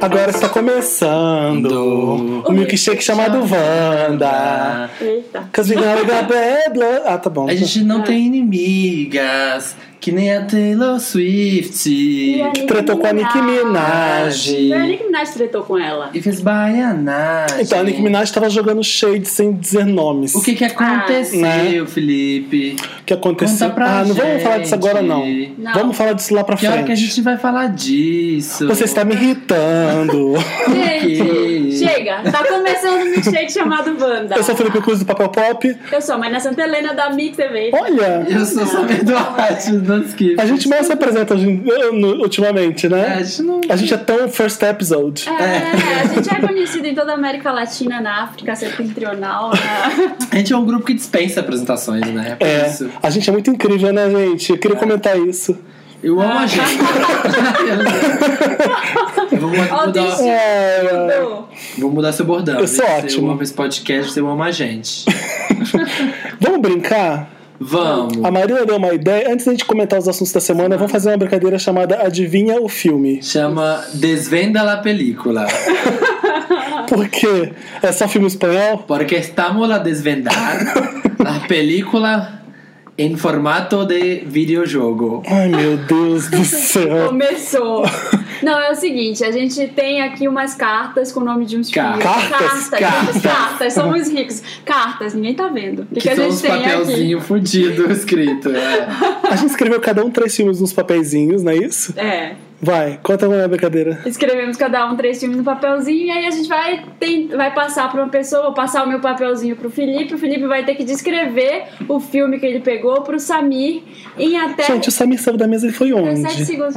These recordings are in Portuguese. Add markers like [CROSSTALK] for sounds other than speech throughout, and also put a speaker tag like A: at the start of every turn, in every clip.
A: Agora está começando
B: Do-
A: o milkshake chamado Wanda.
C: Eita.
A: Cause we gonna get bad love. Ah, tá bom.
B: A gente não tem inimigas, que nem a Taylor Swift.
C: E a Nicki
A: Tratou com a Nicki Minaj.
C: Foi a
B: Minaj.
C: Nicki Minaj que tretou com ela.
B: E fez baianagem.
A: Então, a Nick Minaj tava jogando shade sem dizer nomes.
B: O que que aconteceu,
A: Né?
B: Felipe?
A: que aconteceu?
B: Conta pra
A: ah, não vamos
B: gente.
A: falar disso agora, não.
C: Não.
A: Vamos falar disso lá pra
B: Que
A: frente.
B: hora que a gente vai falar disso?
A: Você está
B: [LAUGHS]
A: me irritando.
B: quê?
C: Gente, chega. Tá começando um milkshake chamado Wanda.
A: Eu sou o Felipe Cruz do Papel Pop.
C: Eu sou a Marina Santa Helena da Mix TV.
A: Olha,
B: Eu sou sabedor do Skip.
A: a gente mal se apresenta gente, eu, no- ultimamente,
B: É, a
A: né?
B: gente não...
A: A gente é tão first episode.
C: É, a gente é conhecido em toda a América Latina, na África Setentrional. Na...
B: A gente é um grupo que dispensa apresentações, né? É por
A: É,
B: isso.
A: a gente é muito incrível, né, gente? Eu queria comentar isso.
B: Eu amo a
A: [LAUGHS]
B: gente. Eu vou mudar,
C: Ó, deixa-
A: É,
B: vou mudar seu bordão.
A: Eu sou
B: Você
A: ótimo.
B: ama esse podcast, você ama a gente.
A: vamos brincar?
B: Vamos.
A: A Marina deu uma ideia. Antes da gente comentar os assuntos da semana, vamos fazer uma brincadeira chamada Adivinha o Filme.
B: Chama Desvenda la Película.
A: Porque é só filme espanhol?
B: Porque estamos a desvendar a película em formato de videojogo.
A: Ai, meu Deus do céu.
C: [LAUGHS] Começou. Não, é o seguinte, a gente tem aqui umas cartas com o nome de uns
B: Car-
C: filhos.
A: cartas?
C: cartas, cartas,
B: Cartas.
C: cartas, somos ricos. Cartas, ninguém tá vendo. O que, que
B: Que
C: a
B: são
C: gente
B: uns
C: tem aqui?
B: papelzinhos fudidos
C: [LAUGHS]
B: escrito. É.
A: A gente escreveu cada um três filmes nos papeizinhos, não é isso?
C: É,
A: Vai, conta uma brincadeira.
C: escrevemos cada um três filmes no papelzinho e aí a gente vai, tem- vai passar pra uma pessoa, vou passar o meu papelzinho pro Felipe, o Felipe vai ter que descrever o filme que ele pegou pro Samir em até
A: Gente, o Samir saiu da mesa e foi
C: 17
A: onde?
C: segundos.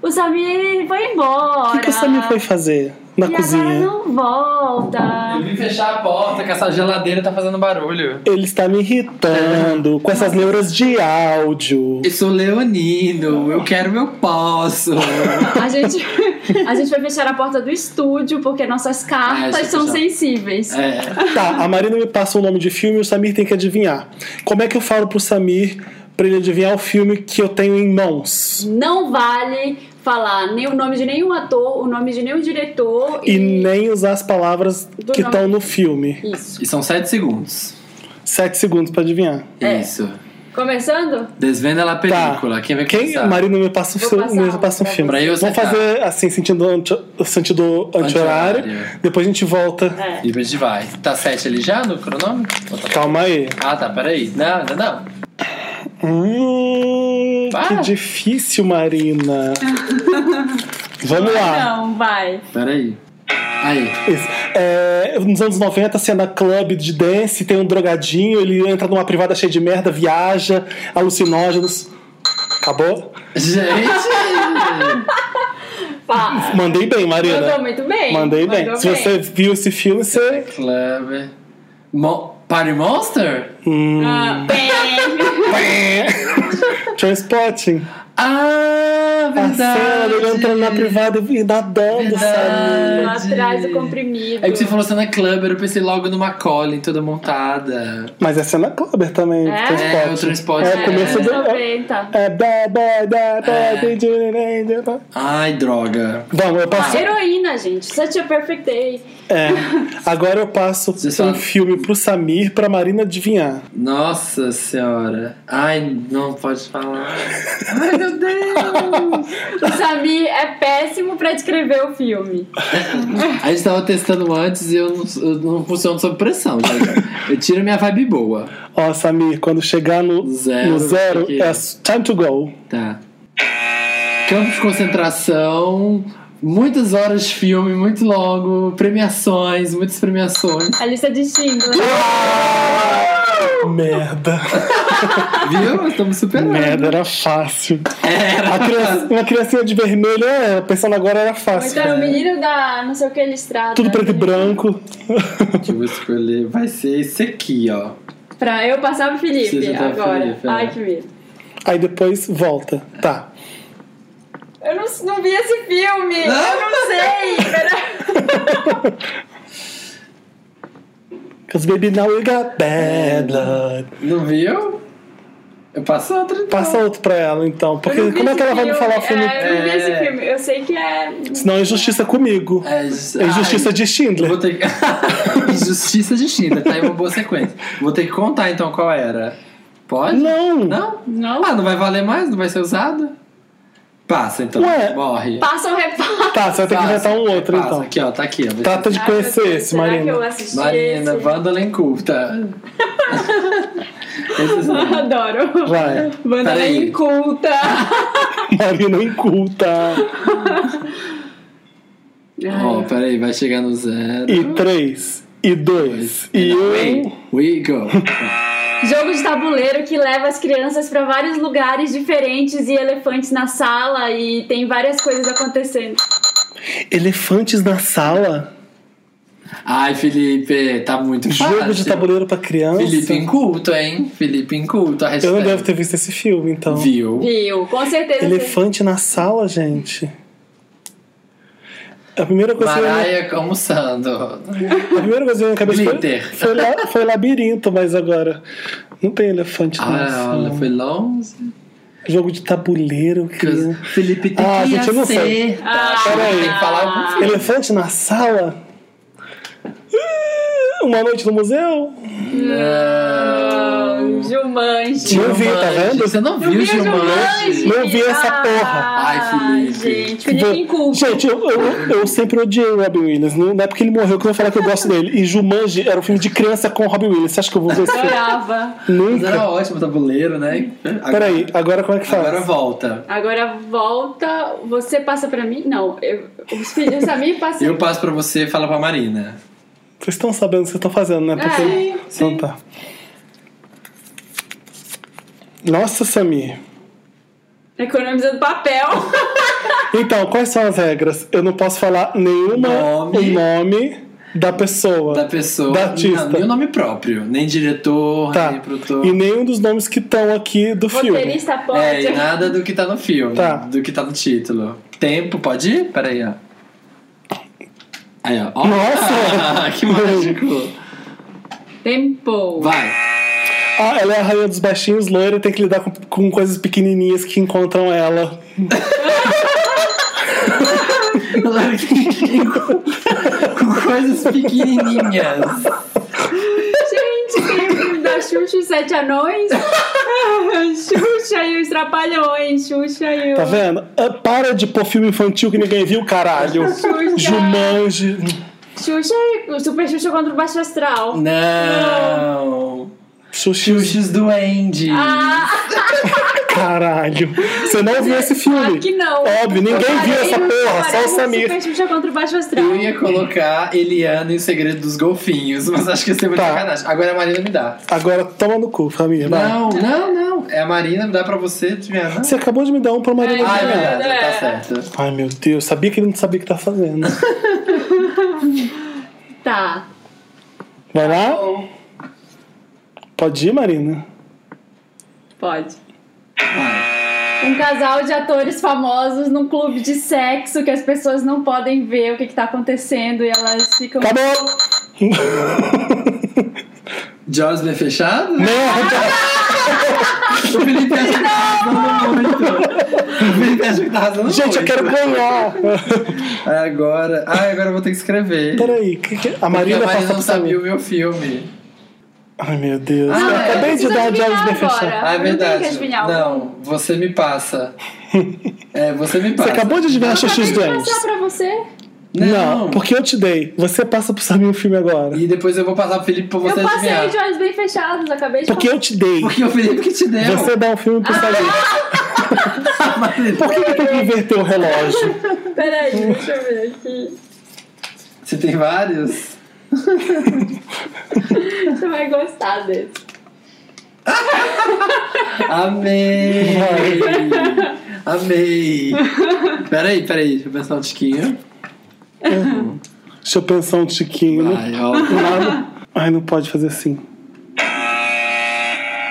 C: O Samir ele foi
A: O
C: embora.
A: que, que o Samir foi fazer na
C: e agora
A: cozinha?
C: não volta.
B: Eu vim fechar a porta que essa geladeira tá fazendo barulho.
A: Ele está me irritando com essas neuras de áudio.
B: Eu sou leonino, eu quero meu
C: [LAUGHS]
B: posso.
C: A gente, [LAUGHS] a gente vai fechar a porta do estúdio porque nossas
B: Ah,
C: cartas
B: deixa eu
C: são
B: fechar.
C: sensíveis.
B: É.
A: Tá, a Marina me passa o nome de filme e o Samir tem que adivinhar. Como é que eu falo pro Samir pra ele adivinhar o filme que eu tenho em mãos?
C: Não vale falar nem o nome de nenhum ator, o nome de nenhum diretor
A: E nem usar as palavras
C: Do
A: que
C: nome.
A: estão no filme.
C: isso.
B: E são sete segundos.
A: Sete segundos pra adivinhar. Tá.
C: É. Tá.
B: Isso.
C: Começando?
B: Desvenda la película. Quem vai
A: Quem?
B: começar?
A: Marina me passa, o
C: Vou
A: seu-
C: passar
A: me
C: um,
A: passa um
C: tá
A: filme.
B: bom. Pra eu
A: Vamos
B: acertar.
A: fazer assim, sentido, anti, sentido anti-horário.
B: Anti-horário.
A: Depois a gente volta.
C: É.
B: E depois a gente vai. Tá sete ali já no cronômetro? Ou tá-
A: Calma aí.
B: Ah, tá, peraí. Não, não, não.
A: Hum, que
B: Para.
A: difícil,
C: [LAUGHS]
A: Marina. Vamos lá.
C: Não, vai.
B: Peraí. Aí. [LAUGHS]
A: Isso. É, nos anos 90, cena club de dance, tem um drogadinho, ele entra numa privada cheia de merda, viaja, alucinógenos. Acabou?
B: Gente!
C: Fala.
A: Mandei bem,
C: Mandou
A: Marina.
C: muito bem.
A: Mandei bem.
C: Mandou
A: Se você viu esse filme, você.
B: Club. Mo Party Monster?
C: Ah, bem.
A: Transpotting.
B: Ah,
A: um A cena
B: verdade.
A: dele entrando na privada e nadando, sabe?
B: Verdade.
C: Lá atrás do comprimido.
B: É que você falou cena clubber, eu pensei logo no Macaulay, toda montada.
A: Mas é cena clubber também,
C: É?
A: Transpotting.
B: É, o Transpotting.
A: É, começo
C: é,
A: do.
C: anos
A: É,
C: 90.
A: é, ba- ba- da- ba-
B: É.
A: de- de- de- de- de-
B: Ai, droga.
A: Vamos, eu passo.
C: Ah, Heroína, gente. Such a perfect day.
A: É. Agora eu passo
B: Você
A: um
B: sabe.
A: filme pro Samir, pra Marina adivinhar.
B: Nossa senhora. Ai, não pode falar. Ai, meu Deus.
C: O Samir é péssimo pra descrever o filme.
B: A gente tava testando antes e eu não, eu não funciono sob pressão. gente. Eu tiro minha vibe boa.
A: Ó, Samir, quando chegar no
B: Zero,
A: no zero
B: porque-
A: é s- time to go.
B: Tá. Campo de concentração, muitas horas de filme, muito longo, premiações, muitas premiações.
C: A lista de Schindler.
A: Merda.
B: [LAUGHS] Viu? Estamos superando.
A: Merda, era fácil.
B: Era.
A: A criança- uma criancinha de vermelho, é, pensando agora, era
C: Ou
A: fácil.
C: Então, o menino da não sei o que ele estrada.
A: Tudo preto e branco. [LAUGHS]
B: que eu vou escolher vai ser esse aqui, ó.
C: Pra eu passar pro Felipe
B: Precisa dar pro
C: agora.
B: Felipe, é.
C: Ai, que medo.
A: Aí depois volta. Tá.
C: Eu não, não vi esse filme!
B: Não?
C: Eu não sei!
A: [LAUGHS]
C: Pera-
A: Cause baby now we got bad blood.
B: Não viu? Passa outra então.
A: Passa outro pra ela, então. Porque
C: Eu não vi
A: como é
C: esse
A: que ela vai me
C: filme.
A: falar o filme?
C: É, eu não vi
B: É.
C: esse filme. Eu sei que é.
A: Senão é injustiça comigo.
B: É,
A: É injustiça de
B: Eu
A: Schindler.
B: Vou ter que... [LAUGHS] Injustiça de China, tá aí uma boa sequência. Vou ter que contar então qual era. Pode?
A: Não.
B: Não?
C: Não.
B: Ah, não vai valer mais? Não vai ser usado? Passa então,
A: Ué.
B: morre.
C: Passa um o reparo.
A: Tá, você vai ter que
B: Passa,
A: inventar um outro,
B: passa.
A: então.
B: Aqui, ó, tá aqui. ó.
A: Trata de conhecer esse,
C: Será que eu
A: Marina.
C: assisti
B: Marina,
C: esse?
B: Wanda tá? inculta. Esses não.
C: [LAUGHS] Adoro.
A: Vai. [LAUGHS]
C: Banda
B: Peraí.
C: inculta.
A: Marina inculta.
C: É.
B: Ó, peraí, vai chegar no zero.
A: E três, e dois, e um.
B: We go.
C: Jogo de tabuleiro que leva as crianças pra vários lugares diferentes e elefantes na sala e tem várias coisas acontecendo.
A: Elefantes na sala?
B: Ai, Felipe, tá muito fácil.
A: Jogo de tabuleiro pra criança?
B: Felipe inculto, hein? Felipe inculto, a
A: Eu
B: respeito.
A: não devo ter visto esse filme, então.
B: Viu?
C: Viu? Com certeza.
A: Elefante na sala, gente. A primeira coisa, que veio-
B: Maraia almoçando.
A: a primeira coisa que veio na cabeça foi,
B: Glitter.
A: foi, la- foi labirinto, mas agora não tem elefante na
B: Ah,
A: sala.
B: olha, foi longe.
A: Jogo de tabuleiro, criança.
B: Felipe tem
A: Ah,
B: que
A: gente, eu não
B: acertar.
A: sei.
C: Ah.
B: Acho que
A: Peraí.
B: Tem que falar algum filme.
A: Elefante na sala? Ah, Uma noite no museu?
C: Não. Jumanji.
A: Não vi, tá
B: Jumanji.
A: vendo?
B: Você não viu,
C: Eu vi
B: Jumanji?
A: Não vi essa
C: Ah,
A: porra.
B: Ai, Felipe.
C: Gente, Felipe inculto.
A: Gente, eu, eu, eu sempre odiei o Robin Williams. Não não é porque ele morreu que eu vou falar que eu gosto dele. E Jumanji era um filme de criança com o Robin Williams. Você acha que eu vou ver esse
C: [LAUGHS]
A: filme?
C: Adorava.
B: Mas
A: Nunca.
B: era ótimo o tabuleiro, né? Agora-
A: Peraí, agora como é que faz?
B: Agora volta.
C: Agora volta. Você passa pra mim? Não. Eu, os filhos a mim passam.
B: Eu passo pra você e falo pra Marina.
A: Vocês estão sabendo o que vocês estão fazendo, né? Porque...
C: Sim, É, sim.
A: Então tá. Nossa, Samir.
C: Economizando papel.
A: Então, quais são as regras? Eu não posso falar nenhuma
B: Nome.
A: o nome da pessoa.
B: Da pessoa.
A: Da artista.
B: Não, nem o nome próprio. Nem diretor,
A: Tá.
B: nem produtor.
A: E nenhum dos nomes que estão aqui do [LAUGHS] filme. né?
C: Roteirista pode.
B: É, e nada do que tá no filme.
A: Tá.
B: Do que tá no título. Tempo, pode ir? Peraí, ó. Aí, ó. Ó,
A: Nossa!
B: [LAUGHS] que mágico!
C: Tempo.
B: Vai!
A: Ah, ela é a rainha dos baixinhos, loira, e tem que lidar com, com coisas pequenininhas que encontram ela.
B: Com coisas pequenininhas.
C: [LAUGHS] Gente, tem o filme da Xuxa e os
A: [LAUGHS]
C: Sete Anões. Xuxa e os Trapalhões. Xuxa e o...
A: Tá vendo? Ah, Para de pôr filme infantil que ninguém
B: [LAUGHS]
A: viu, caralho.
B: é.
C: Xuxa.
A: Jumanji.
C: Xuxa e o Super Xuxa contra o Baixo Astral.
B: Não!
A: Xuxi.
B: Xuxos do Andy.
C: Ah,
A: Caralho. Você não viu esse
C: claro
A: filme.
C: que não.
A: Óbvio, ninguém viu essa porra, só o Samir.
C: Super Xuxa contra o Baixo Astral.
B: Eu ia colocar Eliana e o Segredo dos Golfinhos, mas acho que ia ser muito
A: Tá.
B: sacanagem. Agora a Marina me dá.
A: Agora toma no cu, família. vai.
B: Não, não, não. É a Marina, me dá pra você, Diana.
A: Você acabou de me dar um pra Marina
B: Ah, é
A: de Melo.
B: verdade,
C: É.
B: tá certo.
A: Ai, meu Deus, sabia que ele não sabia o que
B: [LAUGHS]
A: tá fazendo.
C: Tá.
A: Vai lá? Pode ir, Marina?
C: Pode.
B: Vai.
C: Um casal de atores famosos num clube de sexo que as pessoas não podem ver o que, que tá acontecendo e elas ficam.
A: Acabou!
B: Jaws bem é fechado?
A: Merda!
B: [LAUGHS] O Felipe acha que tá arrasando muito. [LAUGHS] O Felipe acha que tá arrasando
A: Gente,
B: muito.
A: eu quero ganhar!
B: [LAUGHS] Agora. Ai, agora eu vou ter que escrever.
A: Peraí, que que... a
B: Porque
A: Marina
B: a Marina
A: passa
B: não
A: pro Samir.
B: sabia o meu filme.
A: Ai, meu Deus.
B: Ah,
A: eu
B: é,
A: acabei de
C: preciso
A: dar o
C: adivinhar
A: Jobs bem
C: agora.
A: fechado.
B: Ah, é
C: não tem que
B: verdade.
C: adivinhar o
B: Não, você me
A: [LAUGHS]
B: passa. É, você me
A: Você
B: passa.
A: acabou de adivinhar
C: Eu
A: Xuxus
C: acabei
A: do
C: de
A: Andes.
C: passar pra você.
A: Não, porque eu te dei. Você passa pro Samir o filme agora.
B: E depois eu vou passar pro Felipe pra você
C: eu passei
B: adivinhar.
C: de olhos bem fechados, acabei de
A: Porque eu te dei.
B: Porque o Felipe que te deu. [LAUGHS]
A: Você dá um filme
C: Ah,
A: pro Samir.
B: Marina,
A: Por que, que tem que inverter o relógio?
C: falar. Peraí, deixa eu ver aqui.
B: Você tem vários?
C: Você vai gostar desse.
B: Amei! Amei! Peraí, peraí, deixa eu pensar um tiquinho.
A: Deixa eu pensar um tiquinho. né?
B: Ai, ó.
A: Ai, não pode fazer assim.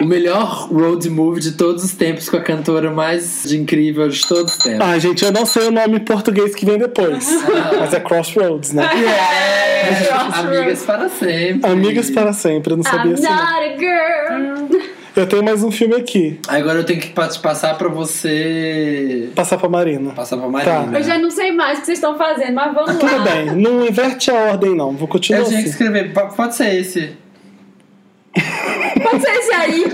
B: O melhor road movie de todos os tempos com a cantora mais incrível de todos os tempos.
A: Ah, gente, eu não sei o nome em português que vem depois.
C: Ah.
A: Mas é Crossroads,
C: [LAUGHS]
A: né?
B: É, Amigas para sempre.
A: Amigas para sempre, eu não sabia
C: I'm
A: assim. não.
C: not a girl.
A: Eu tenho mais um filme aqui.
B: Agora eu tenho que pa- passar pra você.
A: Passar pra Marina.
B: Passar pra Marina.
C: Tá. Eu já não sei mais o que vocês estão fazendo, mas vamos
A: Tudo
C: lá.
A: bem, não inverte a ordem, não. Vou continuar
B: Eu tinha que
A: assim.
B: escrever. P- Pode ser esse.
C: Pode ser esse aí.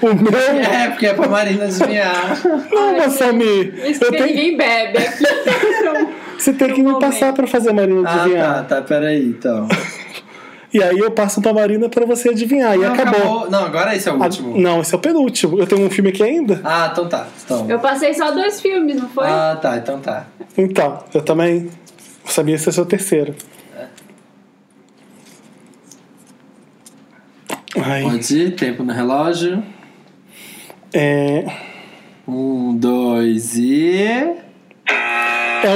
A: O meu.
B: É, porque é pra Marina adivinhar.
A: Não,
C: Ai,
A: mas Samir.
C: Isso
A: Eu
C: que
A: tenho...
C: ninguém bebe aqui.
A: Você tem que me
C: no
A: passar
C: momento.
A: pra fazer a Marina
B: Ah,
A: adivinhar.
B: tá, tá, peraí, então.
A: E aí eu passo pra Marina pra você adivinhar. E
B: Não,
A: acabou.
B: Não, agora esse é o
A: Ah,
B: último.
A: Não, esse é o penúltimo. Eu tenho um filme aqui ainda.
B: Ah, então tá. Então.
C: Eu passei só dois filmes, não foi?
B: Ah, tá, então tá.
A: Então, eu também sabia que esse é o seu terceiro. Ai,
B: Pode ir, tempo no relógio.
A: é,
B: Um, dois e.
A: é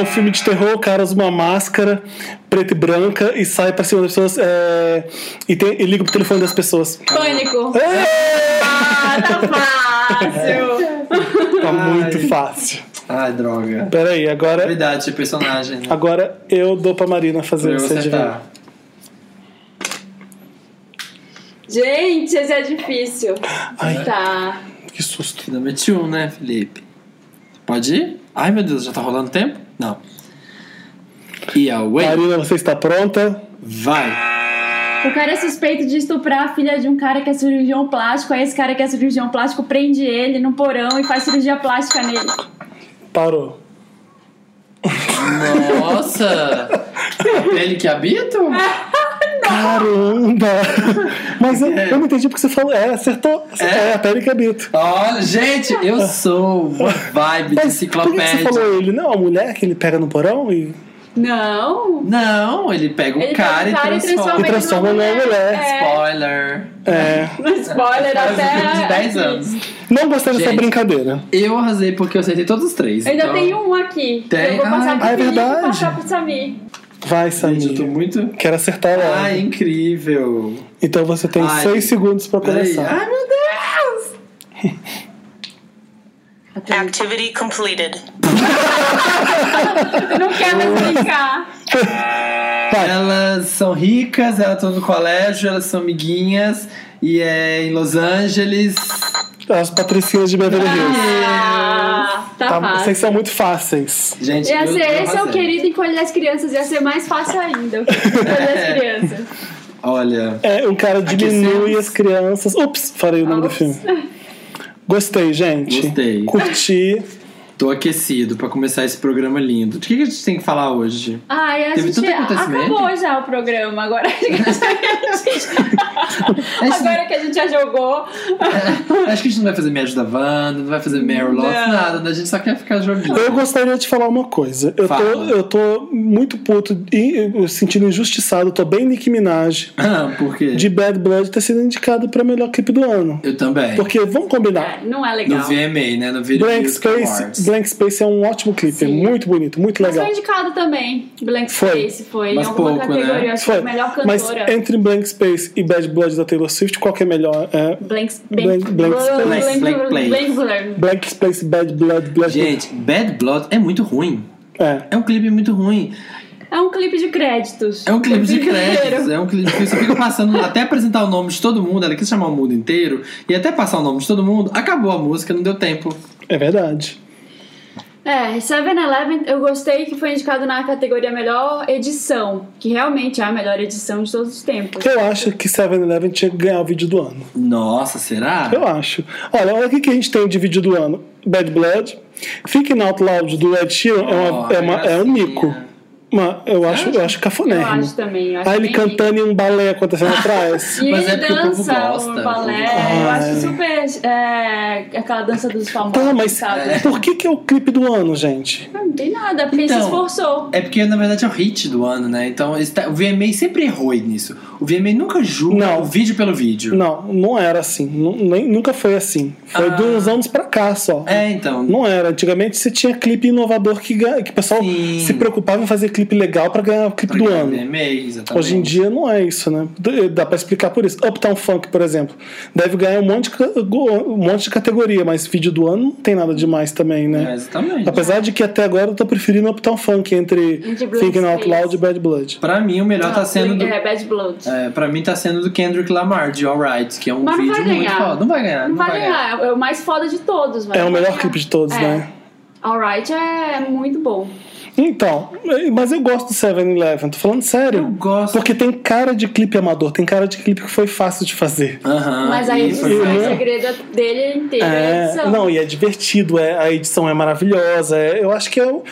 A: um filme de terror, o cara usa uma máscara preta e branca e sai pra cima das pessoas é, e, tem- e liga pro telefone das pessoas.
C: Pânico.
A: É,
C: Ah, tá fácil.
A: tá muito
B: Ai.
A: fácil.
B: Ai, droga.
A: Peraí, agora,
B: Verdade, personagem, né? tá
A: agora eu dou pra Marina
B: Pra
A: fazer
B: eu
A: você adivinhar.
B: acertar.
C: Gente, esse é difícil.
A: Ai.
C: Tá.
A: Que susto.
B: Finalmente um, né, Felipe? Pode ir? Ai, meu Deus, já tá rolando tempo? Não. E away.
A: Marina, você está pronta?
B: Vai.
C: O cara é suspeito de estuprar a filha de um cara que é cirurgião plástico. Aí esse cara que é cirurgião plástico prende ele num porão e faz cirurgia plástica nele.
A: Parou.
B: Nossa! Ele que habita? [LAUGHS]
A: Caramba! Mas eu, eu não entendi porque você falou. É, acertou.
B: É?
A: É, a pele que habita.
B: Olha, gente, eu sou uma vibe de
A: Mas por que que você
B: enciclopédia.
A: falou ele? Não, a mulher que ele pega no porão e,
C: Não.
B: Não, ele pega o
C: Ele
B: cara,
C: pega o cara
B: e
C: e
A: e
B: transforma.
C: transforma. Mas
A: transforma
C: não
A: numa
C: é.
A: mulher.
C: É.
B: Spoiler.
A: É.
C: [LAUGHS] Spoiler
B: Faz
C: até.
B: uns 10
C: aqui.
B: anos.
A: Não gostei dessa
B: Gente.
A: brincadeira.
B: Eu arrasei porque eu acertei todos os três.
C: Eu ainda
B: então...
C: tenho um aqui.
B: Tem?
C: Eu vou
B: Ah,
C: passar pro
A: é
C: Felipe
A: verdade.
C: e passar pro Samir.
A: Vai,
B: Gente, eu tô
A: Samir.
B: muito.
A: Quero acertar logo.
B: Ai, incrível.
A: Então você tem
B: Ai.
A: seis segundos pra
B: Peraí.
A: começar.
B: Ai, meu Deus!
D: Activity completed.
C: Eu não quero mais brincar.
A: Vai.
B: Elas são ricas, elas estão no colégio, elas são amiguinhas. E é em Los Angeles.
A: As patricinhas de Beverly Hills.
C: Ah, tá,
A: Tá-
C: fácil.
A: vocês são muito fáceis.
B: Gente,
C: Ia
B: eu-
C: ser
B: eu
C: esse é o
B: arrasei.
C: querido encolher as crianças, ia ser mais fácil ainda. Encolher as crianças.
B: Olha.
A: É, um cara diminui
B: Aquecemos.
A: as crianças. Ups, falei o nome do
C: Ups.
A: filme. Gostei, gente.
B: Gostei.
A: Curti.
B: Tô aquecido pra começar esse programa lindo. De que que a gente tem que falar
C: [LAUGHS]
B: hoje?
C: Ai, a
B: Teve
C: gente
B: tanto acontecimento.
C: acabou já o programa. Agora que [LAUGHS] a gente. Agora que a gente já jogou.
B: Acho que a gente não vai fazer Me Ajuda Wanda, não vai fazer Meryl Love,
C: Não.
B: nada, né? A gente só quer ficar jogando.
A: Eu gostaria de falar uma coisa. Eu, tô,
B: Fala.
A: eu tô muito puto e eu sentindo injustiçado. Eu tô bem Nicki Minaj
B: Ah, Por quê?
A: de Bad Blood ter sido indicado pra melhor clipe do ano.
B: Eu também.
A: Porque vamos combinar.
C: Não é
B: No
C: legal.
B: VMA, né? No Video
A: Blank
B: Music Awards.
A: Space, Blank Space é um ótimo clipe, é
C: Sim.
A: muito bonito, muito
C: Mas
A: legal.
C: foi indicado também. Blank
A: Foi.
C: Space foi.
B: Mas
C: em alguma
B: pouco,
C: categoria.
B: né?
C: Acho que foi a melhor
A: Mas
C: cantora.
A: entre Blank Space e Bad Blood da Taylor Swift, qual que é melhor? É
C: Blank
A: Blank-
C: Blank
A: Blank Space.
C: Blank-
B: Blank- Blank-
C: Blank- Blank-
A: Blank Space, Bad Blood, Black.
B: Gente, Bad Blood é muito ruim.
A: É.
B: É um clipe muito ruim.
C: É um clipe de créditos.
B: É um clipe de créditos.
C: inteiro.
B: É um clipe que você fica passando [LAUGHS] até apresentar o nome de todo mundo. Ela quis chamar o mundo inteiro. E até passar o nome de todo mundo, acabou a música, não deu tempo.
A: É verdade.
C: É, 7-Eleven eu gostei que foi indicado na categoria melhor edição, que realmente é a melhor edição de todos os tempos.
A: Eu acho que 7-Eleven tinha que ganhar o vídeo do ano.
B: Nossa, será?
A: Eu acho. Olha, olha o que que a gente tem de vídeo do ano. Bad Blood. Thinking Out Loud do Ed Sheeran é, uma-
B: Oh,
A: é, uma- é
B: gracinha.
A: um mico. Uma- eu, acho, eu acho
C: Eu
A: cafonérrimo.
C: acho também. Eu acho
A: Aí ele
C: bem-
A: cantando em um balé
C: [LAUGHS]
A: acontecendo atrás.
C: E
B: Mas
C: ele
B: é porque o povo
C: dança
B: gosta.
C: o balé. Eu
A: Ai.
C: acho super. é, aquela dança dos famosos.
A: Tá, mas
C: sabe?
A: por que, que é o clipe do ano, gente?
C: Não tem nada, porque ele se
B: Então.
C: esforçou.
B: É porque, na verdade, é o hit do ano, né? Então, esse tá- o VMA sempre errou nisso. O VMA nunca julga
A: Não.
B: o vídeo pelo vídeo.
A: Não, não era assim. Nu- nem- nunca foi assim. Foi
B: Ah.
A: de uns anos pra cá só.
B: É, então.
A: Não era. Antigamente você tinha clipe inovador que, ganha- que o pessoal
B: Sim.
A: se preocupava em fazer clipe legal pra ganhar o clipe
B: Pra
A: do
B: ganhar é o
A: ano.
B: VMA, exatamente.
A: Hoje em dia não é isso, né? D- Dá pra explicar por isso. Uptown Funk, por exemplo, deve ganhar um monte de, ca- go- um monte de categoria, mas vídeo do ano não tem nada demais também,
B: É,
A: né?
B: exatamente.
A: Apesar de que até agora agora eu tô preferindo Uptown Funk entre
C: Indie Blood
A: Thinking Out
C: Space.
A: Loud e Bad Blood.
B: Pra mim, o melhor tá sendo do.
C: É, Bad Blood.
B: É, pra mim tá sendo do Kendrick Lamar, de Alright, que é um
C: Mas não
B: vídeo
C: vai
B: muito
C: ganhar.
B: foda. Não vai ganhar,
C: não, vai ganhar, é o mais foda de todos. mas
A: É o
C: não
A: melhor
C: vai
A: clipe de todos,
C: É.
A: né?
C: Alright é muito bom.
A: Então, mas eu gosto do 7-Eleven, tô falando sério.
B: Eu gosto.
A: Porque tem cara de clipe amador, tem cara de clipe que foi fácil de fazer.
B: Aham,
C: Mas a
B: Ah, isso,
C: edição,
A: foi
C: o
A: bom.
C: segredo dele inteiro é a
A: É,
C: edição.
A: não, e é divertido, é, a edição é maravilhosa. é- eu acho que é o.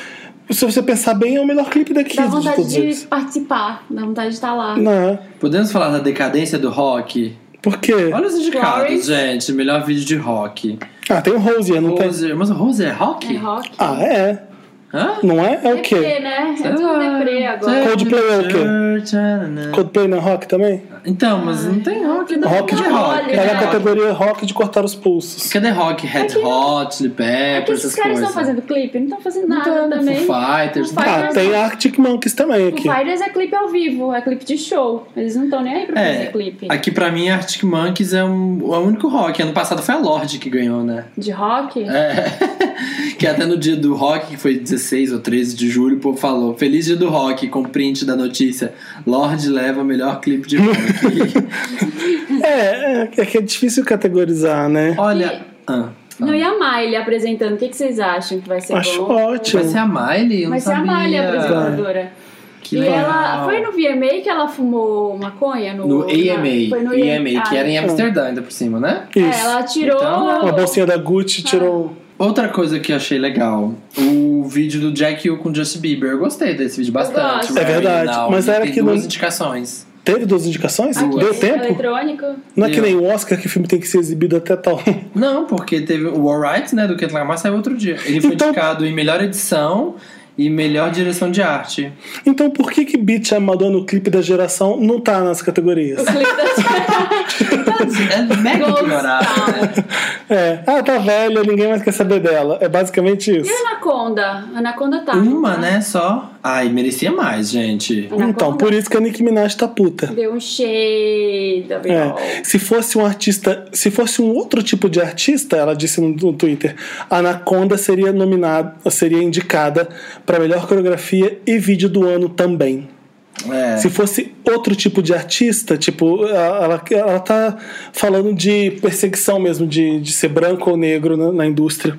A: Se você pensar bem, é o melhor clipe daqui
C: Dá
A: de
C: vontade
A: todos
C: de
A: eles.
C: participar, dá vontade de estar lá.
A: Não, é?
B: Podemos falar da decadência do rock?
A: por quê?
B: Olha os indicados,
C: Flowers.
B: gente. Melhor vídeo de rock.
A: Ah, tem o Rosier, não tem.
B: Rose, mas o Rose é rock?
C: É rock.
A: Ah, é.
B: Hã?
A: Não é? É o quê?
C: Deprê, né? É tudo deprê
B: Ah,
C: agora.
A: Coldplay é o Coldplay não é rock também?
B: Então, mas não tem rock. né?
C: Tudo
A: Rock
B: de
C: com
B: rock.
C: óleo,
A: É na
C: né?
A: categoria rock de cortar os pulsos.
B: Cadê rock? Red
C: Aqui-
B: Hot, Chili
C: É que
B: Peppers,
C: esses
B: essas
C: caras
B: coisas.
C: estão fazendo clipe, não estão fazendo
B: Não
C: nada
B: tá,
C: também.
B: Foo Fighters.
C: Foo
A: Ah,
C: Fighters
A: tem
C: não.
A: Arctic Monkeys também
C: O
A: aqui.
C: Fighters é clipe ao vivo, é clipe de show. Eles não estão nem aí pra
B: É,
C: fazer clipe.
B: aqui pra mim Arctic Monkeys é um, é o único rock. Ano passado foi a Lorde que ganhou, né?
C: De rock?
B: É. [LAUGHS] que até no dia do rock, que foi 16 ou 13 de julho, o povo falou: Feliz dia do rock, com print da notícia. Lorde leva o melhor clipe de rock.
A: É, é, é que é difícil categorizar, né?
B: [LAUGHS] Olha. Ah,
C: Não, e a Miley apresentando, o que, que vocês acham que vai ser
A: Acho
C: bom?
A: ótimo.
B: vai ser a Miley? Eu
C: Vai
B: não
C: ser a
B: sabia.
C: Miley a apresentadora.
B: Que
C: e
B: legal.
C: ela. Foi no VMA que ela fumou maconha? No,
B: No
C: na-
B: AMA,
C: foi no
B: AMA, que era em
C: Ah,
B: Amsterdã, ainda por cima, né?
C: é,
A: Isso.
C: ela tirou.
B: Então,
A: Uma bolsinha da Gucci tirou.
B: Outra coisa que eu achei legal, o vídeo do Jack Hill com o Justin Bieber. Eu gostei desse vídeo bastante.
C: gosto.
A: É verdade,
B: Now,
A: mas
B: tem
A: era que
B: duas
A: não-
B: indicações.
A: Teve duas indicações?
C: aquele
A: Deu tempo?
C: eletrônico.
A: Não é que
B: Deu.
A: nem o Oscar que o filme tem que ser exibido até tal. [LAUGHS]
B: Não, porque teve o Alright, né, do Kendrick Lamar, saiu outro dia. Ele foi
A: Então-
B: indicado em melhor edição e melhor direção de arte.
A: Então por que que Beach é Madonna, o clipe da geração, não tá nas categorias? [LAUGHS]
C: O clipe
B: É mega
C: Gold
B: ignorado. né?
A: É. Ah, tá velha, ninguém mais quer saber dela. É basicamente
C: E
A: isso.
C: a Anaconda? A Anaconda tá.
B: Uma,
C: tá?
B: né, só. Ai, merecia mais, gente.
C: Anaconda
A: Então, por isso que a Nicki Minaj tá puta.
C: Deu um shade. Abriol.
A: É. Se fosse um artista, se fosse um outro tipo de artista, ela disse no, no Twitter, Anaconda seria nominada, seria indicada pra melhor coreografia e vídeo do ano também.
B: É.
A: Se fosse outro tipo de artista, tipo, ela, ela tá falando de perseguição mesmo, de, de ser branco ou negro na, na indústria.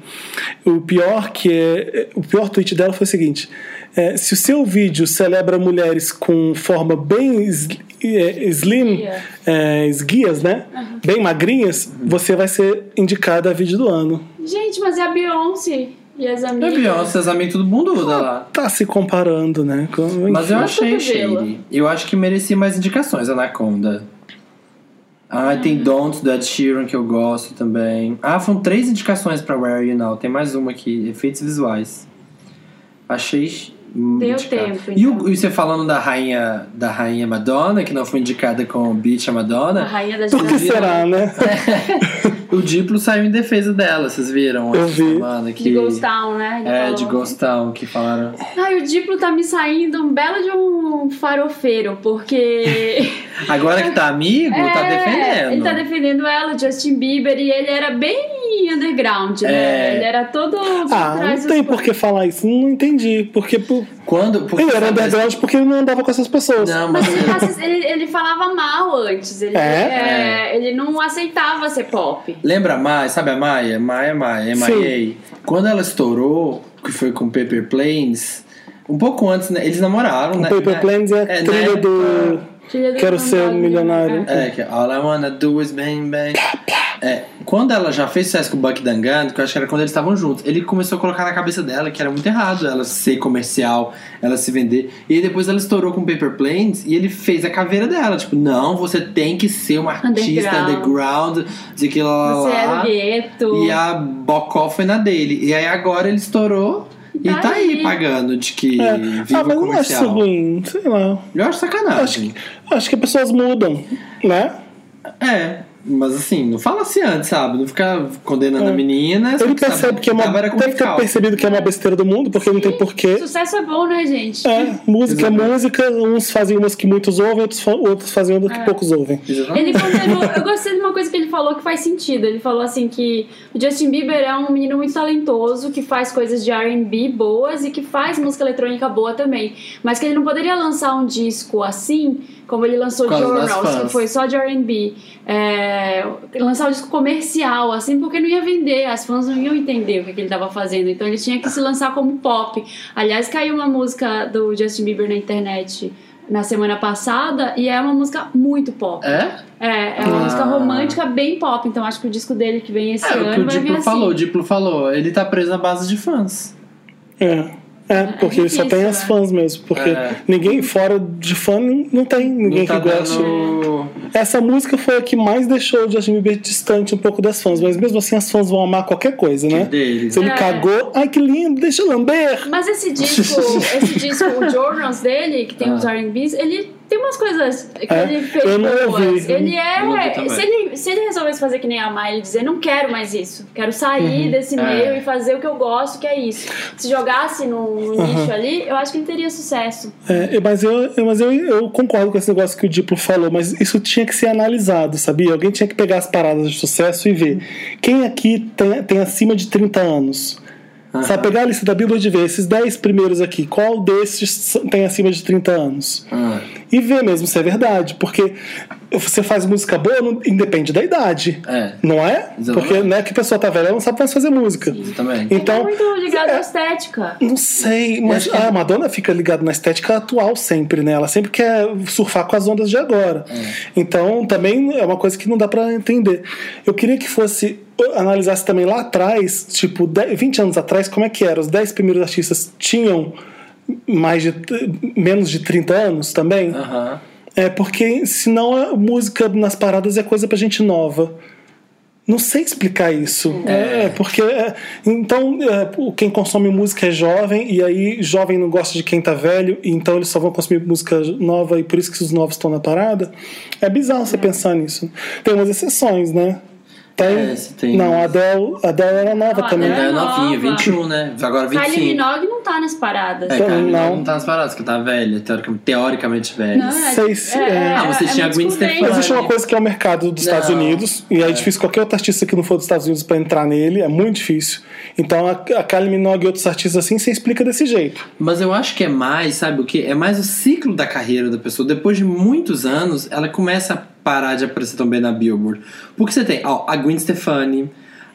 A: O pior que é, o pior tweet dela foi o seguinte: é, se o seu vídeo celebra mulheres com forma bem es- é, slim,
C: Esguia.
A: é, esguias, né? Bem magrinhas, você vai ser indicada a vídeo do ano.
C: Gente, mas é a Beyoncé e
A: É
C: as
B: E a
C: amigas.
B: Beyoncé, as amigas, todo mundo usa lá.
A: Tá se comparando, né? Com-
B: Mas eu
C: Enfim.
B: achei
C: Cotovelo.
B: shady. Eu acho que merecia mais indicações, Anaconda. Ah, tem
C: Uhum.
B: Don't do Ed Sheeran que eu gosto também. Ah, foram três indicações pra Where Are You Now. Tem mais uma aqui, efeitos visuais. Achei hum,
C: Deu
B: indicado.
C: tempo,
B: E, o-
C: então.
B: e você falando da rainha, da rainha Madonna, que não foi indicada com Beach a
C: A
B: Madonna,
A: [LAUGHS]
C: rainha da
A: Por que
C: geração.
A: será, né?
C: Ah.
B: o Diplo saiu em defesa dela, vocês viram?
A: Eu
B: essa
A: vi.
B: Semana, que,
C: De Ghost Town, né? Ele
B: É,
C: falou.
B: de Ghost Town, que falaram.
C: Ai, o Diplo tá me saindo um belo de um farofeiro,
A: [LAUGHS]
C: porque.
B: Agora que tá amigo, tá
C: É,
B: defendendo.
C: Ele tá defendendo ela, o Justin Bieber, e ele era bem underground, né?
B: É.
C: Ele era todo.
A: Ah, não tem por que falar isso. Não entendi. Porque, por-
B: Quando. porque
A: Ele era
B: sabe,
A: underground porque ele não andava com essas pessoas.
B: Não,
C: Mas
B: mas
C: ele, faz- ele- ele falava mal antes, ele,
A: É?
C: é, ele não aceitava ser pop.
B: lembra a Maia, sabe a Maia? Maia, é Maia,
A: Sim.
B: Maia. Quando ela estourou, que foi com Paper Planes, um pouco antes, né? Eles namoraram,
A: O
B: né?
A: Paper
B: Na-
A: Planes é a
B: é,
A: trilha
B: né?
A: do.
C: Filha do
A: Quero ser um
C: Ronaldo,
A: milionário.
C: né?
B: É, que é All I Wanna Do Is Bang Bang. É, quando ela já fez sucesso com o Buck Dangan, que eu acho que era quando eles estavam juntos, ele começou a colocar na cabeça dela que era muito errado ela ser comercial, ela se vender. E aí depois ela estourou com Paper Planes e ele fez a caveira dela. Tipo, não, você tem que ser uma artista
C: Underground.
B: underground, de que lá, lá,
C: Você é era
B: lá.
C: o gueto.
B: E a Bocó foi na dele. E aí agora ele estourou e
C: Tá
B: tá aí
C: aí.
B: pagando de que
A: É.
B: viva
A: Ah, mas eu não acho isso
B: comercial. Ah,
A: ruim. Sei lá.
B: Eu acho
A: Acho
B: sacanagem.
A: que, acho que as pessoas mudam, né?
B: É. Mas assim, não fala assim antes, sabe? Não fica condenando a menina. só
A: É. Ele
B: sabe
A: percebe que é uma.
B: tava era com
A: Deve ter
B: fiscal.
A: percebido que é uma besteira do mundo, porque não tem porquê.
C: Sucesso é bom, né, gente?
A: É, música é
B: Exatamente.
A: música, uns fazem umas que muitos ouvem, outros, fa- outros fazem umas que
B: É.
A: poucos ouvem.
B: Exatamente.
C: Ele condenou, eu gostei de uma coisa que ele falou que faz sentido. Ele falou assim que o Justin Bieber é um menino muito talentoso, que faz coisas de R&B boas e que faz música eletrônica boa também. Mas que ele não poderia lançar um disco assim, como ele lançou
B: Por causa das
C: Journals, que
B: fãs.
C: foi só de R&B. É, lançar um disco comercial, assim, porque não ia vender. As fãs não iam entender o que, que ele estava fazendo. Então ele tinha que se lançar como pop. Aliás, caiu uma música do Justin Bieber na internet... Na semana passada, e é uma música muito pop.
B: É?
C: É, é uma
B: Ah.
C: música romântica bem pop, então acho que o disco dele que vem esse
B: É o que
C: ano
B: o
C: vai vir
B: Diplo
C: assim.
B: falou. O Diplo falou. Ele tá preso na base de fãs.
A: É. É, porque ele só
C: difícil,
A: tem as
C: né?
A: fãs mesmo. Porque
B: É.
A: ninguém fora de fã não não tem ninguém
B: não tá
A: que goste.
B: dando...
A: Essa música foi a que mais deixou o Justin Bieber distante um pouco das fãs, mas mesmo assim as fãs vão amar qualquer coisa, né?
B: dele.
A: Se ele
C: É.
A: cagou, ai que lindo, deixa eu lamber.
C: Mas
B: [LAUGHS]
C: esse disco, esse disco, o Journals dele, que tem
B: Ah.
C: os R&Bs, ele tem umas coisas que
A: É?
C: ele fez
A: Eu não
C: boas.
A: ouvi.
C: Ele
B: Eu não ouvi
C: é.
B: também.
C: Se ele, se ele resolvesse fazer que nem a Miley dizer, não quero mais isso, quero sair desse
B: É.
C: meio e fazer o que eu gosto, que é isso. Se jogasse no, no
B: Uhum.
C: lixo ali, eu acho que ele teria sucesso.
A: É, mas eu, eu- mas eu, eu concordo com esse negócio que o Diplo falou, mas isso tinha que ser analisado, sabia? Alguém tinha que pegar as paradas de sucesso e ver. Quem aqui tem, tem acima de 30 anos? Sabe, pegar a lista da Billboard e ver esses 10 primeiros aqui, qual desses tem acima de 30 anos?
B: Ah.
A: E ver mesmo se é verdade, porque você faz música boa, não, independe da idade.
B: É.
A: Não é?
B: Exatamente.
A: Porque não é que a pessoa tá velha, ela não sabe mais fazer música.
B: Também.
C: Então, é
A: Então,
C: muito ligado
A: é.
C: à estética.
A: não sei, mas
B: acho que- é
A: a Madonna fica ligada na estética atual sempre, né? Ela sempre quer surfar com as ondas de agora.
B: É.
A: Então, também é uma coisa que não dá pra entender. Eu queria que fosse analisasse também lá atrás, tipo, 10, 20 anos atrás, como é que era? Os 10 primeiros artistas tinham mais de menos de 30 anos também?
B: Aham.
A: É porque senão a música nas paradas é coisa pra gente nova. Não sei explicar isso. É, porque. é, então, é, o- quem consome música é jovem, e aí jovem não gosta de quem tá velho, e então eles só vão consumir música nova, e por isso que os novos estão na parada. É bizarro você pensar nisso. Tem umas exceções, né? Tem.
B: É, se tem.
A: Não, a Adele, a Adele era nova
C: Não, a
A: também.
B: Ela é
C: Ela é
B: novinha,
C: nova.
B: 21, né? Agora
C: Kylie
B: 25.
C: Minogue não tá nas paradas.
B: É,
A: Então,
B: Kylie
A: não.
B: não. não tá nas paradas, que tá velha, teoricamente, teoricamente velha.
C: Não, é-
A: Sei se- é.
B: Ah, você tinha
C: muito
B: Gwen Stefani.
C: desconveniente.
A: Existe uma coisa que é o mercado dos Estados
B: Não.
A: Unidos, e aí é difícil qualquer outro artista que não for dos Estados Unidos pra entrar nele, é muito difícil. Então a, a Kylie Minogue e outros artistas assim se explica desse jeito.
B: Mas eu acho que é mais, sabe o que? É mais o ciclo da carreira da pessoa. Depois de muitos anos, ela começa a parar de aparecer tão bem na Billboard. Porque você tem, ó, a Gwen Stefani,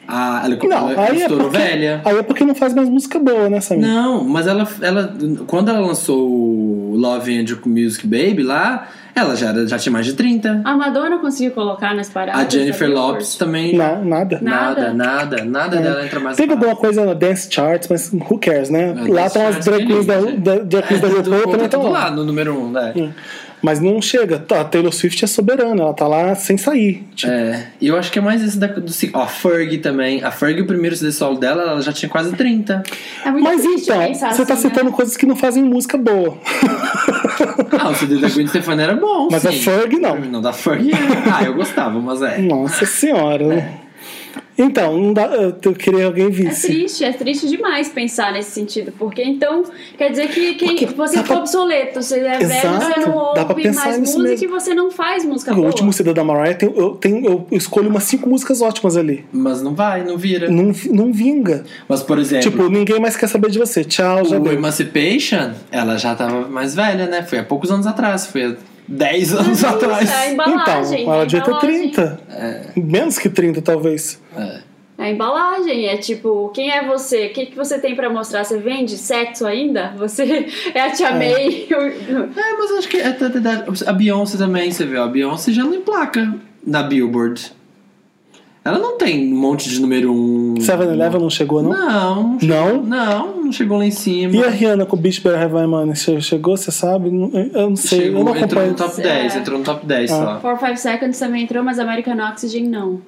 B: a, ela,
A: Não,
B: ela
A: aí, é
B: estourou
A: porque,
B: velha.
A: aí é porque não faz mais música boa, né, Samir?
B: Não, mas ela, ela. Quando ela lançou o Love and Music Baby lá, ela já, era- já tinha mais de 30.
C: A Madonna conseguiu colocar nas paradas.
B: a Jennifer
C: sabe?
B: Lopes tá- também.
A: Não, nada.
B: Nada,
C: Ah, Nada.
B: nada, nada dela entra mais
A: Teve
B: na
A: alguma coisa na Dance Charts, mas who cares, né?
B: É,
A: lá
B: Dance
A: estão as
B: Charts,
A: drag queens da,
B: beleza. é.
A: da, drag queens da é
B: Do-
A: RuPaul também
B: tá
A: estão
B: tudo
A: lá.
B: lá, no número 1, um, né?
A: Mas não chega. A Taylor Swift é soberana, ela tá lá sem sair. Tipo,
B: É, e eu acho que é mais esse da, do ciclo. Ó, a Ferg também. A Ferg, o primeiro CD solo dela, ela já tinha quase 30.
C: É muito
A: Mas
C: triste
A: então, você
C: pensar
A: tá
C: assim, né?
A: citando coisas que não fazem música boa. [LAUGHS]
B: Ah, o CD da Gwen Stefani era bom,
A: Mas
B: sim.
A: a Ferg, não.
B: Não, da Ferg. Ah, eu gostava, mas é.
A: Nossa senhora. Então, não dá, eu queria que alguém
C: É
A: visse.
C: triste, é triste demais pensar nesse sentido, porque então quer dizer que quem,
A: Porque
C: você
A: dá
C: ficou
A: pra-
C: obsoleto, você é velho,
A: Exato,
C: você não
A: dá pra
C: ouve
A: pensar
C: mais
A: nisso
C: música
A: mesmo. É,
C: e você não faz música
A: o
C: boa.
A: último CD da Mariah, tem- eu, tem- eu escolho umas cinco músicas ótimas ali.
B: Mas não vai, não vira.
A: Não, vi- não vinga.
B: Mas, por
A: Tipo,
B: exemplo,
A: ninguém mais quer saber de você. Tchau, já
B: o
A: deu.
B: Emancipation, ela já tava mais velha, né? Foi há poucos anos atrás, foi há 10
C: Mas
B: anos
C: isso,
B: atrás.
C: É a
A: Então,
C: embalagem. é
A: ela
C: a
A: devia ter
C: embalagem.
A: 30. Menos que 30, talvez.
B: É.
C: É a embalagem, é tipo, quem é você? O que, que você tem pra mostrar? Você vende sexo ainda? Você [LAUGHS] é a Tia May? [LAUGHS]
B: É, mas acho que é tanta idade. a Beyoncé também, você viu? A Beyoncé já não emplaca na Billboard. Ela não tem um monte de número um.
A: 7-Eleven não chegou, não?
B: Não.
A: Não?
B: Não, não chegou lá em cima.
A: E a Rihanna com o Beach Better Have My Money? Che- Chegou, você sabe? Não- Eu não sei,
B: Chegou,
A: eu não
B: entrou tá.
A: acompanho. Ah.
B: no top
C: É.
B: 10, entrou no top 10 só.
C: 4 5 Seconds também entrou, mas American Oxygen não.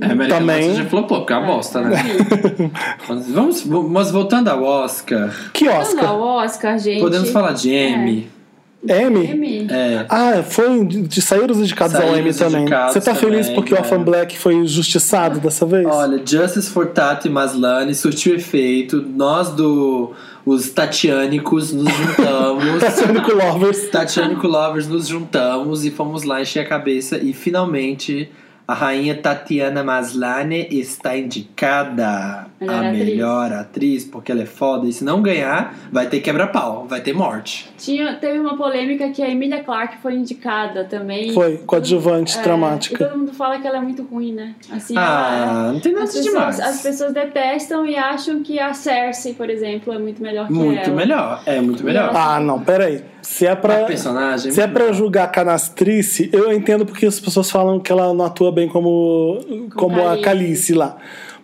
B: É, American
A: Também.
B: Também. já flopou, porque é uma bosta,
A: [LAUGHS]
B: né? Mas Vamos, vamos- mas voltando ao Oscar,
A: Que
C: Vamos lá,
A: Oscar?
C: o Oscar, gente.
B: podemos falar de Emmy.
A: M?
C: M.
B: É.
A: Ah, foi de saíram os indicados ao
B: Saíram
A: M
B: os
A: também.
B: indicados
A: Você tá feliz
B: também,
A: porque o
B: é.
A: Orphan Black foi injustiçado dessa vez? [LAUGHS]
B: Olha, Justice for Tato e Maslany surtiu efeito. Nós do os Tatianicos nos
C: [LAUGHS]
B: juntamos.
A: Tatianico Lovers.
B: Tatianico Lovers nos juntamos e fomos lá encher a cabeça e finalmente a rainha Tatiana Maslany está indicada
C: Melhor
B: a
C: atriz.
B: melhor atriz porque ela é foda e se não ganhar vai ter quebra-pau, vai ter morte.
C: Tinha, teve uma polêmica que a Emilia Clarke foi indicada também.
A: Foi, coadjuvante,
C: É, E
A: dramática.
C: todo mundo fala que ela é muito ruim, né? Assim, ela-
B: ah, não tem nada
C: as,
B: de
C: pessoas,
B: demais.
C: as pessoas detestam e acham que a Cersei, por exemplo, é muito melhor que
B: Muito
C: ela.
B: melhor, é muito melhor.
C: ela-
A: Ah, não, peraí. Se é
B: A
A: pra.
B: personagem.
A: Se é pra julgar canastrice, eu entendo porque as pessoas falam que ela não atua bem como, como a
C: Khaleesi.
A: Calice lá.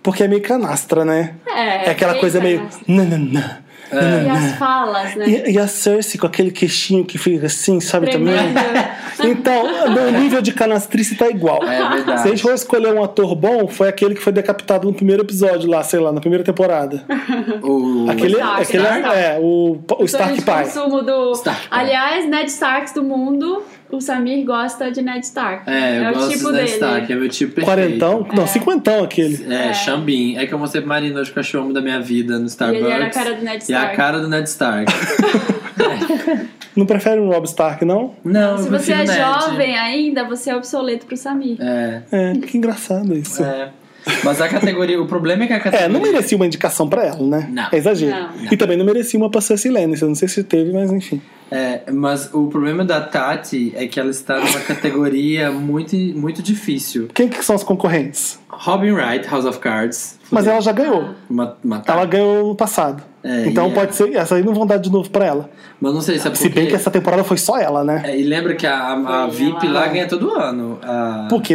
A: Porque é meio canastra, né?
C: É,
A: É aquela
C: bem
A: coisa meio.
C: canastra.
A: Nananã.
C: E
A: [LAUGHS]
C: as falas, né?
A: E, e a Cersei com aquele queixinho que fica assim, sabe
C: Tremendo.
A: também? Então, meu nível de canastrice tá igual.
B: É verdade.
A: Se a gente for escolher um ator bom, foi aquele que foi decapitado no primeiro episódio lá, sei lá, na primeira temporada.
B: Hum, O-
A: Aquele,
C: Stark,
A: aquele
B: né?
C: Stark.
A: é, o, [LAUGHS] o Stark
C: Sonho de
A: Pai.
C: consumo do...
B: Stark Pai.
C: Aliás, Ned Stark do mundo, o Samir gosta de Ned Stark.
B: É, eu
C: o
B: gosto
C: tipo
B: do Ned
C: dele.
B: Stark, é meu tipo perfeito.
A: Quarentão? Não, cinquentão aquele.
B: É,
C: É.
B: Xambim. É que eu mostrei pro Marina hoje que eu achei o homem da minha vida no
C: E
B: Starbucks.
C: ele era a cara do Ned
B: E
C: Stark.
B: a cara do Ned
C: [LAUGHS]
B: Stark.
A: Não prefere o Rob Stark, não?
B: Não,
C: Se
B: eu
C: você
B: prefiro
C: é
B: Ned.
C: jovem ainda, você é obsoleto pro Samir.
B: É,
A: É, que engraçado isso. É,
B: é. Mas a categoria... O problema é que a categoria...
A: não merecia uma indicação pra ela, né?
B: Não.
A: É exagero.
C: Não.
A: E também não merecia uma pra Cersei Lannister, não sei se teve, mas enfim.
B: É, mas o problema da Tati é que ela está numa categoria muito, muito difícil.
A: Quem que são os concorrentes?
B: Robin Wright, House of Cards.
A: Mas ela já ganhou.
B: Uma, uma Tati.
A: Ela ganhou no passado.
B: É,
A: então
B: e
A: pode ser. Essa aí não vão dar de novo pra ela.
B: Mas não sei se é porque...
A: Se bem que essa temporada foi só ela, né?
B: É, e lembra que a, a, a
C: Foi,
B: VIP
C: ela-
B: lá ganha todo ano. A,
A: Porque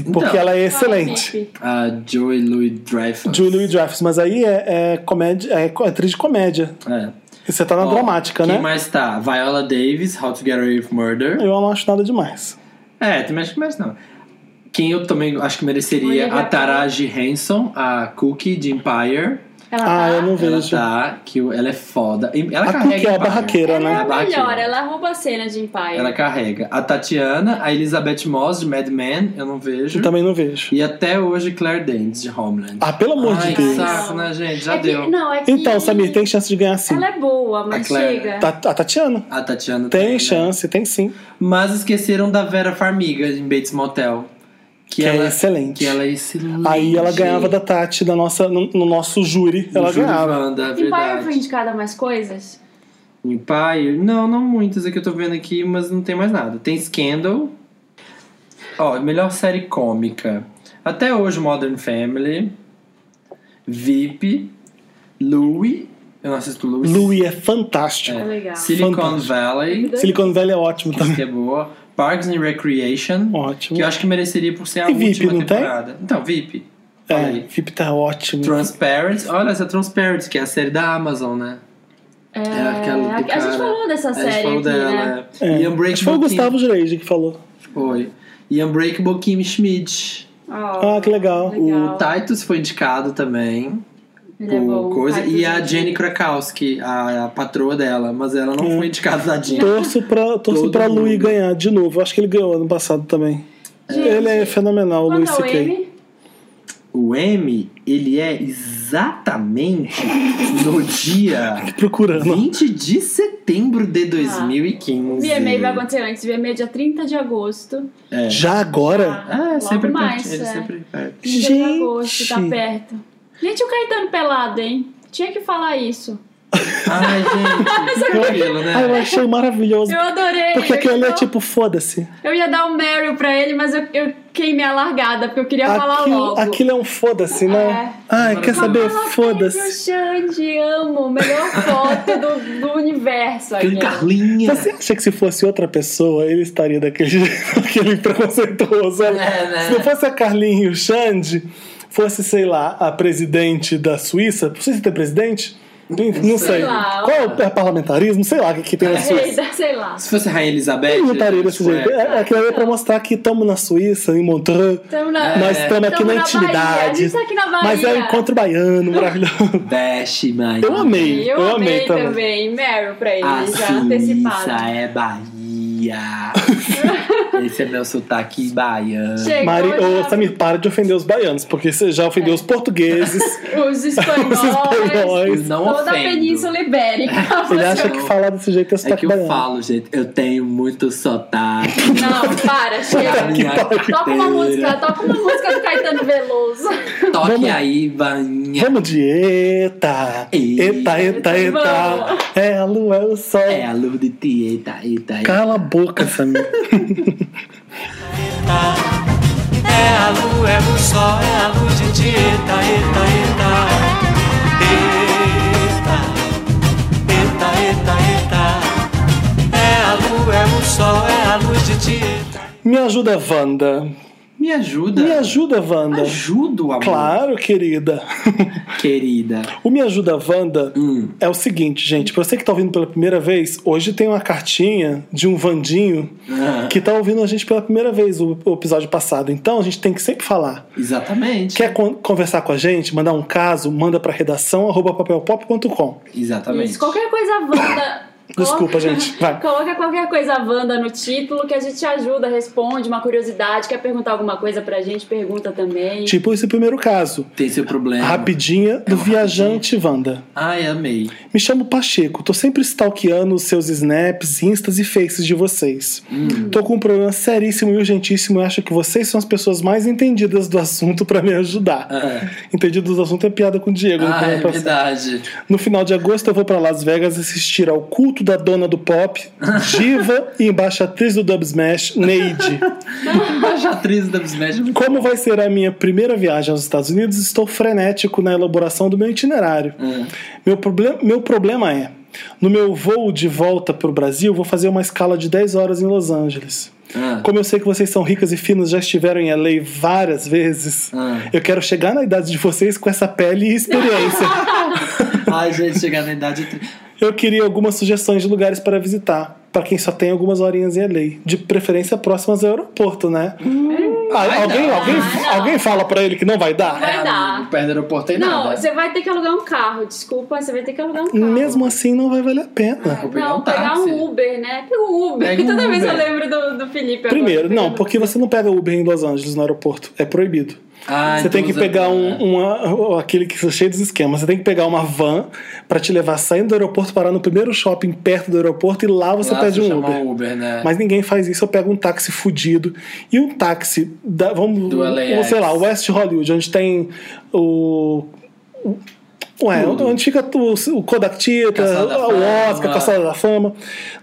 B: É. Então.
A: porque ela é excelente.
B: a Joey Louis Dreyfus.
A: Julie Louis Dreyfus, mas aí é, é comédia, é co- atriz de comédia.
B: É.
A: E Você tá na
B: Ó,
A: dramática,
B: quem
A: né?
B: mais tá? Viola Davis, How to Get Away with Murder.
A: Eu não acho nada demais.
B: É, também acho que mais não. Quem eu também acho que mereceria
C: Olivia
B: a Taraji Hanson, a Cookie de Empire.
C: Ela
A: Ah,
C: tá...
A: eu não
B: Ela
A: vejo.
B: tá, que o- ela é foda. E Ela
A: A
B: carrega
A: Cookie é a
B: Empire.
A: barraqueira,
C: Ela
A: né?
C: é a melhor,
B: Barraqueira.
C: ela é. rouba a cena de Empire.
B: Ela carrega. A Tatiana, a Elizabeth Moss de Mad Men, eu não vejo.
A: Eu também não vejo.
B: E até hoje Claire Danes de Homeland.
A: Ah, pelo amor
B: Ai,
A: de Deus.
B: saco, né, gente? Já
C: é que-
B: deu.
C: não, é que
A: Então, Samir, tem chance de ganhar sim. Tá,
C: Ela é boa,
B: A tá,
C: mas
B: Claire.
C: chega.
A: Ta- A Tatiana?
B: A Tatiana
A: Tem
B: né?
A: chance, tem sim.
B: Mas esqueceram da Vera Farmiga em Bates Motel. Que,
A: Que,
B: ela,
A: é excelente.
B: que ela é excelente.
A: Aí ela ganhava da Tati na nossa, no, no nosso júri.
B: No
A: ela
B: Júlio
A: ganhava.
B: Vanda, é
C: Empire
B: verdade.
C: foi indicada a mais coisas?
B: Empire? Não, não muitas é que eu tô vendo aqui, mas não tem mais nada. Tem Scandal. Ó, melhor série cômica. Até hoje, Modern Family. VIP. Louie. Eu não assisto Louie.
A: Louis é fantástico.
C: É legal.
B: Silicon
A: Fantástico.
B: Valley,
A: Silicon Valley é ótimo também.
B: que é boa. Parks and Recreation.
A: Ótimo.
B: Que eu acho que mereceria por ser a
A: E VIP,
B: última
A: não tem?
B: temporada. Então, VIP. Olha
A: É,
B: aí.
A: Fip tá ótimo.
B: Transparent. Olha essa Transparent, que é a série da Amazon, né?
C: É,
B: É aquela do
C: a, a
B: cara.
C: gente falou dessa
B: a gente
C: série
B: falou
C: aqui, né?
B: dela.
A: É.
B: é. E
A: Acho que Foi o
B: Unbreakable
A: Gustavo Jureide que falou.
B: Kim. Foi. E Unbreakable Kim Schmidt.
C: Ó,
A: Ah, que legal.
B: O Titus foi indicado também.
C: Ele é
B: por
C: bom,
B: coisa.
C: Titus
B: E a
C: é
B: Jenny Krakowski, a, a patroa dela. Mas ela não
A: Hum.
B: foi indicada da Jenny.
A: Torço pra, torço
B: Todo
A: pra
B: mundo.
A: Louis ganhar de novo. Acho que ele ganhou ano passado também.
C: Gente,
A: ele é fenomenal, o
C: Quanto
A: Louis
C: ao
A: C.K.
C: M,
B: O M, ele é exatamente no
A: [LAUGHS]
B: dia
A: Procurando.
B: 20 de setembro de 2015.
C: VMA Ah. vai acontecer antes. VMA dia 30 de agosto.
B: É.
A: Já agora?
B: Ah,
C: Logo
B: sempre
C: mais,
B: perto. Ele
C: é.
B: sempre perto.
C: 30 de
A: Gente.
C: agosto, tá perto. Gente, o Caetano é pelado, hein? Tinha que falar isso.
B: Ai,
C: [LAUGHS]
B: gente, que cabelo, né?
A: Ah, eu achei maravilhoso.
C: É. Eu adorei.
A: Porque
C: eu
A: aquele é
C: tô-
A: tipo, foda-se.
C: Eu ia dar um Meryl pra ele, mas eu, eu queimei a largada, porque eu queria falar
A: Aquilo,
C: logo. É.
A: aquilo é um foda-se, né? Ai,
B: Maravilhoso.
A: quer saber?
C: Fala, Pedro
A: Foda-se.
C: Xande, amo. Melhor foto do, do universo.
B: Aquele
A: é.
C: aquela.
B: Carlinha.
A: Você acha que se fosse outra pessoa, ele estaria daquele [LAUGHS] jeito, aquele preconceituoso? olha.
B: É, né?
A: Se não fosse a Carlinha e o Xande, fosse, sei lá, a presidente da Suíça. Suíça tem presidente? Não sei.
C: lá, É,
A: Qual é o é parlamentarismo? Sei lá o que, que tem na Suíça.
C: Eita, sei lá.
B: Se fosse a Rainha Elizabeth.
A: Eu não estaria desse
B: tipo,
A: jeito.
B: é.
A: É, aquilo ali é pra mostrar que estamos na Suíça, em Montreux.
C: Tamo na,
A: Nós estamos aqui
C: É. tamo
A: na
C: Bahia. A
A: intimidade.
C: gente tá aqui na Bahia.
A: Mas é um encontro baiano, maravilhoso.
B: Dash, mãe.
A: Eu amei,
C: Eu, amei também. Meryl pra ele,
B: A
C: já antecipado.
B: Suíça Assim, é
C: [LAUGHS]
B: Bahia. Esse é meu sotaque baiano.
C: Chegou
A: Mari,
C: já-
A: ô, Samir, para de ofender os baianos, porque você já ofendeu os portugueses.
C: os espanhóis,
A: [LAUGHS] Os espanhóis.
B: Eu não
C: toda a
B: ofendo.
C: Península
B: [LAUGHS]
C: Ibérica.
A: Ele
C: Você-
A: acha que falar desse jeito é
B: É
A: sotaque
B: que eu
A: baiano.
B: falo, gente, eu tenho muito sotaque.
C: Não, para,
B: A
C: chega.
A: Que
B: minha
A: pariu.
C: Toca uma música, toca uma música do Caetano Veloso.
B: Toque
A: Vamos-
B: aí, bainha.
A: [LAUGHS] Vamos de eta, eta, eta, eta.
C: Vamos.
A: É a lua, é o sol.
B: É a lua de tieta, eita, eita.
A: Cala a boca, Samir.
E: É a lua, é o sol, é a luz de dia, eita, eita, eita. Eita, eita, eita, eita. É a lua, é o sol, é a luz de dia. eita.
A: Me ajuda, Wanda.
B: Me ajuda.
A: Me ajuda, Wanda.
B: Ajudo, amor.
A: Claro, querida. [LAUGHS]
B: Querida.
A: O Me Ajuda Wanda
B: Hum.
A: é o seguinte, gente. Pra você que tá ouvindo pela primeira vez, hoje tem uma cartinha de um Vandinho
B: Ah.
A: que tá ouvindo a gente pela primeira vez o, o episódio passado. Então a gente tem que sempre falar.
B: Exatamente.
A: Quer con- conversar com a gente, mandar um caso, manda pra redação arroba papelpop.com.
B: Exatamente.
C: Isso, qualquer coisa Wanda.
A: Desculpa,
C: coloca-
A: gente. Vai.
C: Coloca qualquer coisa Wanda no título que a gente ajuda, responde uma curiosidade, quer perguntar alguma coisa pra gente, pergunta também.
A: Tipo esse primeiro caso.
B: Tem seu problema.
A: Rapidinha
B: É,
A: do viajante Wanda.
B: Ai, amei.
A: Me chamo Pacheco, tô sempre stalkeando os seus snaps, instas e faces de vocês.
B: Hum.
A: Tô com um problema seríssimo e urgentíssimo e acho que vocês são as pessoas mais entendidas do assunto pra me ajudar.
B: Ah.
A: Entendidos do assunto é piada com o Diego. não
B: Ah,
A: tem
B: é
A: nada pra-
B: verdade.
A: no final de agosto eu vou pra Las Vegas assistir ao culto da dona
B: [LAUGHS]
A: do pop, diva e embaixatriz do Dub Smash,
B: [LAUGHS]
A: Neide.
C: Ah.
B: Embaixatriz da Smash.
A: Como vai ser a minha primeira viagem aos Estados Unidos, estou frenético na elaboração do meu itinerário.
B: Hum.
A: Meu, problem- meu problema é: no meu voo de volta para o Brasil, vou fazer uma escala de 10 horas em Los Angeles.
B: Ah.
A: Como eu sei que vocês são ricas e finas, já estiveram em LA várias vezes,
B: Ah.
A: eu quero chegar na idade de vocês com essa pele e experiência.
B: [LAUGHS] Ai, gente, chegar na idade. é tri-
A: eu queria algumas sugestões de lugares para visitar. Para quem só tem algumas horinhas em LA. De preferência próximas ao aeroporto, né? Ah,
B: Vai
A: alguém,
B: dar.
A: alguém,
C: Vai dar.
A: alguém fala para ele que não vai dar?
C: Vai
B: Ah,
C: dar.
B: Não perder aeroporto tem
C: Não,
B: nada.
C: você vai ter que alugar um carro, desculpa, você vai ter que alugar um carro.
A: Mesmo assim, não vai valer a pena.
B: Vou pegar
C: Não,
B: um
C: pegar
B: táxi.
C: um Uber, né? Pega um Uber.
B: Pega um
C: Toda vez eu
B: Uber.
C: lembro do, do Felipe. agora.
A: Primeiro, não, porque você não pega Uber em Los Angeles no aeroporto. É proibido.
B: Ah,
A: você
B: então
A: tem que
B: usa-
A: pegar um, uma- aquele que é cheio dos esquemas. Você tem que pegar uma van pra te levar saindo do aeroporto, parar no primeiro shopping perto do aeroporto e lá você
B: Lá
A: pede um
B: chama
A: Uber.
B: um Uber, né?
A: Mas ninguém faz isso. Eu pego um táxi fudido e um táxi da, vamos,
B: Do LAX.
A: sei lá, West Hollywood, onde tem o Ué, onde fica o, o Kodak Theater,
B: Caçada da
A: o Oscar,
B: Fama.
A: Caçada da Fama,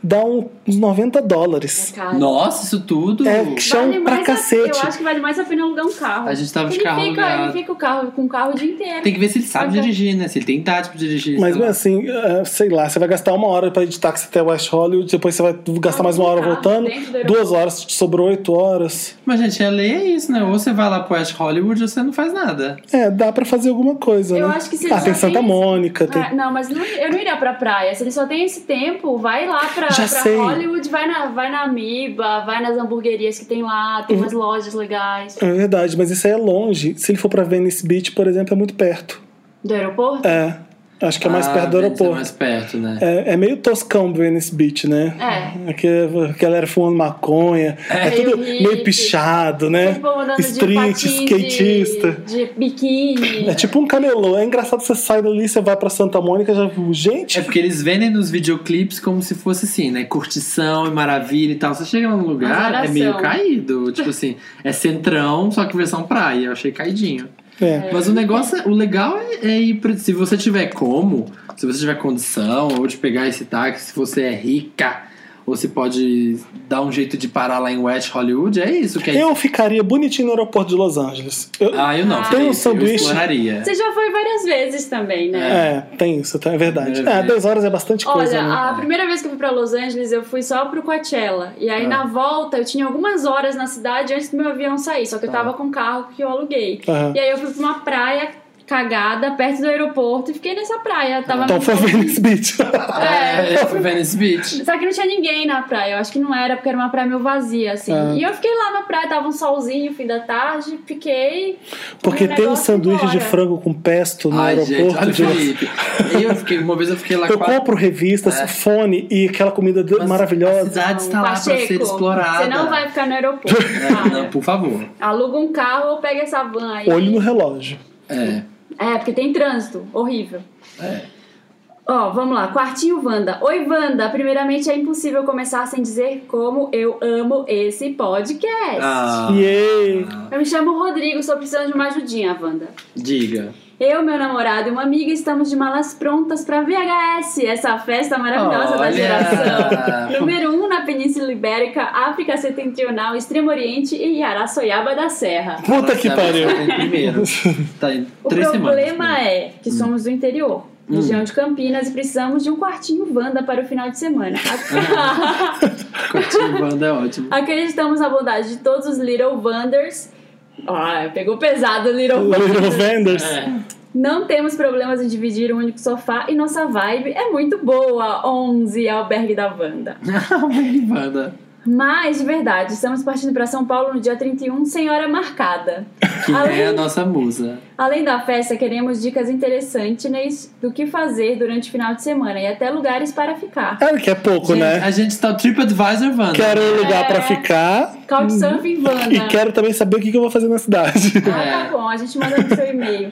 A: dá um- uns 90 dólares.
C: Cara,
B: Nossa, isso tudo.
A: É, que chão
C: vale mais
A: pra
C: a-
A: cacete.
C: eu acho que vale mais a pena alugar um carro.
B: A gente tava de
C: ele
B: carro
C: fica,
B: alugado.
C: Ele fica o carro, com o carro o dia inteiro.
B: Tem que ver se ele sabe
C: Mas- é-
B: dirigir, né? Se ele tem idade pra dirigir. sei
A: Mas
B: lá.
A: mesmo assim, é, sei lá, você vai gastar uma hora pra ir de táxi até West Hollywood, depois você vai gastar
C: Ah,
A: mais uma hora
C: tá,
A: voltando,
C: dentro do aeroporto.
A: duas horas, te sobrou oito horas.
B: Mas, gente, a lei é isso, né? Ou você vai lá pro West Hollywood ou você não faz nada.
A: É, dá pra fazer alguma coisa,
C: Eu
A: né?
C: acho que se ele
A: ah,
C: só
A: tem Santa
C: tem-
A: Mônica, tem.
C: Ah, não, mas não- eu não iria pra praia. Se ele só tem esse tempo, vai lá pra,
A: Já
C: pra
A: sei.
C: Hollywood, vai na, vai na Amiba, vai nas hamburguerias que tem lá,
A: Uhum.
C: tem umas lojas legais.
A: É verdade, mas isso aí é longe. Se ele for pra Venice Beach, por exemplo, é muito perto.
C: Do aeroporto?
A: É, acho que é mais
B: Ah,
A: perto do
B: deve ser
A: aeroporto.
B: mais perto, né?
A: É, é meio toscão Venice Beach, né?
C: É.
A: Aqui, a galera fumando maconha, é,
C: É.
A: tudo
C: Meio
A: meio,
C: hippie.
A: pichado, né?
C: O povo tipo, andando de
A: Street,
C: patins, de-
A: skatista.
C: De, biquíni.
A: É tipo um camelô. É engraçado você sai dali, você vai pra Santa Mônica, já viu. Gente,
B: É porque eles vendem nos videoclipes como se fosse assim, né? Curtição e maravilha e tal. Você chega num lugar,
C: Mas
B: é
C: oração.
B: meio
C: [LAUGHS]
B: caído. Tipo assim, é centrão, só que versão praia. Eu achei caidinho.
A: É.
B: Mas o negócio, é- o legal é, é ir pra, Se você tiver como, se você tiver condição, ou de pegar esse táxi, se você é rica, ou se pode dar um jeito de parar lá em West Hollywood, é isso que é
A: Eu ficaria bonitinho no aeroporto de Los Angeles. Eu-
B: Ah, eu não.
C: Ah.
B: fica
A: Tem um
B: isso, Eu
A: sanduíche.
B: exploraria.
C: Você já foi várias vezes também, né?
A: é, tem isso, tá? é verdade.
B: Primeira
A: É,
B: vez.
A: 10 horas é bastante coisa,
C: Olha,
A: né?
C: a primeira vez que eu fui pra Los Angeles, eu fui só pro Coachella. E aí,
B: Ah.
C: na volta, eu tinha algumas horas na cidade antes do meu avião sair. Só que eu tava com um carro que eu aluguei.
A: Ah. Aham.
C: E aí, eu fui pra uma praia cagada perto do aeroporto e fiquei nessa praia. Tava
A: Então foi Venice Beach. [LAUGHS]
C: É.
B: eu fui Venice Beach.
C: Só que não tinha ninguém na praia. Eu acho que não era, porque era uma praia meio vazia, assim.
A: Ah.
C: E eu fiquei lá na praia, tava um solzinho, fim da tarde, fiquei.
A: Porque
C: comi um
A: tem um
C: negócio e
A: sanduíche de
C: embora.
A: frango com pesto no
B: Ai, gente,
A: aeroporto.
B: olha o
A: de-
B: Felipe. E eu fiquei, uma vez eu fiquei lá
A: Eu
B: quase-
A: compro revistas,
B: É.
A: fone e aquela comida de-
B: Mas A
A: maravilhosa.
B: cidade está lá pra ser
C: um Pacheco,
B: explorada.
C: Você não vai ficar
A: [LAUGHS]
C: no aeroporto.
B: É,
C: cara.
B: não, por favor.
C: Aluga um carro ou pega essa van aí.
A: Olho no relógio.
B: É.
C: É, porque tem trânsito. Horrível.
B: É.
C: Ó, vamos lá. Quartinho Wanda. Oi, Wanda. Primeiramente, é impossível começar sem dizer como eu amo esse podcast.
B: Ah,
A: Yay!
C: Eu me chamo Rodrigo, sou precisando de uma ajudinha, Wanda.
B: diga.
C: Eu, meu namorado e uma amiga estamos de malas prontas para VHS, essa festa maravilhosa da
B: Olha!
C: geração. Número 1 um na Península Ibérica, África Setentrional, Extremo Oriente e Araçoiaba da Serra.
A: Puta que
B: Ela sabe
A: pariu.
B: que tá em Primeiro. Tá em
C: O
B: três
C: problema
B: semanas. né? Hum.
C: é que somos do interior, região de Campinas, e precisamos de um quartinho Wanda para o final
B: [LAUGHS]
C: de semana.
B: Curtir banda é ótimo.
C: Acreditamos na bondade de todos os Little Wanders. Ah, pegou pesado o Little
A: Little
C: Wanders.
A: Vendors.
B: É.
C: É. Não temos problemas em dividir um único sofá e nossa vibe é muito boa. 11 albergue da Wanda.
B: Banda.
C: Mas, de verdade, estamos partindo para São Paulo no dia 31, sem hora marcada.
B: Que
C: Além-
B: é a nossa musa.
C: Além da festa, queremos dicas interessantes do que fazer durante o final de semana e até lugares para ficar.
A: Ah, que é pouco,
B: Gente,
A: né?
B: A gente tá TripAdvisor, Wanda.
A: Quero um lugar
C: É.
A: pra ficar.
C: Couchsurfing Wanda.
A: Hum. [LAUGHS] E quero também saber o que que eu vou fazer na
C: [LAUGHS]
A: cidade.
C: Ah, tá bom, a gente manda no seu e-mail.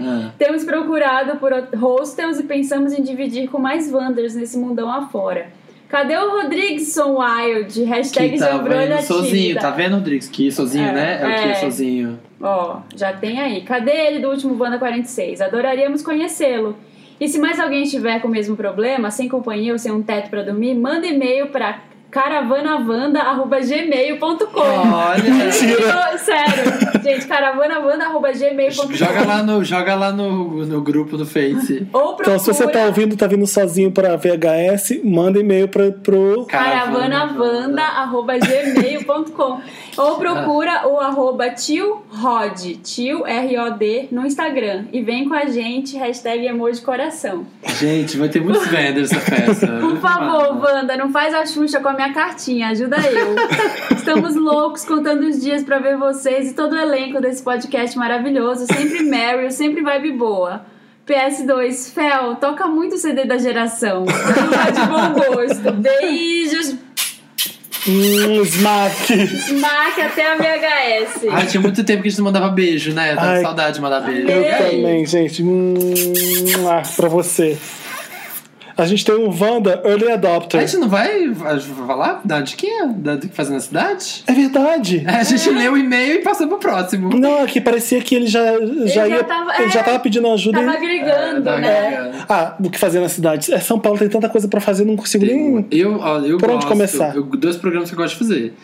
B: Ah,
C: Temos procurado por hostels e pensamos em dividir com mais Wanders nesse mundão afora. Cadê o Rodrigson Wild? Hashtag
B: que tava
C: Jambrolha
B: indo sozinho,
C: tímida.
B: tá vendo, Rodrigues? Que sozinho,
C: É,
B: né? É o que
C: é.
B: é sozinho.
C: Ó, já tem aí. Cadê ele do último Wanda 46? Adoraríamos conhecê-lo. E se mais alguém estiver com o mesmo problema, sem companhia ou sem um teto pra dormir, manda e-mail pra caravanavanda.gmail.com
B: Olha!
A: Mentira.
C: Sério. Gente, caravanavanda.gmail.com
B: joga lá, no, joga lá no, no grupo do Face.
C: Ou procura
A: Então, se você tá ouvindo, tá vindo sozinho pra VHS, manda e-mail pra, pro.
C: caravanavanda.gmail.com Ou procura o arroba tio Rod, tio R-O-D, no Instagram. E vem com a gente, hashtag emoji coração.
B: Gente, vai ter muitos vendors essa festa.
C: [LAUGHS]
B: Ah,
C: Por favor, Wanda, não faz a Xuxa com a minha cartinha, ajuda eu. Estamos loucos contando os dias pra ver vocês e todo o elenco desse podcast maravilhoso, sempre Meryl, sempre vibe boa. PS2, Fel, toca muito o CD da geração. Tá de bom gosto. Beijos,
A: Hum, Smack!
C: marque até a VHS.
B: Ai, ah, tinha muito tempo que a gente não mandava beijo, né? Tava
A: Ai.
B: com saudade de mandar beijo.
A: Eu
C: Ei.
A: também, gente. Hum, ah, pra você. A gente tem um Wanda Early
B: A
A: Adopter.
B: gente não vai falar da diquinha da- do que fazer na cidade?
A: É verdade.
B: A gente lê o e-mail e passa pro próximo.
A: Não, é que parecia que ele já, já
C: já
A: ia.
C: tava-
A: ele já
C: é.
A: tava pedindo ajuda.
C: Tava
A: e...
C: agregando,
B: É,
C: né?
A: Ah, o que fazer na cidade? É São Paulo, tem tanta coisa pra fazer, eu não consigo nem. É
B: Eu, ó, eu
A: Por onde
B: gosto-
A: começar?
B: eu- dois programas que eu gosto de fazer.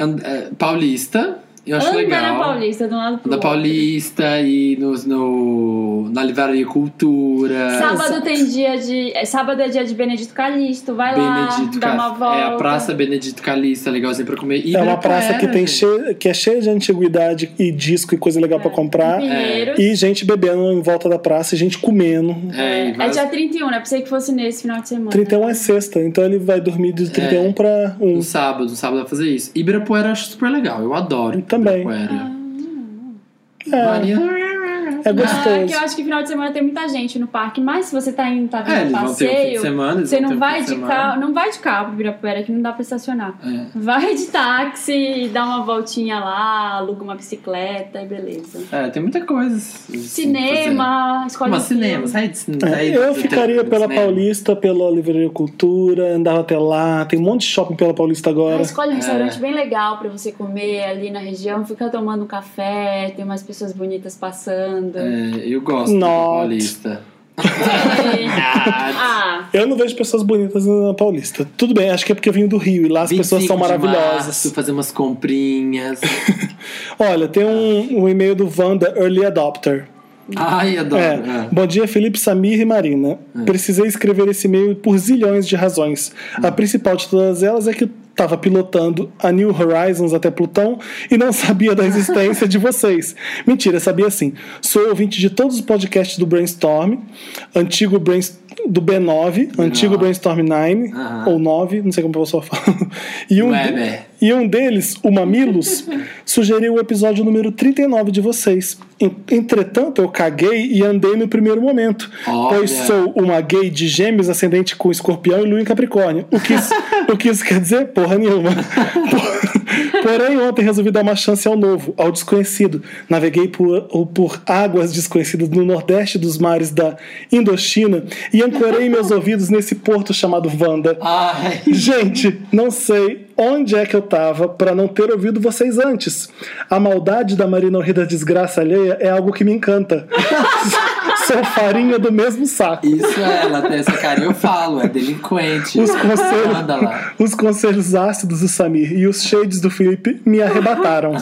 B: And- é, Paulista, eu acho
C: Anda
B: legal.
C: Ah, na Paulista, de um lado pro
B: Da
C: outro.
B: Paulista e nos, no, na Livraria Cultura.
C: Sábado tem dia de. é, Sábado é dia de Benedito Calixto, vai
B: Benedito
C: lá, dá uma
B: Cal-
C: volta.
B: É a Praça Benedito Calista, legalzinho pra comer. E
A: É uma
B: Ibirapuera,
A: praça que, tem
B: gente.
A: cheia, que é cheia de antiguidade e disco e coisa legal
C: É,
A: pra
B: é,
A: comprar.
C: Pinheiros.
A: E gente bebendo em volta da praça, e gente comendo.
B: É, e
C: É,
B: várias-
C: dia 31, né? Pensei que fosse nesse final de semana.
A: 31 é sexta, então ele vai dormir de
B: É.
A: 31 pra 1.
B: No Um sábado, no sábado dá pra fazer isso. Ibirapuera eu acho super legal, eu adoro.
A: Eu também.
B: Ibirapuera.
A: É,
B: Maria-
A: é
C: Ah, que
A: gostoso.
C: eu acho que final de semana tem muita gente no parque, mas se você tá indo, tá vindo
B: É, eles vão ter um fim de
C: passeio,
B: semana. eles
C: você
B: vão ter
C: não
B: um
C: vai
B: fim
C: de
B: semana.
C: carro, não vai de carro pro Ibirapuera, que não dá pra estacionar.
B: É.
C: Vai de táxi, dá uma voltinha lá, aluga uma bicicleta e beleza.
B: É, tem muita coisa. assim,
C: Cinema,
B: pra
C: escolhe
B: fazer. Mas
C: um filme.
B: cinema, sai de cinema.
A: É, eu ficaria pela Paulista, pela Livraria Cultura, andava até lá, tem um monte de shopping pela Paulista
C: Ah,
A: agora.
C: escolhe um
B: É.
C: restaurante bem legal pra você comer ali na região, fica tomando um café, tem umas pessoas bonitas passando.
B: É, eu gosto
A: Not.
B: da Paulista.
C: [LAUGHS] ah,
A: Eu não vejo pessoas bonitas na Paulista. Tudo bem, acho que é porque eu vim do Rio e lá as pessoas
B: 25
A: são
B: de
A: maravilhosas.
B: março, fazer umas comprinhas.
A: Olha, tem um, um e-mail do Wanda Early Adopter.
B: Ai, adoro.
A: É.
B: É.
A: Bom dia, Felipe, Samir e
B: Hum.
A: Marina. Precisei escrever esse e-mail por zilhões de razões. A principal de todas elas é que estava pilotando a New Horizons até Plutão e não [LAUGHS] sabia da existência de vocês. Mentira, sabia sim. Sou ouvinte de todos os podcasts do Brainstorm, antigo Brainstorm do B9, antigo Brainstorm 9,
B: Aham.
A: ou 9, não sei como a pessoa fala. [LAUGHS] E um,
B: Weber.
A: e um deles, o Mamilos, sugeriu o episódio número 39 de vocês. En- Entretanto, eu caguei e andei no primeiro momento,
B: Olha.
A: pois sou uma gay de gêmeos ascendente com escorpião e lua em capricórnio. O que isso, o que isso quer dizer? Porra nenhuma. [LAUGHS] Por- Porém, ontem resolvi dar uma chance ao novo, ao desconhecido. Naveguei por, ou por águas desconhecidas no nordeste dos mares da Indochina e ancorei meus ouvidos nesse porto chamado Wanda.
B: Ai,
A: Gente, não sei onde é que eu tava pra não ter ouvido vocês antes. A maldade da Marina Rir da desgraça alheia é algo que me encanta. [LAUGHS] Sou farinha do mesmo saco.
B: isso é, ela tem essa cara, eu falo, é delinquente.
A: Os conselhos,
B: Anda lá.
A: os conselhos ácidos do Samir e os shades do Felipe me arrebataram.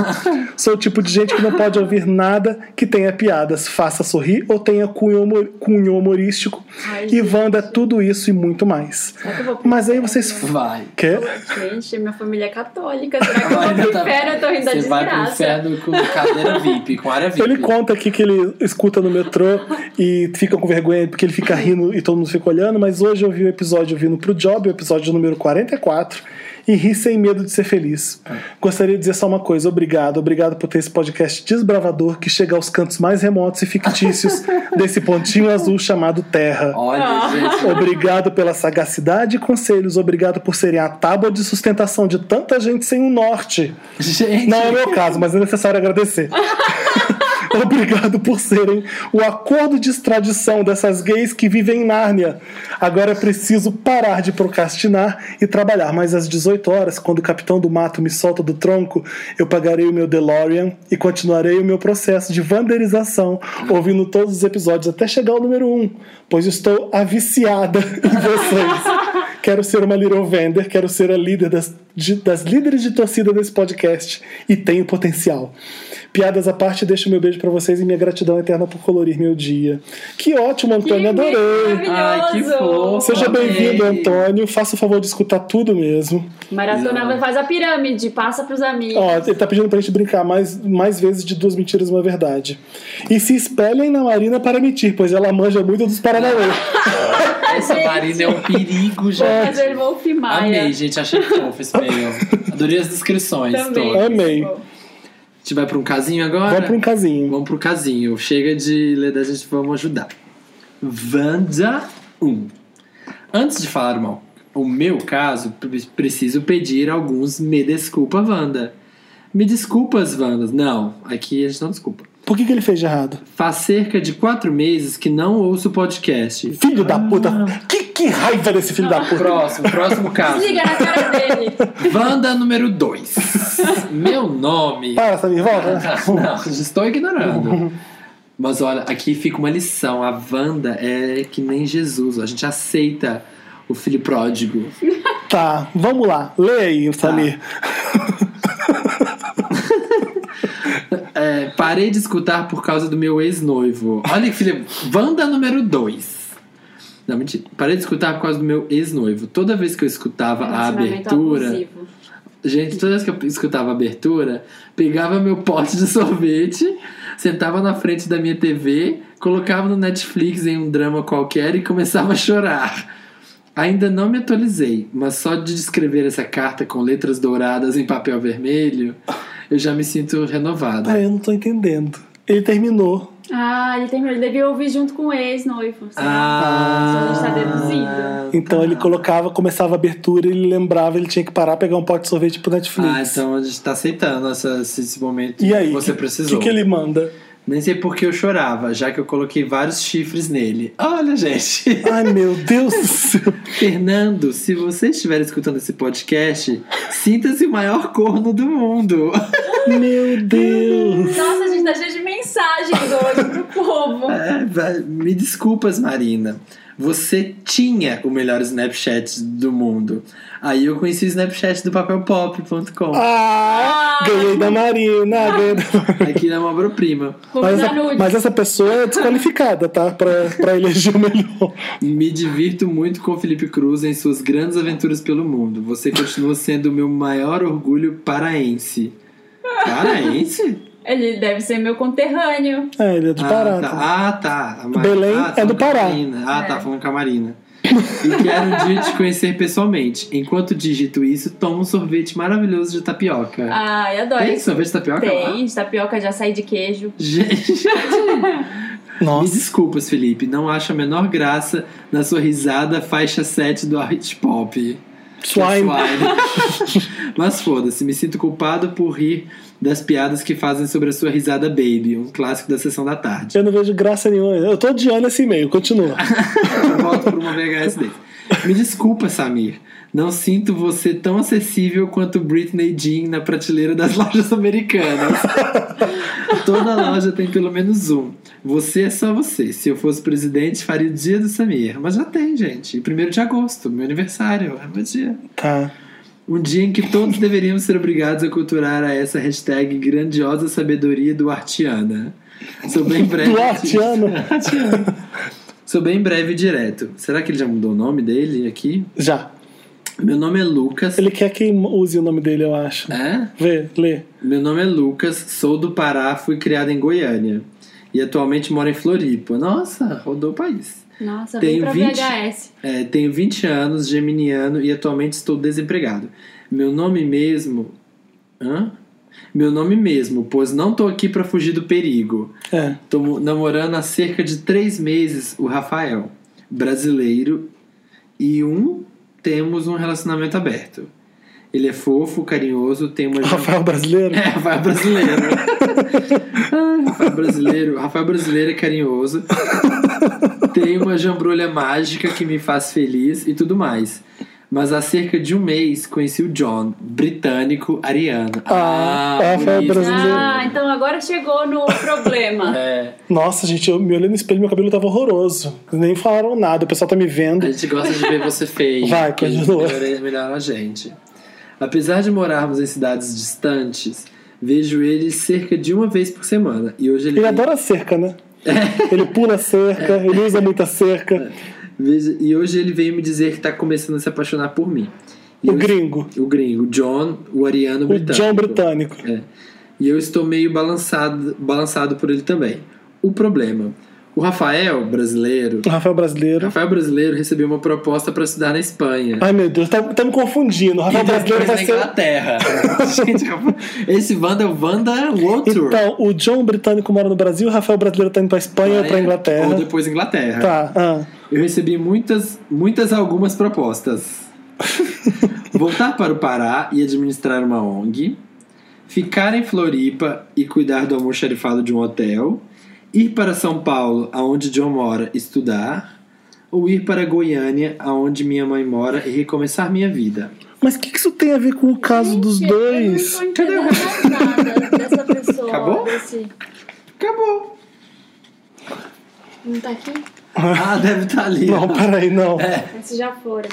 A: Sou o tipo de gente que não pode ouvir nada que tenha piadas, faça sorrir ou tenha cunho, humor- cunho humorístico.
C: Ai,
A: e
C: gente.
A: Wanda é tudo isso e muito mais.
C: Será que eu vou-
A: Mas aí vocês.
B: Vai.
A: Quê?
C: Gente, minha família é católica. Será que eu vou pro
B: Tá-
C: inferno? Eu tô rindo da
B: Você vai pro
C: desgraça.
B: inferno com cadeira VIP, com área VIP.
A: Ele conta aqui que ele escuta no metrô e fica com vergonha porque ele fica rindo e todo mundo fica olhando, mas hoje eu vi o episódio vindo pro Job, o episódio número 44, e ri sem medo de ser feliz. Gostaria de dizer só uma coisa, obrigado, obrigado por ter esse podcast desbravador que chega aos cantos mais remotos e fictícios desse pontinho azul chamado Terra.
C: Ah.
B: Olha, gente.
A: Obrigado pela sagacidade e conselhos, obrigado por serem a tábua de sustentação de tanta gente sem um norte.
B: Gente,
A: Não é o meu caso, mas é necessário agradecer. Obrigado por serem o acordo de extradição dessas gays que vivem em Nárnia. Agora é preciso parar de procrastinar e trabalhar. Mas às 18 horas, quando o capitão do mato me solta do tronco, eu pagarei o meu DeLorean e continuarei o meu processo de vanderização, ouvindo todos os episódios até chegar ao número 1, pois estou aviciada [LAUGHS] em vocês. Quero ser uma little vender, quero ser a líder das, de- das líderes de torcida desse podcast e tenho potencial. Piadas à parte, deixo meu beijo pra vocês e minha gratidão eterna por colorir meu dia. Que ótimo,
C: Que
A: Antônio, adorei!
C: maravilhoso.
B: Ai, que fofo.
A: Seja
B: Amei.
A: bem-vindo, Antônio. Faça o favor de escutar tudo mesmo.
C: Maratona
B: Não.
C: faz a pirâmide, passa pros amigos.
A: Ó, ele tá pedindo pra gente brincar mais, mais vezes de duas mentiras e uma verdade. E se espelhem na Marina para mentir, pois ela manja muito dos Paranauê.
B: essa Marina é um perigo,
C: Mas ele
B: gente.
C: vou filmar.
B: Amei, gente, achei fofo esse meio. Adorei as descrições.
C: Também.
B: todas.
A: Tô. Amei.
B: A gente vai pra um casinho agora?
A: Vamos pra um casinho.
B: Vamos pro casinho. Chega de ler da gente, vamos ajudar. Wanda 1. Antes de falar mal, o meu caso, pre- preciso pedir alguns me desculpa, Wanda. Me desculpas, Wanda. Não, aqui a gente não desculpa.
A: Por que, que ele fez de errado?
B: Faz cerca de quatro meses que não ouço o podcast.
A: Filho da puta! Que, que raiva desse filho da puta!
B: Próximo, próximo caso.
C: Desliga na cara dele.
B: Wanda número 2. Meu nome.
A: Para, Samir, volta.
B: Não, estou ignorando. Mas olha, aqui fica uma lição. A Wanda é que nem Jesus. A gente aceita o filho pródigo.
A: Tá, vamos lá. Lê aí, Samir.
B: É, parei de escutar por causa do meu ex-noivo. Olha que filha. Wanda número 2. Não, mentira. Parei de escutar por causa do meu ex-noivo. Toda vez que eu escutava [LAUGHS] a
C: Relacionamento
B: abertura.
C: abusivo.
B: Gente, toda vez que eu escutava a abertura, pegava meu pote de [LAUGHS] sorvete, sentava na frente da minha TV, colocava no Netflix em um drama qualquer e começava a chorar. Ainda não me atualizei, mas só de descrever essa carta com letras douradas em papel vermelho, eu já me sinto renovada.
A: Peraí, eu não tô entendendo. Ele terminou.
C: Ah, ele terminou. Ele devia ouvir junto com o ex-noivo. sabe?
B: Ah,
C: Só
A: tá
C: tá está deduzido.
A: Então ele colocava, começava a abertura, ele lembrava, ele tinha que parar, pegar um pote de sorvete pro
B: Ah,
A: Netflix.
B: então a gente tá aceitando essa- esse, esse momento
A: e aí?
B: que você
A: que-
B: precisou.
A: que, que ele manda?
B: Nem sei por que eu chorava, já que eu coloquei vários chifres nele. Olha, gente. [LAUGHS]
A: Ai, meu Deus do céu.
B: Fernando, se você estiver escutando esse podcast, sinta-se o maior corno do mundo.
A: Meu Deus.
C: Nossa, gente, tá cheio de mensagens hoje pro
B: [LAUGHS]
C: povo.
B: É, vai- me desculpas, Marina. Você tinha o melhor Snapchat do mundo. Aí eu conheci o Snapchat do papelpop.com.
A: Ah, ganhei da Marina. Ganhei da...
B: Aqui na é uma obra-prima.
A: Mas,
C: Combinar
A: essa,
C: nude.
A: mas essa pessoa é desqualificada, tá? Pra, pra eleger o melhor.
B: Me divirto muito com o Felipe Cruz em suas grandes aventuras pelo mundo. Você continua sendo o meu maior orgulho paraense. Paraense?
C: Ele deve ser meu conterrâneo.
A: É, ele é de Pará.
B: Ah,
A: tá.
B: tá. Ah, tá. A Mar-
A: Belém
B: Ah, tá
A: é do
B: falando com a
A: Pará.
B: Marina. Ah,
C: É.
B: tá. Falando com a Marina. E quero um dia te conhecer pessoalmente. Enquanto digito isso, tomo um sorvete maravilhoso de tapioca.
C: Ai, adoro.
B: Ah. Tem sorvete de tapioca lá?
C: Ah, Tem, de tapioca de açaí de queijo.
A: [LAUGHS]
B: Gente, me
A: Nossa.
B: desculpas, Felipe. Não acho a menor graça na sua risada faixa 7 do Art Pop.
A: Swine. [LAUGHS]
B: Swine. Mas foda-se, me sinto culpado por rir das piadas que fazem sobre a sua risada Baby, um clássico da sessão da tarde.
A: Eu não vejo graça nenhuma. Eu tô odiando esse e-mail. Continua.
B: Eu volto por uma VHS dele. Me desculpa, Samir. Não sinto você tão acessível quanto Britney Jean na prateleira das [LAUGHS] lojas americanas. Toda loja tem pelo menos um. Você é só você. Se eu fosse presidente, faria o dia do Samir. Mas já tem, gente. Primeiro de agosto, meu aniversário. É meu dia.
A: Tá.
B: Um dia em que todos deveríamos ser obrigados a culturar a essa hashtag grandiosa sabedoria do Artiana. Sou bem breve.
A: Do Artiano.
B: [LAUGHS] Sou bem breve e direto. Será que ele já mudou o nome dele aqui?
A: Já.
B: Meu nome é Lucas.
A: Ele quer que use o nome dele, eu acho.
B: É?
A: Vê, lê.
B: Meu nome é Lucas, sou do Pará, fui criado em Goiânia. E atualmente moro em Floripa. Nossa, rodou o país.
C: Nossa,
B: Tem
C: vem pra
B: 20.
C: VHS.
B: É, tenho 20 anos, geminiano e atualmente estou desempregado. Meu nome mesmo. Hã? Meu nome mesmo, pois não tô aqui pra fugir do perigo.
A: É.
B: Tô mo- namorando há cerca de três meses o Rafael, brasileiro, e um temos um relacionamento aberto. Ele é fofo, carinhoso, tem uma.
A: Rafael brasileiro?
B: [LAUGHS] É, Rafael brasileiro. Ah, Rafael brasileiro. Rafael brasileiro é carinhoso. Tem uma jambrulha mágica que me faz feliz e tudo mais. Mas há cerca de um mês conheci o John, britânico, ariano.
A: Ah,
B: por
A: Rafael
B: isso.
A: brasileiro.
C: Ah, então agora chegou
B: [LAUGHS]
C: no problema.
B: um- É,
A: Nossa, gente, eu me olhei no espelho meu cabelo tava horroroso. Nem falaram nada, o pessoal tá me vendo.
B: A gente gosta de ver você feio.
A: Vai, continua.
B: Melhor, melhor a gente. Apesar de morarmos em cidades distantes, vejo ele cerca de uma vez por semana. E hoje ele,
A: Ele
B: vem-
A: adora cerca, né? Ele pula cerca, ele usa muita cerca.
B: É. vejo- e hoje ele veio me dizer que tá começando a se apaixonar por mim. E
A: O
B: eu-
A: gringo.
B: O gringo, o John, o ariano
A: O
B: britânico.
A: John britânico.
B: E eu estou meio balançado, balançado por ele também. O problema. O Rafael, brasileiro.
A: O Rafael brasileiro.
B: Rafael brasileiro recebeu uma proposta para estudar na Espanha.
A: Ai meu Deus, tá, tá me confundindo. O Rafael
B: E depois
A: brasileiro vai
B: na
A: ser.
B: Inglaterra.
A: [LAUGHS]
B: Gente, esse Wanda é o Wanda World Tour.
A: Então, o John britânico mora no Brasil, o Rafael brasileiro tá indo pra Espanha
B: Ah, é?
A: ou pra Inglaterra.
B: né? Ou depois Inglaterra.
A: Tá, ah.
B: Eu recebi muitas, muitas algumas
A: [LAUGHS]
B: propostas. Voltar para o Pará e administrar uma ONG. Ficar em Floripa e cuidar do almoxarifado de um hotel. Ir para São Paulo, aonde John mora, estudar. Ou ir para Goiânia, aonde minha mãe mora, e recomeçar minha vida.
A: Mas o que, que isso tem a ver com o caso dos
C: Gente, é
A: dois?
C: Eu não tô entendendo mais nada dessa pessoa.
B: Acabou?
C: desse-
A: [LAUGHS]
B: Acabou.
C: Não tá aqui?
B: Ah, deve estar ali.
A: Não, peraí, não.
B: É,
C: Esses já foram.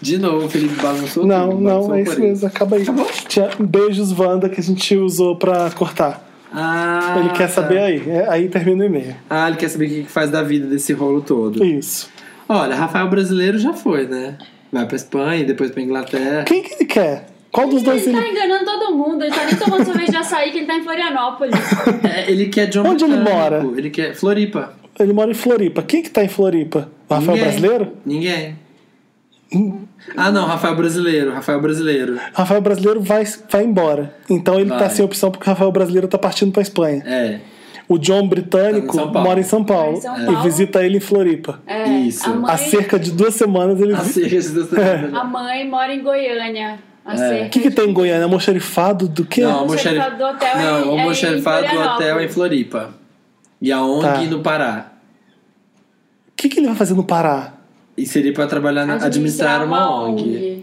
B: De novo, o Felipe balançou
A: Não,
B: tudo,
A: não,
B: balançou
A: é
B: por
A: isso
B: ele.
A: mesmo, acaba aí. Tinha beijos, Wanda, que a gente usou pra cortar.
B: Ah,
A: Ele
B: tá.
A: quer saber aí. É, aí termina o e-mail.
B: Ah, ele quer saber o que que faz da vida desse rolo todo.
A: Isso.
B: Olha, Rafael brasileiro já foi, né? Vai pra Espanha, depois pra
A: [LAUGHS]
B: Inglaterra.
A: Quem que ele quer? Qual dos dois
C: Ele tá
A: ele.
C: enganando todo mundo. Ele tá nem tomando sorvete de açaí que ele tá em Florianópolis.
B: É, ele quer John
A: Onde ele
B: Britânico,
A: mora?
B: Ele quer Floripa.
A: Ele mora em Floripa. Quem que tá em Floripa? O Rafael
B: Ninguém.
A: Brasileiro? Hum.
B: Ninguém. Ah, não, Rafael brasileiro, Rafael brasileiro.
A: Rafael Brasileiro vai, vai embora. Então ele
B: Vai.
A: tá sem opção porque o Rafael Brasileiro tá partindo pra Espanha.
B: É,
A: O John Britânico
B: Tá em São Paulo.
A: mora em São Paulo,
C: Mora em São
A: e
C: Paulo.
A: visita ele em Floripa.
C: É,
B: Isso. [LAUGHS]
C: A mãe,
A: Há cerca de duas semanas ele
B: a
A: visita.
B: cerca de Deus também.
A: É.
C: a mãe mora em Goiânia. A
A: O É. que, que tem em Goiânia? Almoxarifado do quê?
B: Não, o almoxarifado
C: almoxarifado do hotel é-
B: Não, o
C: é em
B: almoxarifado do hotel é em
C: Florianópolis.
B: Floripa. E a ONG
A: Tá.
B: no Pará.
A: O que, que ele vai fazer no Pará?
B: E seria pra trabalhar, na, administrar uma ONG.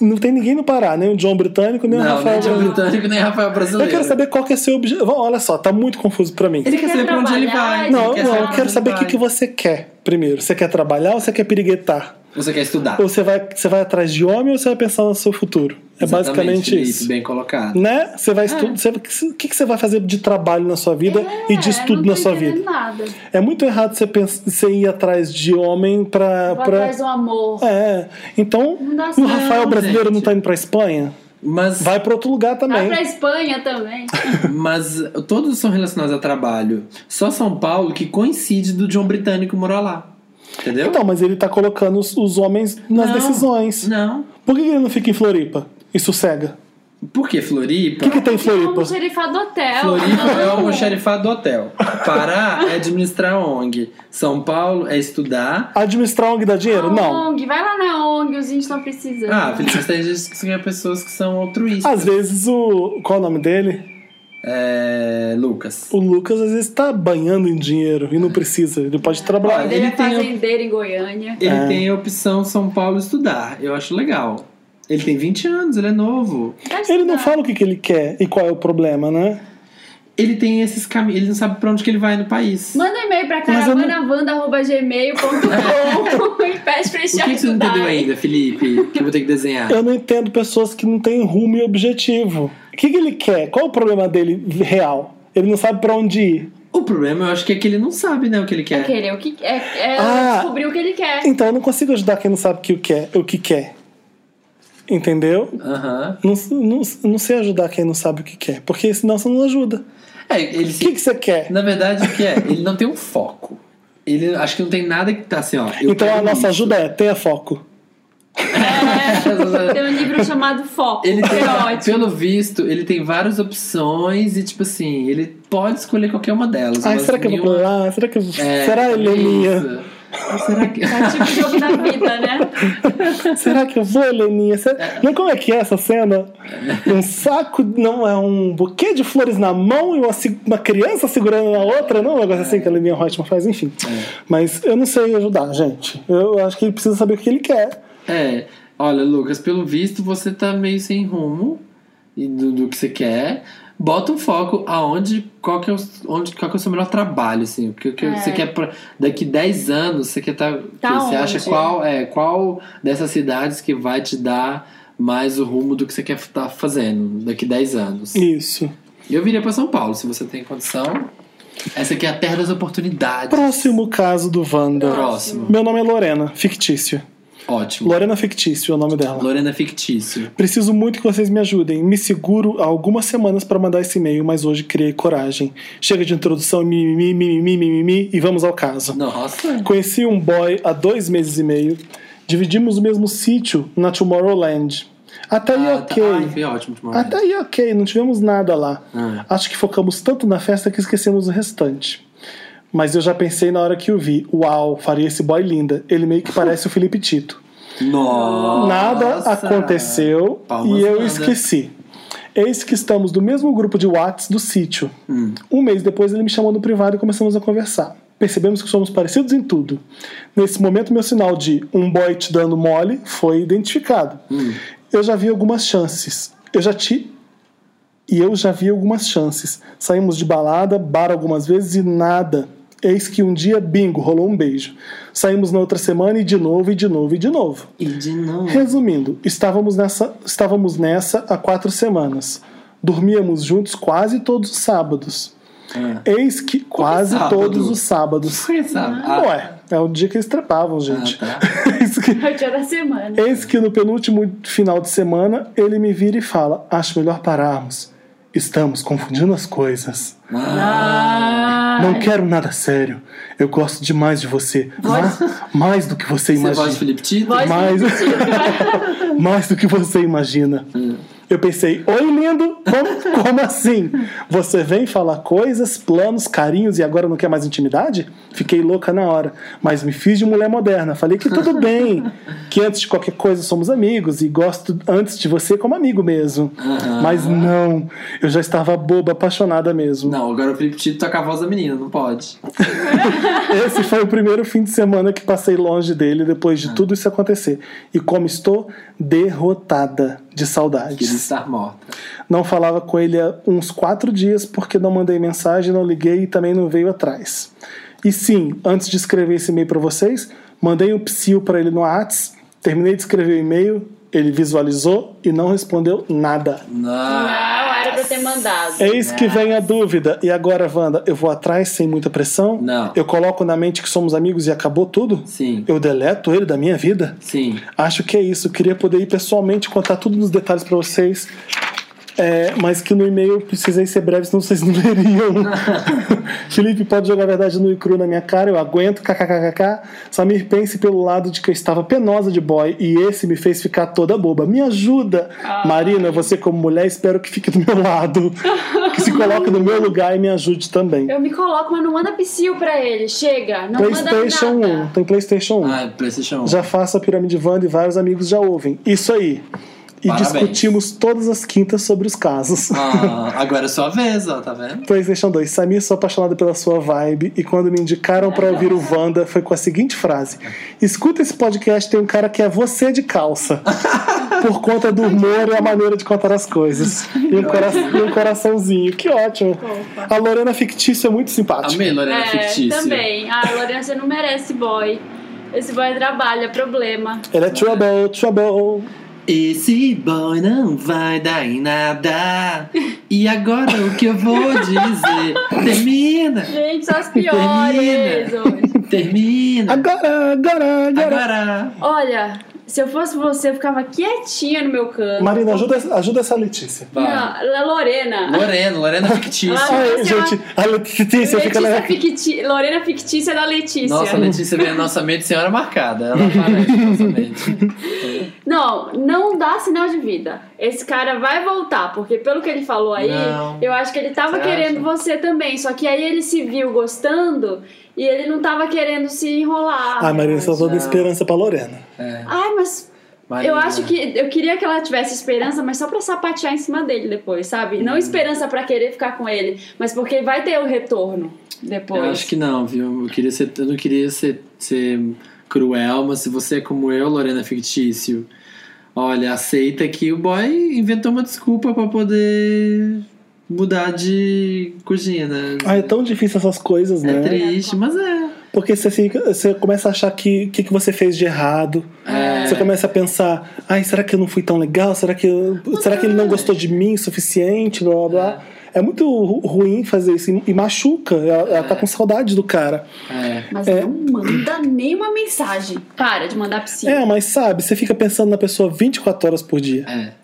A: Não tem ninguém no Pará, nem o John Britânico, nem o
B: Não,
A: Rafael.
B: nem John
A: Bra-
B: Britânico, nem Rafael Brasileiro.
A: Eu quero saber qual que é seu objetivo. Bom, Olha só, tá muito confuso pra mim.
B: Ele quer
C: Você
B: saber
C: quer
B: pra onde ele
C: trabalhar,
B: vai.
C: ele
A: Não,
B: quer
A: não,
B: pra
A: eu
B: onde
A: quero
B: ele
A: saber o que,
B: vai.
A: que você quer primeiro. Você quer trabalhar ou você quer piriguetar?
B: Você quer estudar.
A: Ou você vai, você vai atrás de homem ou você vai pensar no seu futuro? É
B: Exatamente,
A: basicamente
B: Felipe,
A: isso.
B: Bem colocado.
A: Né? Você vai estudar. você- O que, que você vai fazer de trabalho na sua vida e de
C: É,
A: estudo
C: não
A: na
C: tô
A: sua
C: entendendo
A: vida?
C: Nada.
A: É muito errado você, pensar, você ir atrás de homem pra.
C: Vou
A: pra-
C: atrás do amor.
A: É. Então,
C: Não dá
A: o
C: certo,
A: Rafael brasileiro não
B: gente.
A: tá indo pra Espanha?
B: Mas,
A: Vai pra outro lugar
C: Vai
A: também.
C: pra Espanha também.
B: mas todos são relacionados a trabalho. Só São Paulo que coincide do John Britânico morar lá. Entendeu?
A: Então, mas ele tá colocando os, os homens nas
B: Não.
A: decisões.
B: Não.
A: Por que ele não fica em Floripa e sossega?
B: Por que Floripa?
A: O que, que tem em
C: Como
A: Floripa? um
C: um xerifado hotel.
B: Floripa é o almoxarifado do hotel. Pará é administrar ONG. São Paulo é estudar.
A: Administrar ONG dá dinheiro? Não.
C: ONG, vai lá na ONG, os índios estão precisando.
B: Ah, Felipe, mas tem gente que são pessoas que são altruístas.
A: Às vezes o. Qual é o nome dele?
B: É, Lucas.
A: O Lucas às vezes tá banhando em dinheiro e não precisa. Ele um- pode trabalhar.
B: Olha, ele
C: ele, é
B: tem-
C: fazendeiro em Goiânia.
B: Ele
A: É.
B: tem a opção São Paulo estudar. Eu acho legal. Ele tem 20 anos, ele é novo.
A: Ele não fala o que, que ele quer e qual é o problema, né?
B: Ele tem esses caminhos, ele não sabe pra onde que ele vai no país.
C: Manda um e-mail pra
A: Mas eu não- [LAUGHS]
C: caravanavanda.gmail.com e pede pra
B: o
C: esse
B: que, que você não entendeu ainda, Felipe? Que eu vou ter que desenhar.
A: Eu não entendo pessoas que não têm rumo e objetivo. O que, que ele quer? Qual é o problema dele real? Ele não sabe pra onde ir.
B: O problema, eu acho que é que ele não sabe, né, o que ele
C: É
B: quer.
C: querer, o que é, é
A: Ah.
C: descobrir o que
A: [LAUGHS]
C: ele quer. É.
A: Então eu não consigo ajudar quem não sabe o que quer. O que quer. Entendeu?
B: Aham.
A: Não, não, não sei ajudar quem não sabe o que quer, porque senão você não ajuda.
B: É, ele
A: O
B: se-
A: que, que você quer?
B: Na verdade, o que é? Ele não tem um foco. Ele acho que não tem nada que tá assim, ó. eu
A: então
B: quero
A: a nossa
B: isso.
A: ajuda é tenha foco.
C: Tem um livro chamado Foco.
B: Ele tem,
C: [LAUGHS] é ótimo.
B: pelo visto, ele tem várias opções e, tipo assim, ele pode escolher qualquer uma delas.
A: Ai,
B: mas
A: será que eu vou pra
B: nenhuma-
A: lá? Será que eu vou.
B: É,
A: será,
B: isso.
A: Heleninha?
B: Será que.
C: É tipo o jogo da vida, né?
A: [LAUGHS] Será que eu vou, Heleninha? Será... Não, como é que é essa cena? Um saco, não, é um buquê de flores na mão e uma, se- uma criança segurando na outra, não? Um negócio assim que a Heleninha Reutemann faz, enfim.
B: É.
A: Mas eu não sei ajudar, gente. Eu acho que ele precisa saber o que ele quer.
B: É, olha, Lucas, pelo visto você tá meio sem rumo e do, do que você quer. Bota um foco aonde, qual que é o, onde, qual que é o seu melhor trabalho, assim, o que, o que
C: É.
B: você quer pra, daqui 10 anos, você quer tá,
C: Tá
B: você acha
C: onde?
B: qual é qual dessas cidades que vai te dar mais o rumo do que você quer estar fazendo daqui 10 anos.
A: Isso.
B: Eu viria pra São Paulo, se você tem condição. Essa aqui é a terra das oportunidades.
A: Próximo caso do Wanda.
B: Próximo.
A: Meu nome é Lorena, fictício.
B: Ótimo.
A: Lorena Fictício é o nome dela.
B: Lorena Fictício.
A: Preciso muito que vocês me ajudem. Me seguro há algumas semanas para mandar esse e-mail, mas hoje criei coragem. Chega de introdução, mimimi, mimimi, mimimi, e vamos ao caso.
B: Nossa.
A: Conheci um boy há dois meses e meio. Dividimos o mesmo sítio na Tomorrowland. Até aí
B: Ah, tá.
A: ok.
B: Ai, foi ótimo. Timor.
A: Até aí ok, não tivemos nada lá.
B: Ah.
A: Acho que focamos tanto na festa que esquecemos o restante. Mas eu já pensei na hora que o vi. Uau, faria esse boy linda. Ele meio que parece o Felipe Tito.
B: Nossa.
A: Nada aconteceu
B: Palmas
A: e eu
B: nada.
A: esqueci. Eis que estamos do mesmo grupo de Whats do sítio.
B: Hum.
A: Um mês depois ele me chamou no privado e começamos a conversar. Percebemos que somos parecidos em tudo. Nesse momento, meu sinal de um boy te dando mole foi identificado.
B: Hum.
A: Eu já vi algumas chances. Eu já te. E eu já vi algumas chances. Saímos de balada, bar algumas vezes e nada. Eis que um dia, bingo, rolou um beijo. Saímos na outra semana e de novo, e de novo, e de novo.
B: E de novo.
A: Resumindo, estávamos nessa, estávamos nessa há quatro semanas. Dormíamos juntos quase todos os sábados.
B: Ah.
A: Eis que quase
B: sábado?
A: todos os sábados.
B: Foi, sabe? Ah,
A: Ué, é o dia que eles trepavam, gente.
B: tá.
A: [LAUGHS] Eis que-
C: É o dia da semana.
A: Eis que no penúltimo final de semana ele me vira e fala: Acho melhor pararmos. Estamos confundindo as coisas.
C: Ah,
A: Não quero nada sério. Eu gosto demais de você.
C: Voz-
A: Ma- Mais do que você
B: Você voz de
A: imagina.
B: Felipe Tito?
C: voz
A: Mas-
C: repetida.
A: [LAUGHS] Mais do que você imagina. Eu pensei, oi lindo, Como, como assim? Você vem falar coisas, planos, carinhos e agora não quer mais intimidade? Fiquei louca na hora, mas me fiz de mulher moderna. Falei que tudo bem, que antes de qualquer coisa somos amigos e gosto antes de você como amigo mesmo. Mas não, eu já estava boba, apaixonada mesmo.
B: Não, agora o Felipe Tito toca a voz da menina, não pode.
A: Esse foi o primeiro fim de semana que passei longe dele depois de tudo isso acontecer. E como estou derrotada de
B: Que ele
A: saudades.
B: está morta.
A: Não falava com ele há uns quatro dias porque não mandei mensagem, não liguei e também não veio atrás. E sim, antes de escrever esse e-mail para vocês, mandei um psil para ele no Whats, terminei de escrever o e-mail, ele visualizou e não respondeu nada.
B: Não.
C: Não, era pra ter mandado.
A: Eis que
B: né?
A: vem a dúvida. E agora, Wanda, eu vou atrás sem muita pressão?
B: Não.
A: Eu coloco na mente que somos amigos e acabou tudo?
B: Sim.
A: Eu deleto ele da minha vida?
B: Sim.
A: Acho que é isso. Queria poder ir pessoalmente contar tudo nos detalhes pra vocês. É, mas que no e-mail eu precisei ser breve, senão vocês não [LAUGHS] leriam. Felipe, pode jogar a verdade nu e cru na minha cara, eu aguento, kkkk. Samir, pense pelo lado de que eu estava penosa de boy e esse me fez ficar toda boba. Me ajuda!
C: Ah.
A: Marina, você como mulher, espero que fique do meu lado, que se coloque no meu lugar e me ajude também.
C: Eu me coloco, mas não manda psil pra ele. Chega, não
A: PlayStation
C: manda
A: 1,
C: nada.
A: tem PlayStation 1.
B: Ah, PlayStation 1.
A: Já faço a Pirâmide Wanda e vários amigos já ouvem. Isso aí. E
B: Parabéns.
A: discutimos todas as quintas sobre os casos. [LAUGHS]
B: Ah, agora é sua vez, ó, tá vendo?
A: PlayStation 2. Samir, sou apaixonada pela sua vibe. E quando me indicaram pra ouvir o Wanda, foi com a seguinte frase: Escuta esse podcast, tem um cara que é você de calça.
B: [LAUGHS]
A: Por conta do humor e a maneira de contar as coisas. E um, cora- e um coraçãozinho. Que ótimo. A Lorena fictícia é muito simpática.
B: Amei, Lorena
C: É,
B: Fictícia.
C: também. Ah, Lorena, você não merece boy. Esse boy trabalha, problema.
A: Ela é trouble, trouble.
B: Esse boy não vai dar em nada. E agora o que eu vou dizer? Termina!
C: Gente, só as piores
B: Termina.
C: hoje.
B: Termina!
A: Agora, agora, agora.
B: Agora!
C: Olha, se eu fosse você, eu ficava quietinha no meu canto.
A: Marina, ajuda, ajuda essa Letícia.
B: Vai.
C: Não, a Lorena.
B: Lorena, Lorena é Fictícia.
C: Ela-
A: Ai,
C: Letícia,
A: gente, a Letícia fica na
C: Letícia ficti... Lorena fictícia da Letícia.
B: Nossa, a Letícia vem na nossa mente senhora marcada. Ela aparece na nossa mente.
C: Não, não dá sinal de vida. Esse cara vai voltar, porque pelo que ele falou aí,
B: Não.
C: eu acho que ele tava
B: Você
C: querendo
B: acha?
C: você também. Só que aí ele se viu gostando e ele não tava querendo se enrolar.
A: Ah, Marina, só tô dando
B: Não.
A: esperança pra Lorena.
B: É,
C: Ai, mas
B: Marina.
C: Eu acho que eu queria que ela tivesse esperança, mas só pra sapatear em cima dele depois, sabe?
A: Hum.
C: Não esperança pra querer ficar com ele, mas porque vai ter o retorno depois.
B: Eu acho que não, viu? Eu, queria ser, eu não queria ser, ser cruel, mas se você é como eu, Lorena Fictício, olha, aceita que o boy inventou uma desculpa pra poder mudar de cugina.
A: Ah, é tão difícil essas coisas,
B: É
A: né?
B: triste, mas é.
A: Porque você, fica- você começa a achar que o que, que você fez de errado.
B: É.
A: Você começa a pensar, ai, será que eu não fui tão legal? Será que, eu- será que ele não gostou de mim o suficiente? Blá blá blá. É muito ru- ruim fazer isso e e machuca. Ela, ela tá com saudade do cara.
B: É.
C: Mas
A: É.
C: não manda nenhuma mensagem. Para de mandar psi.
A: É, mas sabe, você fica pensando na pessoa 24 horas por dia.
B: é.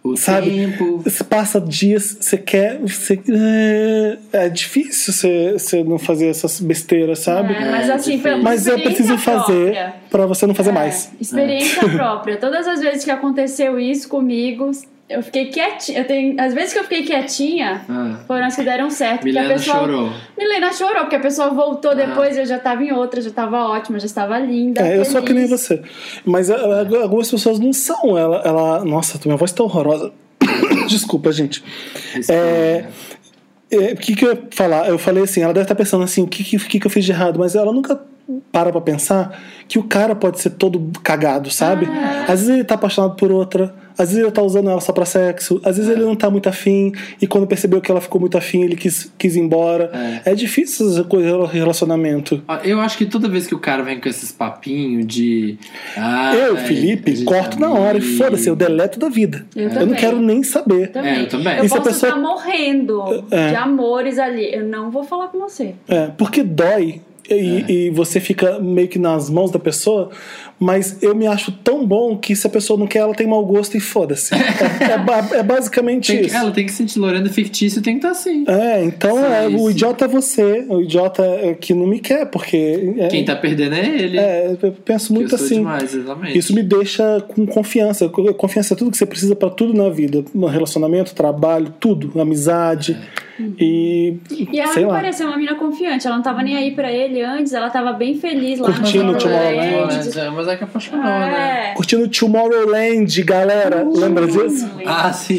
B: O
A: Sabe?
B: tempo.
A: Você passa dias, você quer. Você, é, é difícil você, você não fazer essas besteiras, sabe?
C: É, mas assim, pela
A: Mas é
C: experiência
A: preciso fazer
C: própria.
A: pra você não fazer
C: É,
A: mais. É.
C: Experiência própria. Todas as vezes que aconteceu isso comigo, eu fiquei quietinha. Eu tenho... As vezes que eu fiquei quietinha
B: Ah.
C: foram as que deram certo. porque
B: Milena
C: a pessoa
B: chorou.
C: Milena chorou, porque a pessoa voltou
B: Ah.
C: depois, eu já tava em outra, já tava ótima, já estava linda.
A: É, eu sou que nem
C: feliz.
A: você. Mas é, é, algumas pessoas não são. Ela, ela- Nossa, minha voz tá horrorosa. [COUGHS] Desculpa, gente. É,
B: né?
A: É, O que, que eu ia falar? Eu falei assim, ela deve estar pensando assim, o que, que, o que que eu fiz de errado? Mas ela nunca para pra pensar que o cara pode ser todo cagado, sabe? Às vezes ele tá apaixonado por outra, às vezes ele tá usando ela só pra sexo, às vezes ele não tá muito afim, e quando percebeu que ela ficou muito afim, ele quis, quis ir embora. É, difícil essa coisa, relacionamento.
B: Ah, Eu acho que toda vez que o cara vem com esses papinhos de. ah,
A: Eu,
B: é, a
A: Felipe,
B: gente
A: corto na hora e foda-se, eu deleto da vida.
C: Eu
A: eu não
C: também.
A: quero nem saber.
C: Também.
B: É, eu também.
C: Eu
A: E se a
C: posso
A: pessoa-
C: estar morrendo
A: É.
C: de amores ali. Eu não vou falar com você.
A: É, porque dói. e, e você fica meio que nas mãos da pessoa, mas eu me acho tão bom que se a pessoa não quer, ela tem mau gosto e
B: [LAUGHS]
A: foda-se. É, é ba- é basicamente
B: Tem que-
A: isso.
B: ela tem que sentir Lorena fictício, tem que estar assim.
A: É, então
B: Sim,
A: é, o
B: sim.
A: idiota é você, o idiota é que não me quer, porque. é,
B: Quem tá perdendo é ele.
A: é, eu penso
B: Que
A: muito
B: eu sou
A: assim.
B: demais, exatamente.
A: Isso me deixa com confiança. Confiança é tudo que você precisa pra tudo na vida: No relacionamento, trabalho, tudo, amizade.
B: É.
A: E.
C: E ela
A: sei
C: me
A: lá.
C: pareceu uma menina confiante, ela não tava nem aí pra ele antes, ela tava bem feliz lá
A: Curtindo né?
C: no
A: o
C: Tomorrowland.
A: Tomorrowland.
B: Mas é- Mas é que apaixonou, né?
C: É.
A: Curtindo Tomorrowland, galera. Lembra
C: Uhum.
A: disso?
B: Ah,
A: [LAUGHS]
B: sim.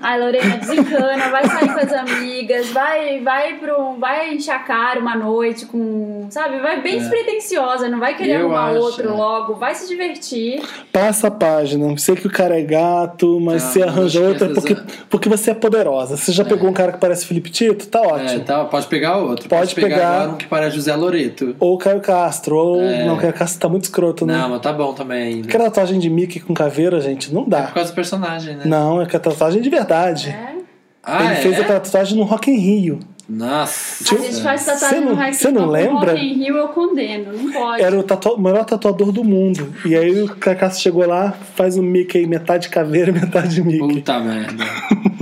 C: Ai, Lorena, desencana, vai sair com as amigas, vai, vai pra um. Vai enxacar uma noite com. Sabe, vai
A: É.
C: bem despretensiosa, não vai querer
B: Eu
C: arrumar
B: acho,
C: outro
B: é.
C: logo, vai se divertir.
A: Passa a página. Sei que o cara é gato, mas
B: Tá,
A: você
B: mas
A: arranja
B: acho que
A: outra porque,
B: essas-
A: porque você é poderosa. Você já pegou um cara que parece Felipe Tito? Tá
B: É,
A: ótimo.
B: tá, pode pegar outro.
A: Pode
B: pegar,
A: pegar.
B: agora um que parece José Loreto.
A: Ou Caio Castro, ou. Não, Caio Castro tá muito escroto, né?
B: É. Não, mas tá bom também ainda.
A: Aquela tatuagem de Mickey com caveira, gente, não
B: Por
A: dá.
B: causa do personagem, É né?
A: Não, é que a tatuagem é de verdade.
C: né?
B: Ah,
A: Ele
B: é?
A: fez a tatuagem no Rock in Rio.
B: Nossa.
C: A gente faz
A: Cê
C: tatuagem
A: não-
C: no High
A: cê não
C: School
A: lembra?
C: Rock in Rio, eu condeno, não pode.
A: Era o tatua- o maior tatuador do mundo. E aí o Cacasso chegou lá, faz um Mickey, metade caveira, [LAUGHS] metade Mickey.
B: Puta
A: [LAUGHS]
B: merda.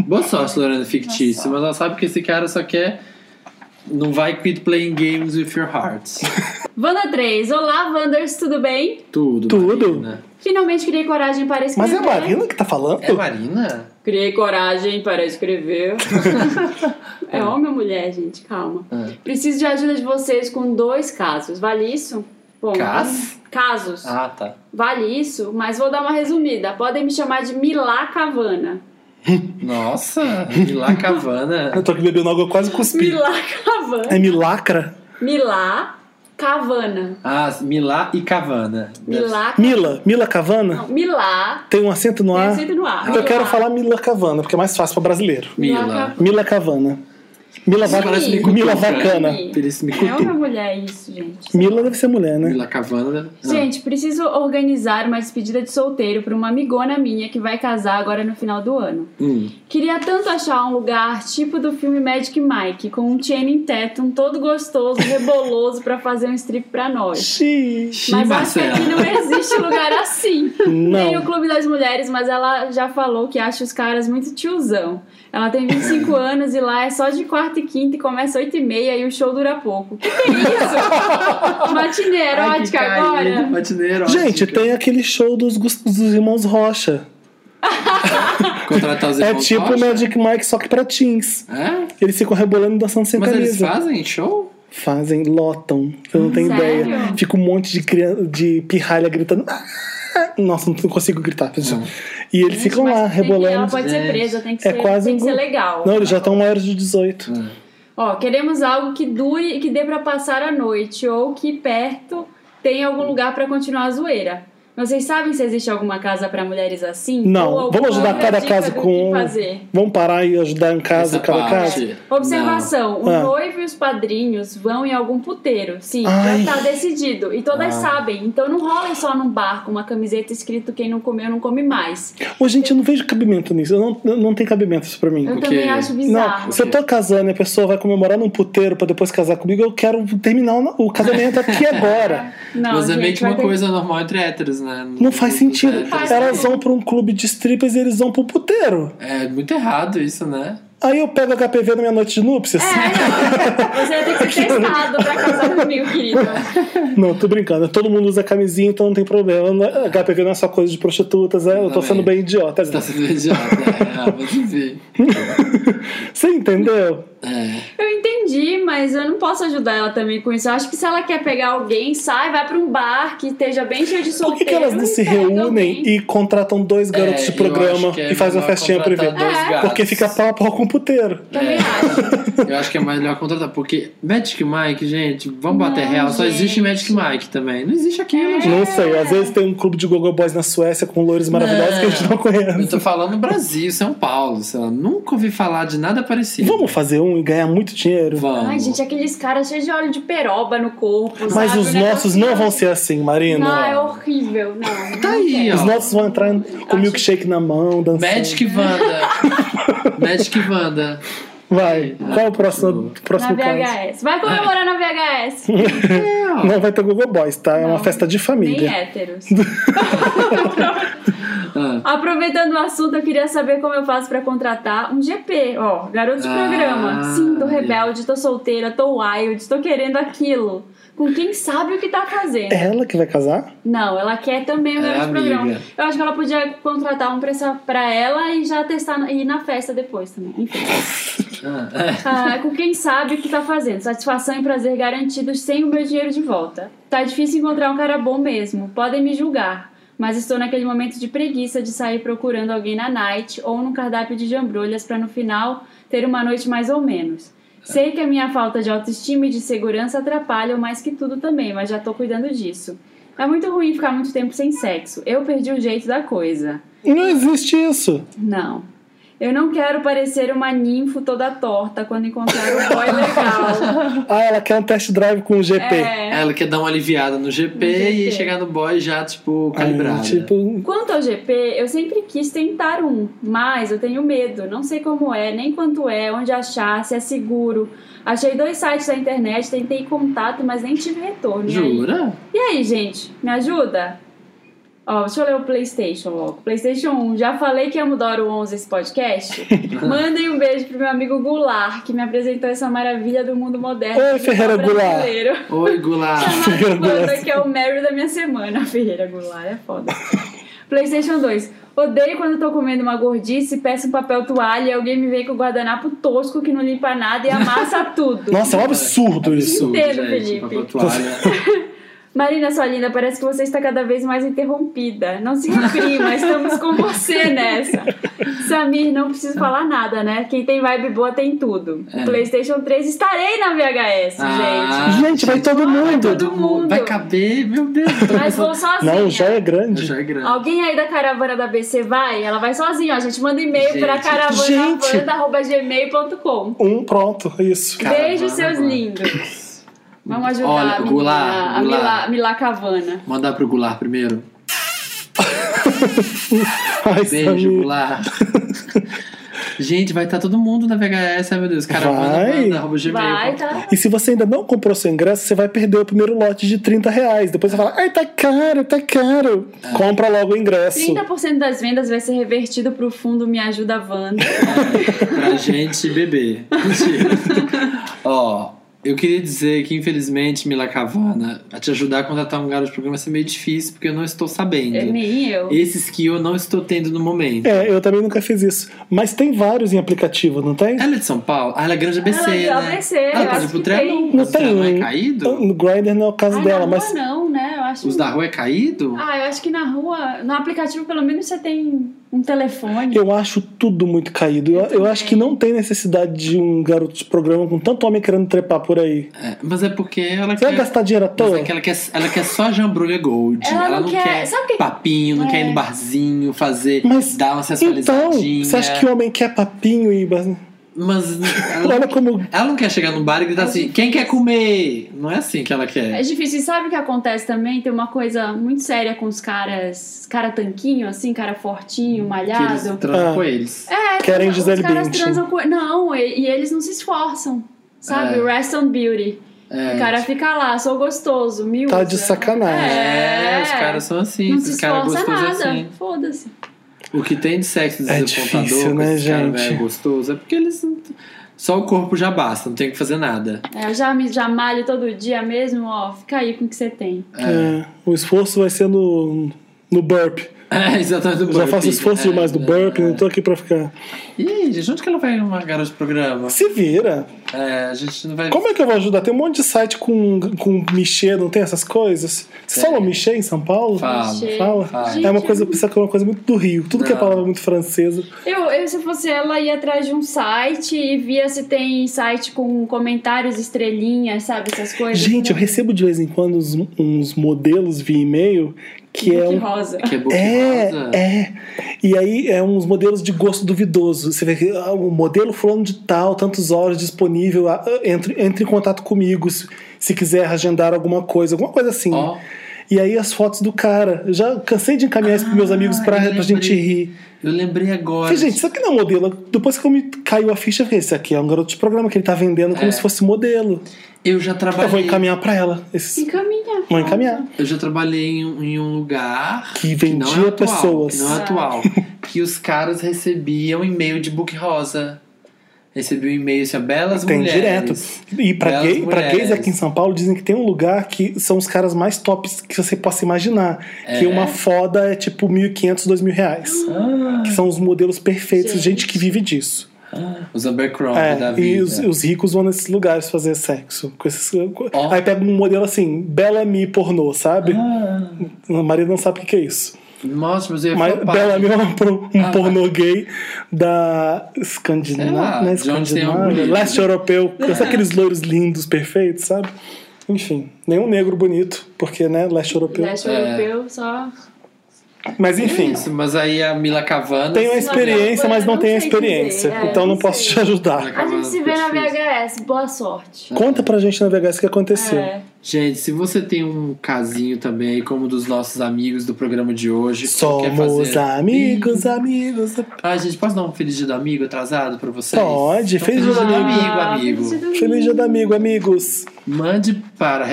B: Boa sorte, Lorena Fictício. Mas ela sabe que esse cara só quer. Não vai quit playing games with your
A: [LAUGHS]
B: hearts.
A: um
C: Wanda 3, olá, Wanders, tudo bem?
B: Tudo.
A: Tudo.
B: Marina.
C: Finalmente criei coragem para escrever.
A: Mas é a Marina que tá falando?
B: É Marina?
C: Criei coragem para escrever. é homem ou mulher, gente? Calma.
B: É.
C: Preciso de ajuda de vocês com dois casos. Vale isso? Bom,
B: Cas?
C: Casos.
B: Ah, tá.
C: Vale isso, mas vou dar uma resumida. Podem me chamar de Milá Cavana.
B: Nossa, Milá Cavana.
A: Eu tô aqui bebendo água, eu quase cuspi.
C: Milá Cavana.
A: É milacra?
C: Milá Cavana.
B: Ah, Milá e Cavana.
C: Milá.
A: Mila? Mila Cavana?
C: Não, Milá.
A: Tem um acento no
C: Tem
A: ar?
C: acento no ar.
A: Eu quero
C: Milá.
A: falar Mila Cavana, porque é mais fácil pra brasileiro.
B: Mila.
A: Mila Cavana. Mila, va...
B: parece né? me
A: Mila
B: cutuca.
A: Vacana.
C: Sim.
B: Eles me
C: É homem
B: cutucam.
C: ou mulher isso, gente?
A: Mila deve ser mulher, né?
B: Mila Cavana. Ah.
C: Gente, preciso organizar uma despedida de solteiro para uma amigona minha que vai casar agora no final do ano.
B: Hum.
C: Queria tanto achar um lugar tipo do filme Magic Mike, com um Channing Tatum todo gostoso, reboloso pra fazer um strip pra nós.
A: Xiii.
C: Mas acho que
B: Marcela.
C: aqui não existe lugar assim. Tem
A: Não.
C: o Clube das Mulheres, mas ela já falou que acha os caras muito tiozão. Ela tem
A: [LAUGHS]
C: 25 anos e lá é só de quarta e quinta e começa 8 e meia e o show dura pouco. Que que
A: [LAUGHS]
C: é isso?
B: Ai, que
C: Matinê é erótica agora?
B: caído, matinê erótica.
A: Gente, tem aquele show dos, Gus- dos irmãos Rocha.
B: Contratar os
A: É
B: irmãos
A: tipo
B: Rocha?
A: o Magic Mike, só que pra teens.
B: É?
A: Eles ficam rebolando e dançando sem
B: Mas eles
A: camisa.
B: fazem show?
A: Fazem, lotam. Você não tem
C: Sério?
A: ideia. Fica um monte de, criança, de pirralha gritando. "Ah!" Nossa, não consigo gritar. E eles ficam
C: Mas
A: lá,
C: tem que- Ela
A: rebolando.
C: pode ser
B: Gente,
C: presa, tem que
A: é
C: ser,
A: quase
C: tem que
A: um-
C: ser legal.
A: Não, eles já estão maiores de 18.
C: Ó, queremos algo que dure e que dê pra passar a noite ou que perto tenha algum lugar pra continuar a zoeira. Vocês sabem se existe alguma casa pra mulheres assim?
A: Não,
C: Ou alguma
A: vamos ajudar
C: outra
A: cada
C: dica
A: casa
C: do
A: com- um.
C: que fazer?
A: Vamos parar e ajudar em casa,
B: Essa
A: cada
B: parte.
A: casa?
C: Observação: o
A: Ah.
C: noivo e os padrinhos vão em algum puteiro. Sim,
A: Ai. Ah.
C: já tá decidido. E todas sabem. Então não rolem só num bar com uma camiseta escrito quem não comeu não come mais.
A: Ô, gente, eu não vejo cabimento nisso. Eu não, eu não tem cabimento isso pra mim.
C: Eu
B: O
C: também
B: quê?
C: acho
A: Não,
C: bizarro.
A: se eu tô casando e a pessoa vai comemorar num puteiro pra depois casar comigo, eu quero terminar o
B: [LAUGHS]
A: casamento aqui agora.
C: Não,
B: Mas é
C: gente,
B: meio que
C: vai
B: uma
C: ter-
B: coisa normal entre héteros, né?
A: Não faz sentido.
B: É,
C: faz
A: Elas
C: sentido.
A: vão pra um clube de strippers e eles vão pro puteiro.
B: É muito errado isso, né?
A: Aí eu pego HPV na minha noite de núpcias.
C: [LAUGHS] É, não. Você vai ter que ser testado pra casar comigo, querido.
A: [LAUGHS] Não, tô brincando. Todo mundo usa camisinha, então não tem problema. Não é- HPV não é só coisa de prostitutas, é, eu tô
B: Exatamente.
A: sendo bem idiota.
B: Você tá
A: [LAUGHS]
B: sendo idiota. é, ah, mas enfim.
A: Você entendeu?
B: É.
C: Eu entendi, mas eu não posso ajudar ela também com isso. Eu acho que se ela quer pegar alguém, sai, vai pra um bar que esteja bem cheio de
A: Por
C: solteiro.
A: que, que elas não
C: e
A: se
C: pega
A: reúnem
C: alguém.
A: e contratam dois garotos
B: É,
A: de
B: eu
A: programa
B: acho que é
A: e fazem uma
B: melhor
A: festinha
B: contratar
A: privada?
B: dois
C: É.
B: gatos.
A: Porque fica pau a pau com o puteiro.
C: Também
A: [LAUGHS]
B: É, eu acho que é mais melhor contratar, porque Magic Mike, gente, vamos bater
C: Não,
B: real, só existe
C: gente.
B: Magic
C: É.
B: Mike também. Não existe aquilo, gente.
A: Não sei, às vezes tem um clube de gogo boys na Suécia com loures maravilhosos que a gente não
B: Eu
A: conhece.
B: tô falando Brasil, São Paulo, sei lá, nunca ouvi falar de nada parecido.
A: Vamos fazer um e ganhar muito dinheiro.
B: Vamos.
C: Ai, gente, aqueles caras cheios de óleo de peroba no corpo.
A: Mas
C: sabe?
A: os nossos
C: O negócio
A: não vão ser assim, Marina.
C: Não, é horrível. Não.
B: Tá aí,
A: Os
B: ó.
A: nossos vão entrar
C: é
A: com milkshake na mão, dançando.
C: [LAUGHS]
B: Magic Wanda. Magic Wanda.
A: Vai. Qual é o próximo,
C: Na
A: próximo caso?
C: VHS. Vai comemorar na VHS.
A: Não vai ter Google Boys, tá? É uma festa de
C: Nem
A: família.
C: héteros.
B: Ah.
C: Aproveitando o assunto, eu queria saber como eu faço pra contratar um GP. Ó, garoto de
B: Ah,
C: programa. Sim, tô rebelde, tô solteira, tô wild, tô querendo aquilo. Com quem sabe o que tá fazendo.
A: É ela que vai casar?
C: Não, ela quer também o
B: É,
C: garoto de programa.
B: amiga.
C: Eu acho que ela podia contratar um pra, essa- pra ela e já testar na- e ir na festa depois também. Enfim.
B: Ah,
C: Ah, com quem sabe o que tá fazendo. Satisfação e prazer garantidos sem o meu dinheiro de volta. Tá difícil encontrar um cara bom mesmo. Podem me julgar. Mas estou naquele momento de preguiça de sair procurando alguém na night ou num cardápio de jambrolhas pra no final ter uma noite mais ou menos. Sei que a minha falta de autoestima e de segurança atrapalham mais que tudo também, mas já tô cuidando disso. É muito ruim ficar muito tempo sem sexo. Eu perdi o jeito da coisa.
A: Não existe isso.
C: Não. Eu não quero parecer uma ninfo toda torta quando encontrar um boy legal.
A: [LAUGHS] Ah, ela quer um test drive com o GP.
C: É.
B: Ela quer dar uma aliviada no GP,
C: No GP.
B: e chegar no boy já, tipo,
A: Aí,
B: calibrado.
A: tipo,
C: Quanto ao GP, eu sempre quis tentar um, mas eu tenho medo. Não sei como é, nem quanto é, onde achar, se é seguro. Achei dois sites da internet, tentei contato, mas nem tive retorno. E aí?
B: Jura?
C: E aí, gente, me ajuda? Ó, deixa eu ler o PlayStation logo. PlayStation 1, já falei que amo Doro 11 esse
A: [LAUGHS]
C: podcast? Mandem um beijo pro meu amigo Goulart, que me apresentou essa maravilha do mundo moderno.
A: Oi,
C: do
A: Ferreira
C: futebol
A: Goulart.
C: brasileiro.
B: Oi,
C: [LAUGHS]
B: Goulart.
A: [LAUGHS] Ferreira
C: Chamado
A: Goulart.
C: Wanda, que é o Mary da minha semana. [LAUGHS] Ferreira Goulart, é foda. PlayStation 2. Odeio quando tô comendo uma gordice, peço um papel toalha e alguém me vem com o guardanapo tosco que não limpa nada
A: [LAUGHS]
C: e amassa tudo.
A: Nossa, é um absurdo isso.
B: Absurdo,
C: Inteiro,
B: gente,
C: Felipe.
B: papel tipo,
C: [LAUGHS]
B: toalha.
C: Marina, sua linda, parece que você está cada vez mais interrompida. Não se reprima, estamos com você nessa. Samir, não preciso falar nada, né? Quem tem vibe boa tem tudo.
B: É.
C: PlayStation 3, estarei na VHS,
B: Ah,
A: Gente, vai todo mundo.
C: Todo mundo.
B: Vai caber, meu Deus.
C: gente. Mas vou sozinha.
A: Não, já é
B: Já
A: grande.
B: é grande.
C: Alguém aí da caravana da BC vai? Ela vai sozinha, ó. A gente manda e-mail
B: Gente.
C: para
A: Gente.
C: caravanavanda.gmail.com.
A: Um, pronto, isso.
B: Caravana.
C: Beijo, seus lindos. Vamos ajudar
B: Olha,
C: a, menina,
B: Goulart,
C: a
B: Goulart.
C: Milá, Milá Cavana.
B: Mandar pro Goulart primeiro.
A: Ai,
B: Beijo,
A: Samir.
B: Goulart. Gente, vai estar todo mundo na VHS, ai meu Deus.
A: Vai.
B: Caravana, arroba gmail.
C: Vai, tá?
A: E se você ainda não comprou seu ingresso, você vai perder o primeiro lote de 30 reais. Depois você fala, ai, tá caro, tá caro.
B: Ah.
A: Compra logo o ingresso.
C: 30% das vendas vai ser revertido pro fundo Me Ajuda
A: [LAUGHS]
C: Wanda.
B: Pra gente beber. [LAUGHS] Mentira. Ó, eu queria dizer que infelizmente, Mila Cavana, a te ajudar a contratar um garoto de programa vai ser meio difícil, porque eu não estou sabendo.
C: É, nem eu.
B: Esse skill eu não estou tendo no momento.
A: É, eu também nunca fiz isso. Mas tem vários em aplicativo, não tem?
B: Ela é de São Paulo? Ah, ela é grande ABC,
C: Ela é de
B: né?
C: ABC,
B: ela
C: eu
B: pode
C: acho
B: ir pro
C: que
B: Trianon.
C: tem.
A: Não
B: Mas o Trianon
A: tem.
B: é caído?
A: No Grindr não é o caso
C: Ah,
A: dela,
C: na rua
A: mas.
C: não, né? Eu acho.
B: Os da rua é caído?
C: Ah, eu acho que na rua, no aplicativo pelo menos você tem um telefone.
A: Eu acho tudo muito caído. Eu, eu acho que não tem necessidade de um garoto de programa com tanto homem querendo trepar por aí.
B: É, mas é porque ela
A: Você vai
B: quer.
A: gastar dinheiro à
B: Mas
A: toa?
B: é que ela quer, ela quer só jambrulha gold.
C: Ela não
B: não
C: quer-
B: quer,
C: sabe o que-
B: papinho, não
C: É.
B: quer ir no barzinho, fazer,
A: Mas,
B: dar uma
A: Então,
B: sensualizadinha.
A: você acha que o homem quer papinho e.
B: Mas ela,
A: Olha como.
B: ela não quer chegar num bar e gritar
C: É
B: assim,
C: difícil.
B: quem quer comer? Não é assim que ela
C: É
B: quer.
C: difícil. E sabe o que acontece também? Tem uma coisa muito séria com os caras, cara tanquinho, assim, cara fortinho,
B: Que eles
C: malhado.
B: transam
A: Ah.
B: com
C: É,
B: eles.
A: Querem
C: os
A: Gisele
C: caras
A: Bündchen.
C: transam com... Não, e, e eles não se esforçam. Sabe?
B: É.
C: Rest on beauty.
B: É,
C: o cara fica lá, sou gostoso, me
A: Tá
C: usa.
A: de sacanagem.
B: é, os caras são assim,
C: não se
B: esses
A: é
B: caras
C: esforça
B: gostosos
C: nada.
B: assim.
C: Foda-se.
B: O que tem de sexo
A: É
B: desapontador,
A: difícil,
B: com
A: né,
B: esses caras
A: gente?
B: velho gostoso, é porque eles. não- Só o corpo já basta, não tem que fazer nada.
C: É, eu já, me, já malho todo dia mesmo, ó. Fica aí com o que você tem.
A: É, o esforço vai ser no, no burp.
B: É, exatamente.
A: Eu
B: do
A: já
B: burpee.
A: faço esforço
B: É,
A: demais no
B: é.
A: burp, não tô aqui pra ficar.
B: Ih, gente, onde que ela vai numa garota de programa?
A: Se vira.
B: É, a gente não vai.
A: Como é que eu vou ajudar? Tem um monte de site com, com michê, não tem essas coisas? Vocês falam michê em São Paulo?
B: Fala.
C: Michê.
A: Fala?
B: Fala.
A: É uma coisa, pensa que é uma coisa muito do Rio. Tudo que é
B: Não.
A: palavra muito francesa.
C: Eu, eu, se fosse ela, ia atrás de um site e via se tem site com comentários, estrelinhas, sabe? Essas coisas.
A: Gente, eu recebo de vez em quando uns, uns modelos via e-mail que é
C: Que
A: um.
C: rosa.
B: Que é book
A: É,
B: rosa?
A: é. E aí é uns modelos de gosto duvidoso. Você vê que ah, o modelo fulano de tal, tantos horas disponível, ah, ah, entre, entre em contato comigo se, se quiser agendar alguma coisa, alguma coisa assim.
B: Ó,
A: E aí as fotos do cara. Eu Já cansei de encaminhar isso pros meus
B: Ah,
A: amigos pra,
B: eu
A: pra gente
B: lembrei.
A: rir.
B: Eu lembrei agora.
A: Falei, gente, isso aqui não é modelo. Depois que eu me caiu a ficha, eu falei, esse aqui é um garoto de programa que ele tá vendendo como
B: É.
A: se fosse modelo.
B: eu já
A: Eu vou
B: trabalhei.
A: encaminhar pra ela. Esses...
C: Encaminha.
A: Vou encaminhar.
B: Eu já trabalhei em, um- em um lugar
A: Que
B: não
A: vendia
B: é atual,
A: pessoas.
B: Que não é
A: [LAUGHS]
B: atual. que os caras recebiam e-mail de book rosa. Recebiam e-mail assim, ó, belas
A: Tem
B: mulheres.
A: direto. E pra,
B: Belas
A: gay, pra
B: mulheres.
A: gays aqui em São Paulo, dizem que tem um lugar que são os caras mais tops que você possa imaginar. Que uma foda é tipo 1.500, 2.000 reais.
B: Ah,
A: Que são os modelos perfeitos, gente,
C: Gente.
A: que vive disso.
B: ah. Os Abercrombie da
A: É,
B: vida.
A: e os, os ricos vão nesses lugares fazer sexo. com esses- com-
B: Ó.
A: Aí pega um modelo assim, Bellamy pornô,
B: Ah,
A: sabe? A Maria não sabe o que que é isso.
B: Nossa, mas eu ia
A: Mas
B: flopar.
A: Bellamy é um, por- um
B: Ah,
A: pornô gay da
B: Sei lá,
A: Escandinávia, né?
B: de onde tem um
A: Escandinávia,
B: bonito,
A: leste
B: né?
A: europeu, com aqueles loiros lindos, perfeitos, sabe? Enfim, nenhum negro bonito, porque, né, leste europeu.
B: É.
C: Leste europeu, só.
A: Mas enfim,
B: Isso, mas aí a Mila Cavana.
A: tenho a
B: se-
A: experiência, mas não
C: Não
A: tenho a
C: sei dizer,
A: experiência.
C: é,
A: Então
C: não
A: não posso
C: sei.
A: te ajudar.
C: A gente se vê na
B: Difícil.
C: VHS. Boa sorte.
A: Conta pra gente na VHS o que aconteceu.
C: É.
B: Gente, se você tem um casinho também, aí, como dos nossos amigos do programa de hoje. quer
A: Somos
B: fazer...
A: amigos, amigos.
B: Ah, gente, posso dar um feliz dia do amigo atrasado pra vocês?
A: Pode,
B: Então, feliz
A: feliz dia do
B: dia do
A: amigo.
C: Ah,
B: amigo, amigo.
A: Feliz dia do amigo, amigos.
B: Mande para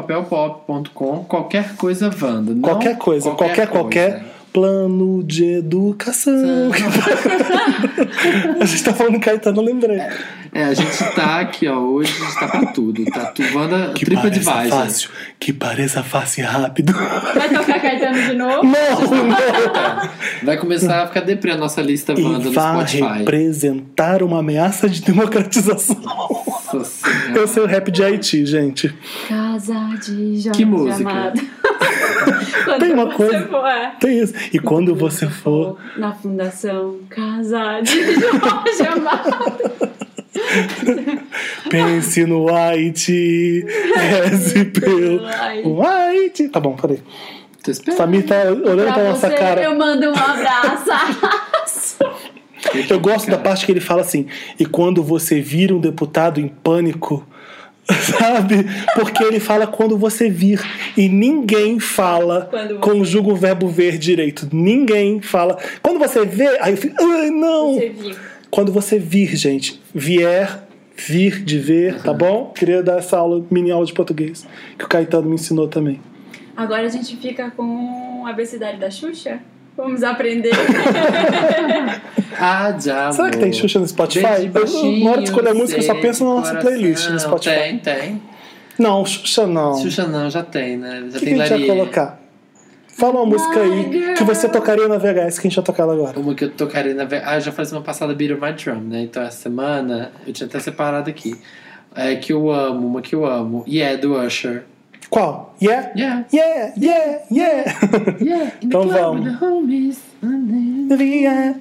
B: redação@papelpop.com qualquer coisa Wanda. Não
A: Qualquer coisa, qualquer, qualquer,
B: coisa.
A: plano de educação.
B: [LAUGHS]
A: A gente tá falando Caetano, eu lembrei.
B: É, a gente tá aqui, ó, hoje a gente tá pra tudo. Tá tu, Wanda, tripa de
A: pareça
B: vagem.
A: tá fácil, que pareça fácil e rápido.
C: Vai tocar Caetano de
A: [LAUGHS]
C: novo?
A: Não,
B: Tá
A: não.
B: Vai começar a ficar deprê a nossa lista Wanda
A: E
B: no
A: vai
B: Spotify.
A: representar uma ameaça de democratização.
B: Nossa Senhora.
A: Eu sei o rap de Haiti, gente.
C: Casa de Jorge
B: Que música?
A: [LAUGHS]
C: Amado. Quando
A: Tem uma
C: você
A: coisa-
C: for- é.
A: Tem isso. E quando você for.
C: Na fundação
B: [LAUGHS]
C: Casa de Jorge Amado.
A: Pense no Haiti, reze pelo
C: Ai.
A: o Haiti. Tá bom, peraí.
B: Tô esperando.
A: Samir tá olhando pra
C: Pra
A: nossa
C: você,
A: cara.
C: eu mando um abraço.
B: [LAUGHS]
A: Eu gosto da parte que ele fala assim: e quando você vira um deputado em pânico, [LAUGHS] sabe? Porque ele fala quando você vir. E ninguém fala,
C: Quando você-
A: conjuga o verbo ver direito. Ninguém fala. Quando você vê, aí eu fico, ai não!
C: Você viu.
A: Quando você vir, gente, vier, vir de ver, tá bom? Queria dar essa aula, mini aula de português, que o Caetano me ensinou também.
C: Agora a gente fica com a obesidade da Xuxa. Vamos
B: [LAUGHS]
C: aprender.
B: Ah, diabo.
A: Será que tem Xuxa no Spotify?
B: Desde
A: Eu-
B: baixinho,
A: na hora de escolher a música, eu só
B: sei,
A: penso na
B: de
A: nossa
B: coração.
A: playlist no Spotify.
B: Tem, tem.
A: Não, Xuxa não. O
B: Xuxa não, já tem, né? Já
A: que, que
B: tem
A: a gente
B: Lariê.
A: vai colocar? Fala uma música aí
C: girl.
A: que você tocaria na VHS que a gente vai tocar ela agora.
B: Uma que eu tocaria na. ve- Ah, eu já falei semana passada Beat My Drum, né? Então essa semana eu tinha até separado aqui. É que eu amo, uma que eu amo. E é do Usher.
A: Qual? Yeah?
B: Yeah.
A: Yeah, yeah, yeah.
B: Yeah. in the
A: Então
B: club
A: vamos.
B: with the homies. Uhum.
A: [LAUGHS] yeah.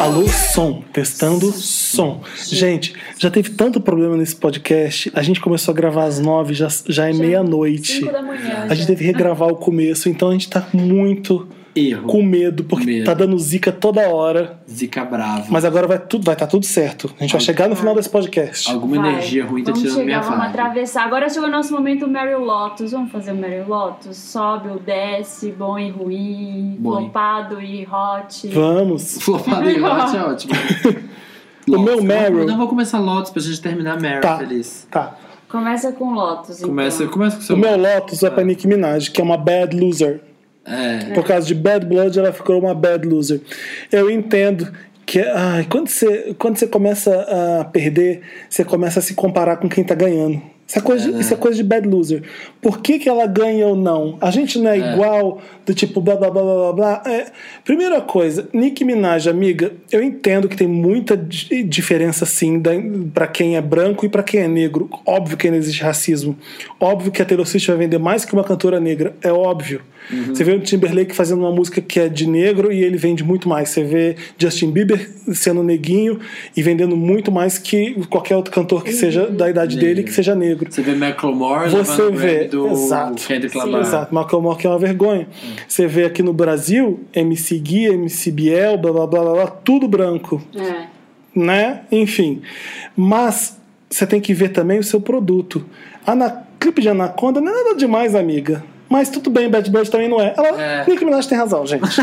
A: Alô, som. Testando som. Gente, já teve tanto problema nesse podcast. A gente começou a gravar às nove, já, já é meia-noite.
C: Cinco da manhã.
A: A gente teve que regravar o começo, então a gente tá muito
B: Erro.
A: com medo, porque
B: Medo.
A: tá dando zica toda hora.
B: Zica brava.
A: Mas agora vai tudo, vai tá tudo certo. A gente vai chegar no final desse podcast.
B: Alguma
C: Vai,
B: energia ruim tá
C: vamos
B: tirando
C: chegar,
B: minha
C: Vamos
B: vibe.
C: atravessar. Agora chegou o nosso momento Mary Lotus. Vamos fazer o Mary Lotus? Sobe ou desce, bom e ruim,
B: Bom.
C: flopado e hot.
A: Vamos.
B: Flopado e ótimo, é ótimo.
A: O
B: Lotus.
A: meu
B: Eu vou-
A: Meryl-
B: Não, vou começar Lotus pra gente terminar Meryl,
A: Tá.
B: feliz.
A: Tá.
C: Começa com Lotus. então.
B: Começa, começa com o seu.
A: O meu Lotus vai pra Nicki Minaj, que é uma bad loser.
B: É.
A: Por causa de Bad Blood, ela ficou uma bad loser. Eu entendo que ai, quando, você, quando você começa a perder, você começa a se comparar com quem tá ganhando. Isso é coisa, de, isso é coisa de bad loser. Por que, que ela ganha ou não? A gente não é, igual do tipo blá blá blá blá blá. blá. É, primeira coisa, Nicki Minaj, amiga, eu entendo que tem muita di- diferença sim da- pra quem é branco e pra quem é negro. Óbvio que ainda existe racismo. Óbvio que a Taylor Swift vai vender mais que uma cantora negra. É óbvio.
B: Uhum.
A: Você vê o Timberlake fazendo uma música que é de negro e ele vende muito mais. Você vê Justin Bieber sendo neguinho e vendendo muito mais que qualquer outro cantor que seja da idade dele que seja negro.
B: Uhum. Você vê Macklemore
A: Você
B: levando o
A: vê,
B: Grammy do
A: exato.
B: Kendrick
C: Sim.
B: Lamar. Uhum.
A: Exato, Macklemore que é uma vergonha. Você vê aqui no Brasil, MC Gui, MC Biel, blá blá blá blá, blá, tudo branco,
C: É.
A: né? Enfim. Mas você tem que ver também o seu produto. A na- clipe de Anaconda não é nada demais, amiga. Mas tudo bem, Bad Bird também não é. Ela,
B: É.
A: Nicki Minaj tem
B: [LAUGHS]
A: razão, gente.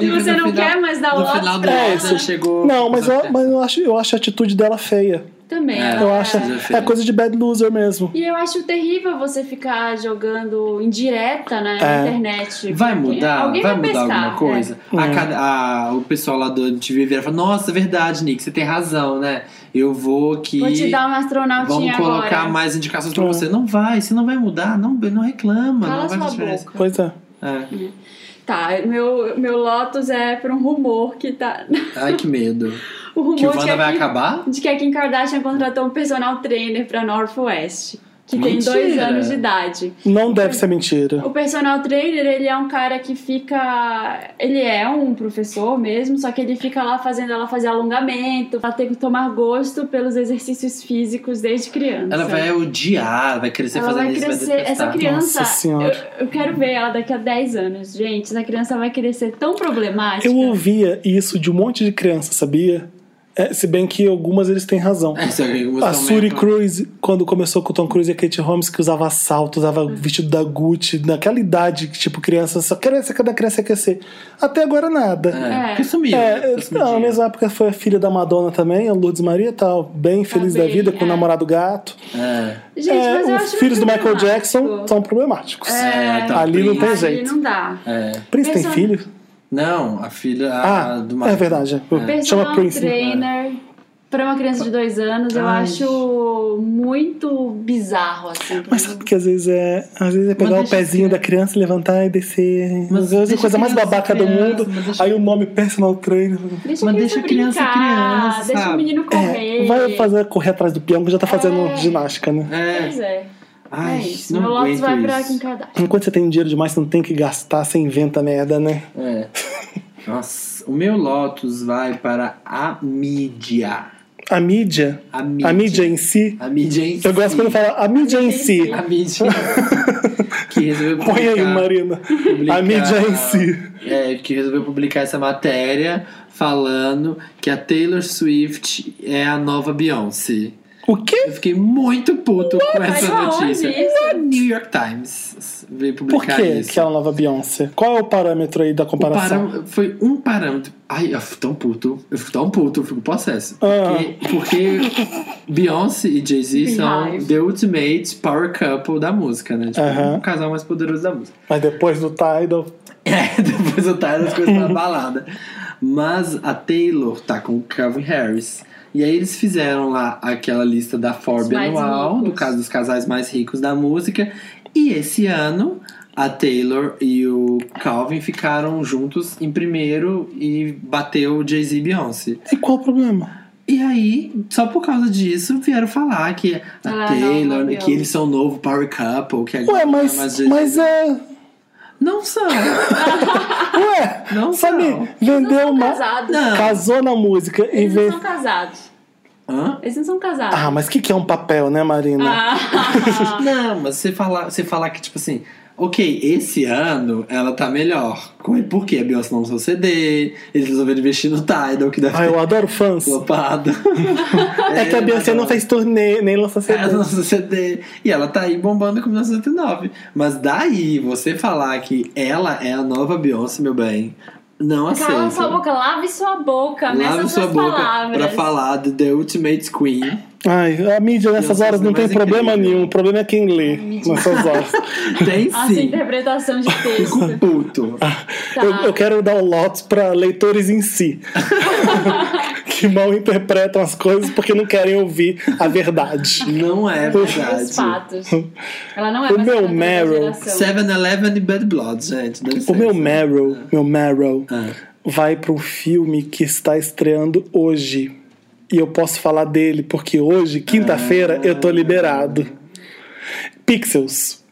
C: E você
B: No
C: não
B: final-
C: quer mais dar
B: No
C: o
B: final do
C: Oscar?
B: ano
A: É,
B: você
A: isso.
B: chegou.
A: Não, mas, eu,
B: Oscar.
A: mas eu, acho, eu acho a atitude dela feia.
C: Também.
B: É.
A: Eu
C: ela- tá
A: acho.
B: Ela é feia.
A: É coisa de bad loser mesmo.
C: E eu acho terrível você ficar jogando indireta né, na
A: É.
C: internet.
B: Vai
C: porque
B: mudar?
C: Alguém
B: vai
C: vai
B: mudar
C: pescar, né?
B: alguma coisa?
A: É.
B: A cada- a- o pessoal lá do MTV vira e fala: Nossa, é verdade, Nick, você tem razão, né? Eu vou
C: É.
B: que.
C: Vou te dar uma astronautinha
B: Vamos colocar
C: agora.
B: mais indicações pra
A: É.
B: você. Não vai, você não vai mudar, não, não reclama,
C: Cala
B: não vai fazer
C: sua
B: diferença.
C: boca.
A: Pois é.
B: É.
C: Tá, meu, meu Lotus é por um rumor que tá. [LAUGHS]
B: Ai, que medo.
C: O rumor
B: que o
C: de,
B: Wanda
C: que a
B: vai
C: Kim,
B: acabar?
C: de que a Kim Kardashian contratou um personal trainer pra Northwest, que
B: Mentira.
C: tem dois anos de idade.
A: Não deve ser mentira.
C: O personal trainer, ele é um cara que fica. Ele é um professor mesmo, só que ele fica lá fazendo ela fazer alongamento, ela tem que tomar gosto pelos exercícios físicos desde criança.
B: Ela vai odiar, ela vai crescer
C: é. Ela
B: fazendo
C: vai
B: isso,
C: crescer.
B: vai detestar.
C: essa criança.
A: Nossa Senhora.
C: eu, eu quero ver ela daqui a 10 anos. Gente, essa criança vai crescer tão problemática.
A: Eu ouvia isso de um monte de criança, sabia? É, se bem que algumas eles têm razão.
B: Isso é alguém que
A: A
B: você
A: Suri
B: aumenta.
A: Cruz, quando começou com o Tom Cruise e a Kate Holmes, que usava salto, usava
C: Hum.
A: vestido da Gucci, naquela idade que, tipo, criança, só criança, cada criança quer ser. Até agora nada.
B: É,
C: É.
B: porque sumiu.
A: É,
B: tá sumidinha.
A: não, na mesma época foi a filha da Madonna também, a Lourdes Maria, tal, bem feliz da
C: bem,
A: vida, com o
C: é.
A: namorado gato.
B: É.
C: Gente,
A: É,
C: mas eu
A: os
C: acho
A: filhos do
C: muito
A: Michael
C: problemático.
A: Jackson são problemáticos.
B: É, então,
A: Ali não tem
C: Ali
A: jeito.
C: não dá.
B: É.
A: Prince tem
C: Pensa-
A: filho?
B: Não, a filha a-
A: Ah,
B: do
A: é
B: Michael.
A: verdade. é.
C: Personal
A: Chama Prince. né?
C: trainer pra uma criança de dois anos, eu
B: Ai.
C: acho muito bizarro, assim.
A: Mas sabe que às vezes é. Às vezes é pegar o
B: deixa
A: pezinho da criança, levantar e descer.
B: Mas
A: Às vezes é a
B: deixa
A: coisa mais
B: criança,
A: babaca do
B: criança,
A: mundo.
B: mas deixa-
A: Aí o nome personal trainer.
C: Deixa
B: Mas
C: a
B: deixa
C: criança
B: a criança
C: brincar,
B: criança,
C: deixa
B: sabe?
C: o menino correr.
A: É, vai fazer correr atrás do peão que já tá fazendo
C: É.
A: ginástica, né?
B: É.
C: Pois é.
B: Ai,
C: é isso.
B: não
C: Meu Lotus
B: aguento
C: vai pra Kim
B: isso.
C: Kardashian.
A: Enquanto você tem dinheiro demais, você não tem que gastar, você inventa merda, né?
B: É. Nossa, o meu Lotus vai para a mídia.
A: A mídia,
B: A mídia.
A: a mídia em si.
B: A mídia em
A: Eu gosto
B: si.
A: quando fala a mídia em si.
B: A mídia em
A: [LAUGHS]
B: si. que resolveu publicar,
A: Põe aí, Marina.
B: publicar-
A: A mídia em si.
B: É, que resolveu publicar essa matéria falando que a Taylor Swift é a nova Beyoncé.
A: O quê?
B: Eu fiquei muito puto com essa
C: aonde
B: notícia.
C: isso?
B: O New York Times veio
A: Por
B: publicar
A: que
B: isso.
A: que é a nova Beyoncé? Qual é o parâmetro aí da
B: O
A: comparação?
B: parâmetro- foi um parâmetro. Ai, eu fico tão puto. Eu fico tão puto, eu fico possesso.
A: Ah.
B: Porque, porque Beyoncé e Jay-Z são
C: Beehive.
B: the ultimate power couple da música, né? Tipo,
A: Aham.
B: o casal mais poderoso da música.
A: Mas depois do Tidal,
B: [LAUGHS] É, depois o Tyler as coisas
A: [LAUGHS]
B: na balada. Mas a Taylor tá com o Calvin Harris. E aí eles fizeram lá aquela lista da Forbes
C: mais
B: anual,
C: ricos.
B: do caso dos casais mais ricos da música. E esse ano a Taylor e o Calvin ficaram juntos em primeiro e bateu o Jay-Z e Beyoncé.
A: e qual o problema?
B: E aí, só por causa disso, vieram falar que a
C: Ah,
B: Taylor,
C: não, não.
B: que eles são o novo Power Couple, que agora
A: Ué,
B: é
A: mas,
B: mais
A: mas,
B: Jay-Z.
A: é.
B: Não são!
A: Ué,
B: Não
A: [LAUGHS] sabe,
B: são.
A: vendeu uma.
C: Casados.
B: Não.
A: Casou na música e
C: Eles não
A: vende.
C: são casados.
B: Hã?
C: Eles não são casados.
A: Ah, mas o que, que é um papel, né, Marina?
C: Ah.
B: Não, mas você falar você fala que, tipo assim, ok, esse ano ela tá melhor. Como- Por quê? A Beyoncé não lançou CD, eles resolveram investir no Tidal, que deve
A: Ah,
B: ter
A: eu adoro fãs.
B: flopado.
A: [LAUGHS] É que a Beyoncé não fez turnê, nem lança CD.
B: Ela lançou CD. E ela tá aí bombando com 1979. Mas daí, você falar que ela é a nova Beyoncé, meu bem, não aceito.
C: Cala sua boca, lave sua boca, meça
B: Lave
C: suas
B: sua boca
C: palavras.
B: pra falar de The Ultimate Queen.
A: Ai, a mídia nessas
B: Beyoncé
A: horas não
B: é
A: tem
B: mais
A: problema
B: incrível.
A: nenhum. O problema é quem lê nessas
C: [LAUGHS]
A: horas.
B: Tem
C: Nossa
B: sim. [LAUGHS]
C: interpretação de texto.
B: Fico puto.
C: Tá.
A: Ah, Eu, eu quero dar o lotes pra leitores em
C: [LAUGHS]
A: si. que mal interpretam as coisas porque não querem ouvir a verdade.
B: Não é
C: Os
B: verdade.
C: fatos. Ela não é
A: O
C: mais
A: meu
C: cantora da
A: Meryl.
C: geração.
B: 7-Eleven e Bad Blood, gente. dá licença.
A: O meu Meryl,
B: É.
A: meu Meryl,
B: Ah.
A: vai para um filme que está estreando hoje. E eu posso falar dele porque hoje, quinta-feira, eu tô liberado. Pixels.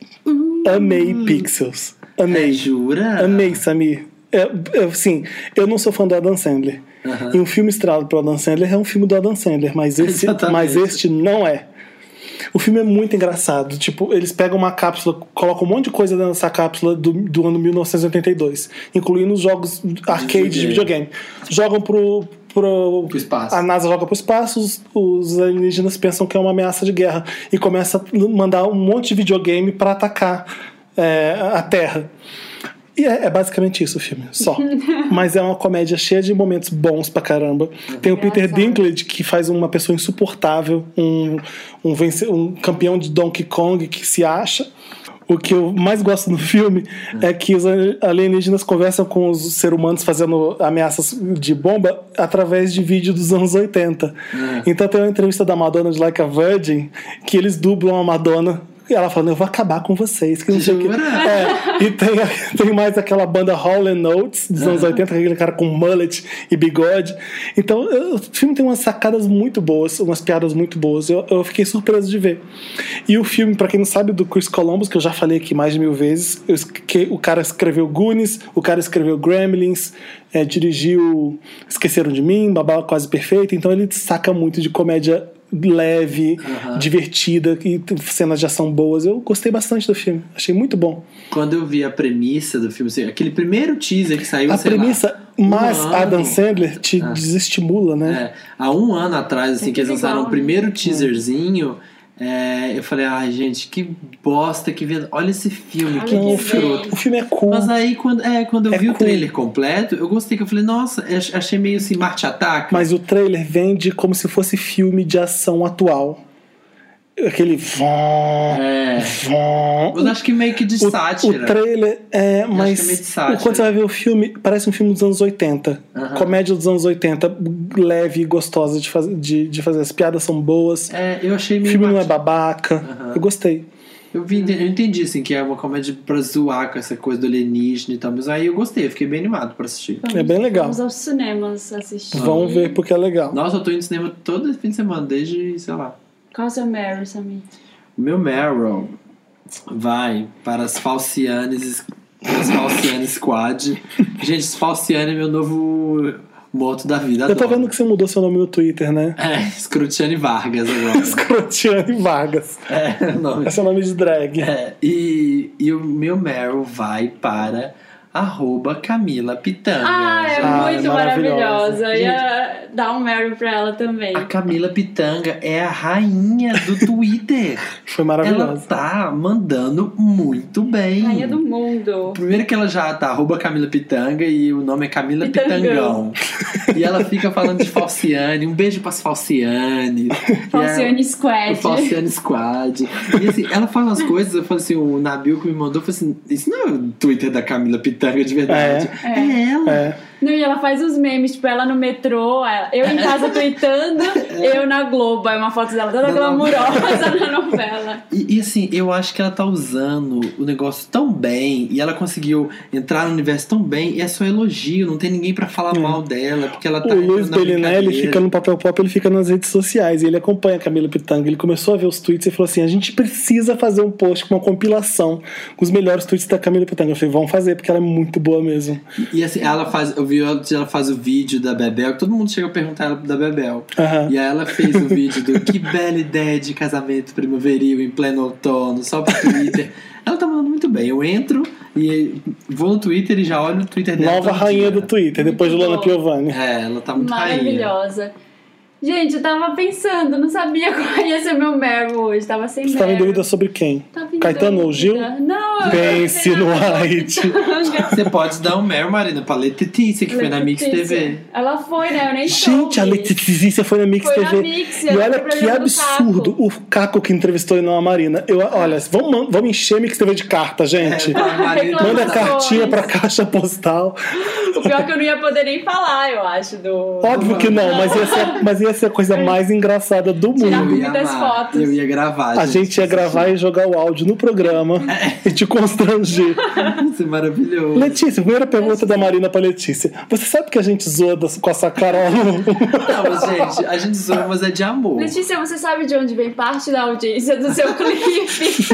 A: Amei Pixels. Amei.
B: É, Jura?
A: Amei, Samir. É, é, assim, eu não sou fã do Adam Sandler.
B: Aham.
A: E um filme estrelado pelo Adam Sandler é um filme do Adam Sandler, mas,
B: [LAUGHS]
A: esse,
B: Exatamente.
A: mas este não é. O filme é muito engraçado. Tipo, eles pegam uma cápsula, colocam um monte de coisa dentro dessa cápsula do, do ano 1982, incluindo os jogos arcade de videogame. Jogam pro. Pro,
B: Pro espaço.
A: A NASA joga pro espaço, os, os alienígenas pensam que é uma ameaça de guerra e começa a mandar um monte de videogame pra atacar é, a Terra. E é, é basicamente isso o filme, só. Mas é uma comédia cheia de momentos bons pra caramba. Tem o Peter
C: Engraçado.
A: Dinklage, que faz uma pessoa insuportável, um, um, vence- um campeão de Donkey Kong que se acha. O que eu mais gosto no filme é que os alienígenas conversam com os seres humanos fazendo ameaças de bomba através de vídeo dos anos 80. Então tem uma entrevista da Madonna de Like a Virgin que eles dublam a Madonna e ela falando: Eu vou acabar com vocês. Que não sei o quê."
B: Jura?
A: É, e tem, [LAUGHS] tem mais aquela banda Hall Notes dos anos 80, aquele cara com mullet e bigode. Então, eu- o filme tem umas sacadas muito boas, umas piadas muito boas. Eu, eu fiquei surpreso de ver. E o filme, pra quem não sabe, do Chris Columbus, que eu já falei aqui mais de mil vezes, eu es- que- o cara escreveu Goonies, o cara escreveu Gremlins, é, dirigiu Esqueceram de Mim, Babá Quase Perfeita. Então, ele saca muito de comédia leve, divertida e tem cenas de ação boas. Eu gostei bastante do filme, achei muito bom.
B: Quando eu vi a premissa do filme, assim, aquele primeiro teaser que saiu,
A: A
B: sei
A: premissa,
B: lá, Ah. um
A: mas
B: ano,
A: Adam Sandler te desestimula, né?
B: é, há um ano atrás, assim,
C: Sempre
B: que eles lançaram
C: igual,
B: o
C: né?
B: primeiro teaserzinho, é, eu falei, ai, gente, que bosta, que vida. Olha esse filme,
C: Olha
B: que
C: que
A: Não, o,
B: escroto.
A: filme, o filme é cool.
B: Mas aí, quando, é, quando eu
A: É
B: vi o
A: cool.
B: trailer completo, eu gostei, que eu falei, nossa, ach- achei meio assim, Marte Ataca.
A: Mas o trailer vende como se fosse filme de ação atual. Aquele vão,
B: É.
A: vão.
B: Eu acho que meio que de
A: O,
B: sátira.
A: o trailer é, mas
B: meio de sátira.
A: quando você vai ver o filme, parece um filme dos anos 80.
B: Aham.
A: Comédia dos anos 80, leve e gostosa de, faz, de, de fazer. As piadas são boas,
B: É, eu achei
A: o
B: meio.
A: filme não é
B: Marte-
A: babaca.
B: Aham.
A: Eu gostei.
B: eu, vi, eu entendi, assim, que é uma comédia pra zoar com essa coisa do alienígena e tal, mas aí eu gostei, eu fiquei bem animado pra assistir.
A: É bem legal.
C: Vamos aos cinemas assistir.
A: Vão ver porque é legal.
B: Nossa, eu tô indo no cinema todo fim de semana, desde, sei lá.
C: Qual é o seu Mary, Samir?
B: O meu Meryl vai para as Falcianes, as Falciane
A: [LAUGHS]
B: Squad. Gente, Falciane é meu novo moto da vida.
A: Eu tô
B: adoro.
A: vendo que você mudou seu nome no Twitter, né? [LAUGHS]
B: É, Scrutiane Vargas agora.
A: Crotiane Vargas.
B: é, o nome.
A: Esse é o nome de drag.
B: É, e, e o meu Meryl vai para arroba Camila Pitanga.
C: Ah, é
A: Ah, é
C: muito
A: maravilhosa.
C: maravilhosa. Eu Ia dar um Mary pra ela também.
B: A Camila Pitanga é a rainha do
A: [LAUGHS]
B: Twitter.
A: Foi
B: ela
A: maravilhosa.
B: tá mandando muito bem.
C: Rainha do mundo.
B: Primeiro que ela já tá arroba Camila Pitanga e o nome é Camila Pitangão.
C: Pitangão.
B: e ela fica falando de Falciane. Um beijo pras Falciane.
C: Falciane
B: E é, o
C: Squad.
B: Falciane Squad. E assim, ela fala umas coisas, eu falo assim, o Nabil que me mandou, eu falei assim, isso não é o Twitter da Camila Pitanga de verdade.
C: É.
B: É, ela.
A: É.
C: Não, e ela faz os memes, tipo, ela no metrô, ela- eu em
A: [LAUGHS]
C: casa tweetando, eu na Globo. É uma foto dela toda
B: Na
C: glamurosa na
A: [LAUGHS]
C: novela.
B: E, e, assim, eu acho que ela tá usando o negócio tão bem e ela conseguiu entrar no universo tão bem e é só elogio, não tem ninguém pra falar mal dela, porque ela tá
A: É. O Luiz
B: entrando na
A: Belinelli
B: brincadeira.
A: fica no papel pop, ele fica nas redes sociais e ele acompanha a Camila Pitanga. Ele começou a ver os tweets e falou assim: a gente precisa fazer um post com uma compilação com os melhores tweets da Camila Pitanga. Eu falei, vamos fazer, porque ela é muito boa mesmo.
B: E assim, ela faz, eu vi ela ela faz o vídeo da Bebel, que todo mundo chega a perguntar ela da Bebel.
A: Aham.
B: E aí ela fez o vídeo do que bela ideia de casamento primaveril em pleno outono, só pro Twitter. Ela tá mandando muito bem. Eu entro e vou no Twitter e já olho o Twitter dela.
A: Nova
B: todo
A: rainha
B: dia.
A: do Twitter, depois de
C: é Muito
A: Lona
C: bom.
A: Piovani.
B: É, ela tá muito rainha.
C: Maravilhosa. Gente, eu tava pensando, não sabia [LAUGHS] qual ia ser meu Meryl hoje, tava sem
A: Você tava em
C: Meryl.
A: dúvida sobre quem?
C: Tava em
A: Caetano ou Gil?
C: dúvida. Não, eu
A: Pense
C: não
A: no
C: sei nada.
A: White.
B: Você pode dar um Mary Marina pra Letícia, que foi na Mix
C: Letícia.
B: TV.
C: Ela foi, né? Eu nem
A: Gente,
C: soube.
A: a Letícia foi na Mix
C: Foi na
A: TV.
C: Mix,
A: e
C: ela
A: olha
C: foi pro
A: que
C: programa do
A: absurdo
C: Caco.
A: o Caco que entrevistou e não a Marina. Eu, olha, vamos, man- vamos encher a Mix TV de carta,
C: É,
A: gente.
B: Tá, Marina,
C: Reclama-
A: Manda
B: tá-
A: cartinha pra caixa postal.
C: O pior é que eu não ia poder nem falar, eu acho, do...
A: Óbvio que não, mas ia ser, mas ia ser a coisa mais engraçada do
C: Tirar-
A: mundo.
B: Eu ia
C: Muitas
B: amar,
C: fotos.
B: Eu ia gravar.
A: A gente
B: [LAUGHS]
A: ia gravar e jogar o áudio no programa e te constranger.
C: [LAUGHS]
B: Isso é maravilhoso.
A: Letícia, primeira pergunta da Marina pra Letícia. Você sabe que a gente zoa das- com essa
C: [LAUGHS]
A: Carol?
B: Não, mas gente, a gente zoa, mas é de amor.
C: Letícia, você sabe de onde vem parte da audiência do seu [LAUGHS] clipe?
B: Mas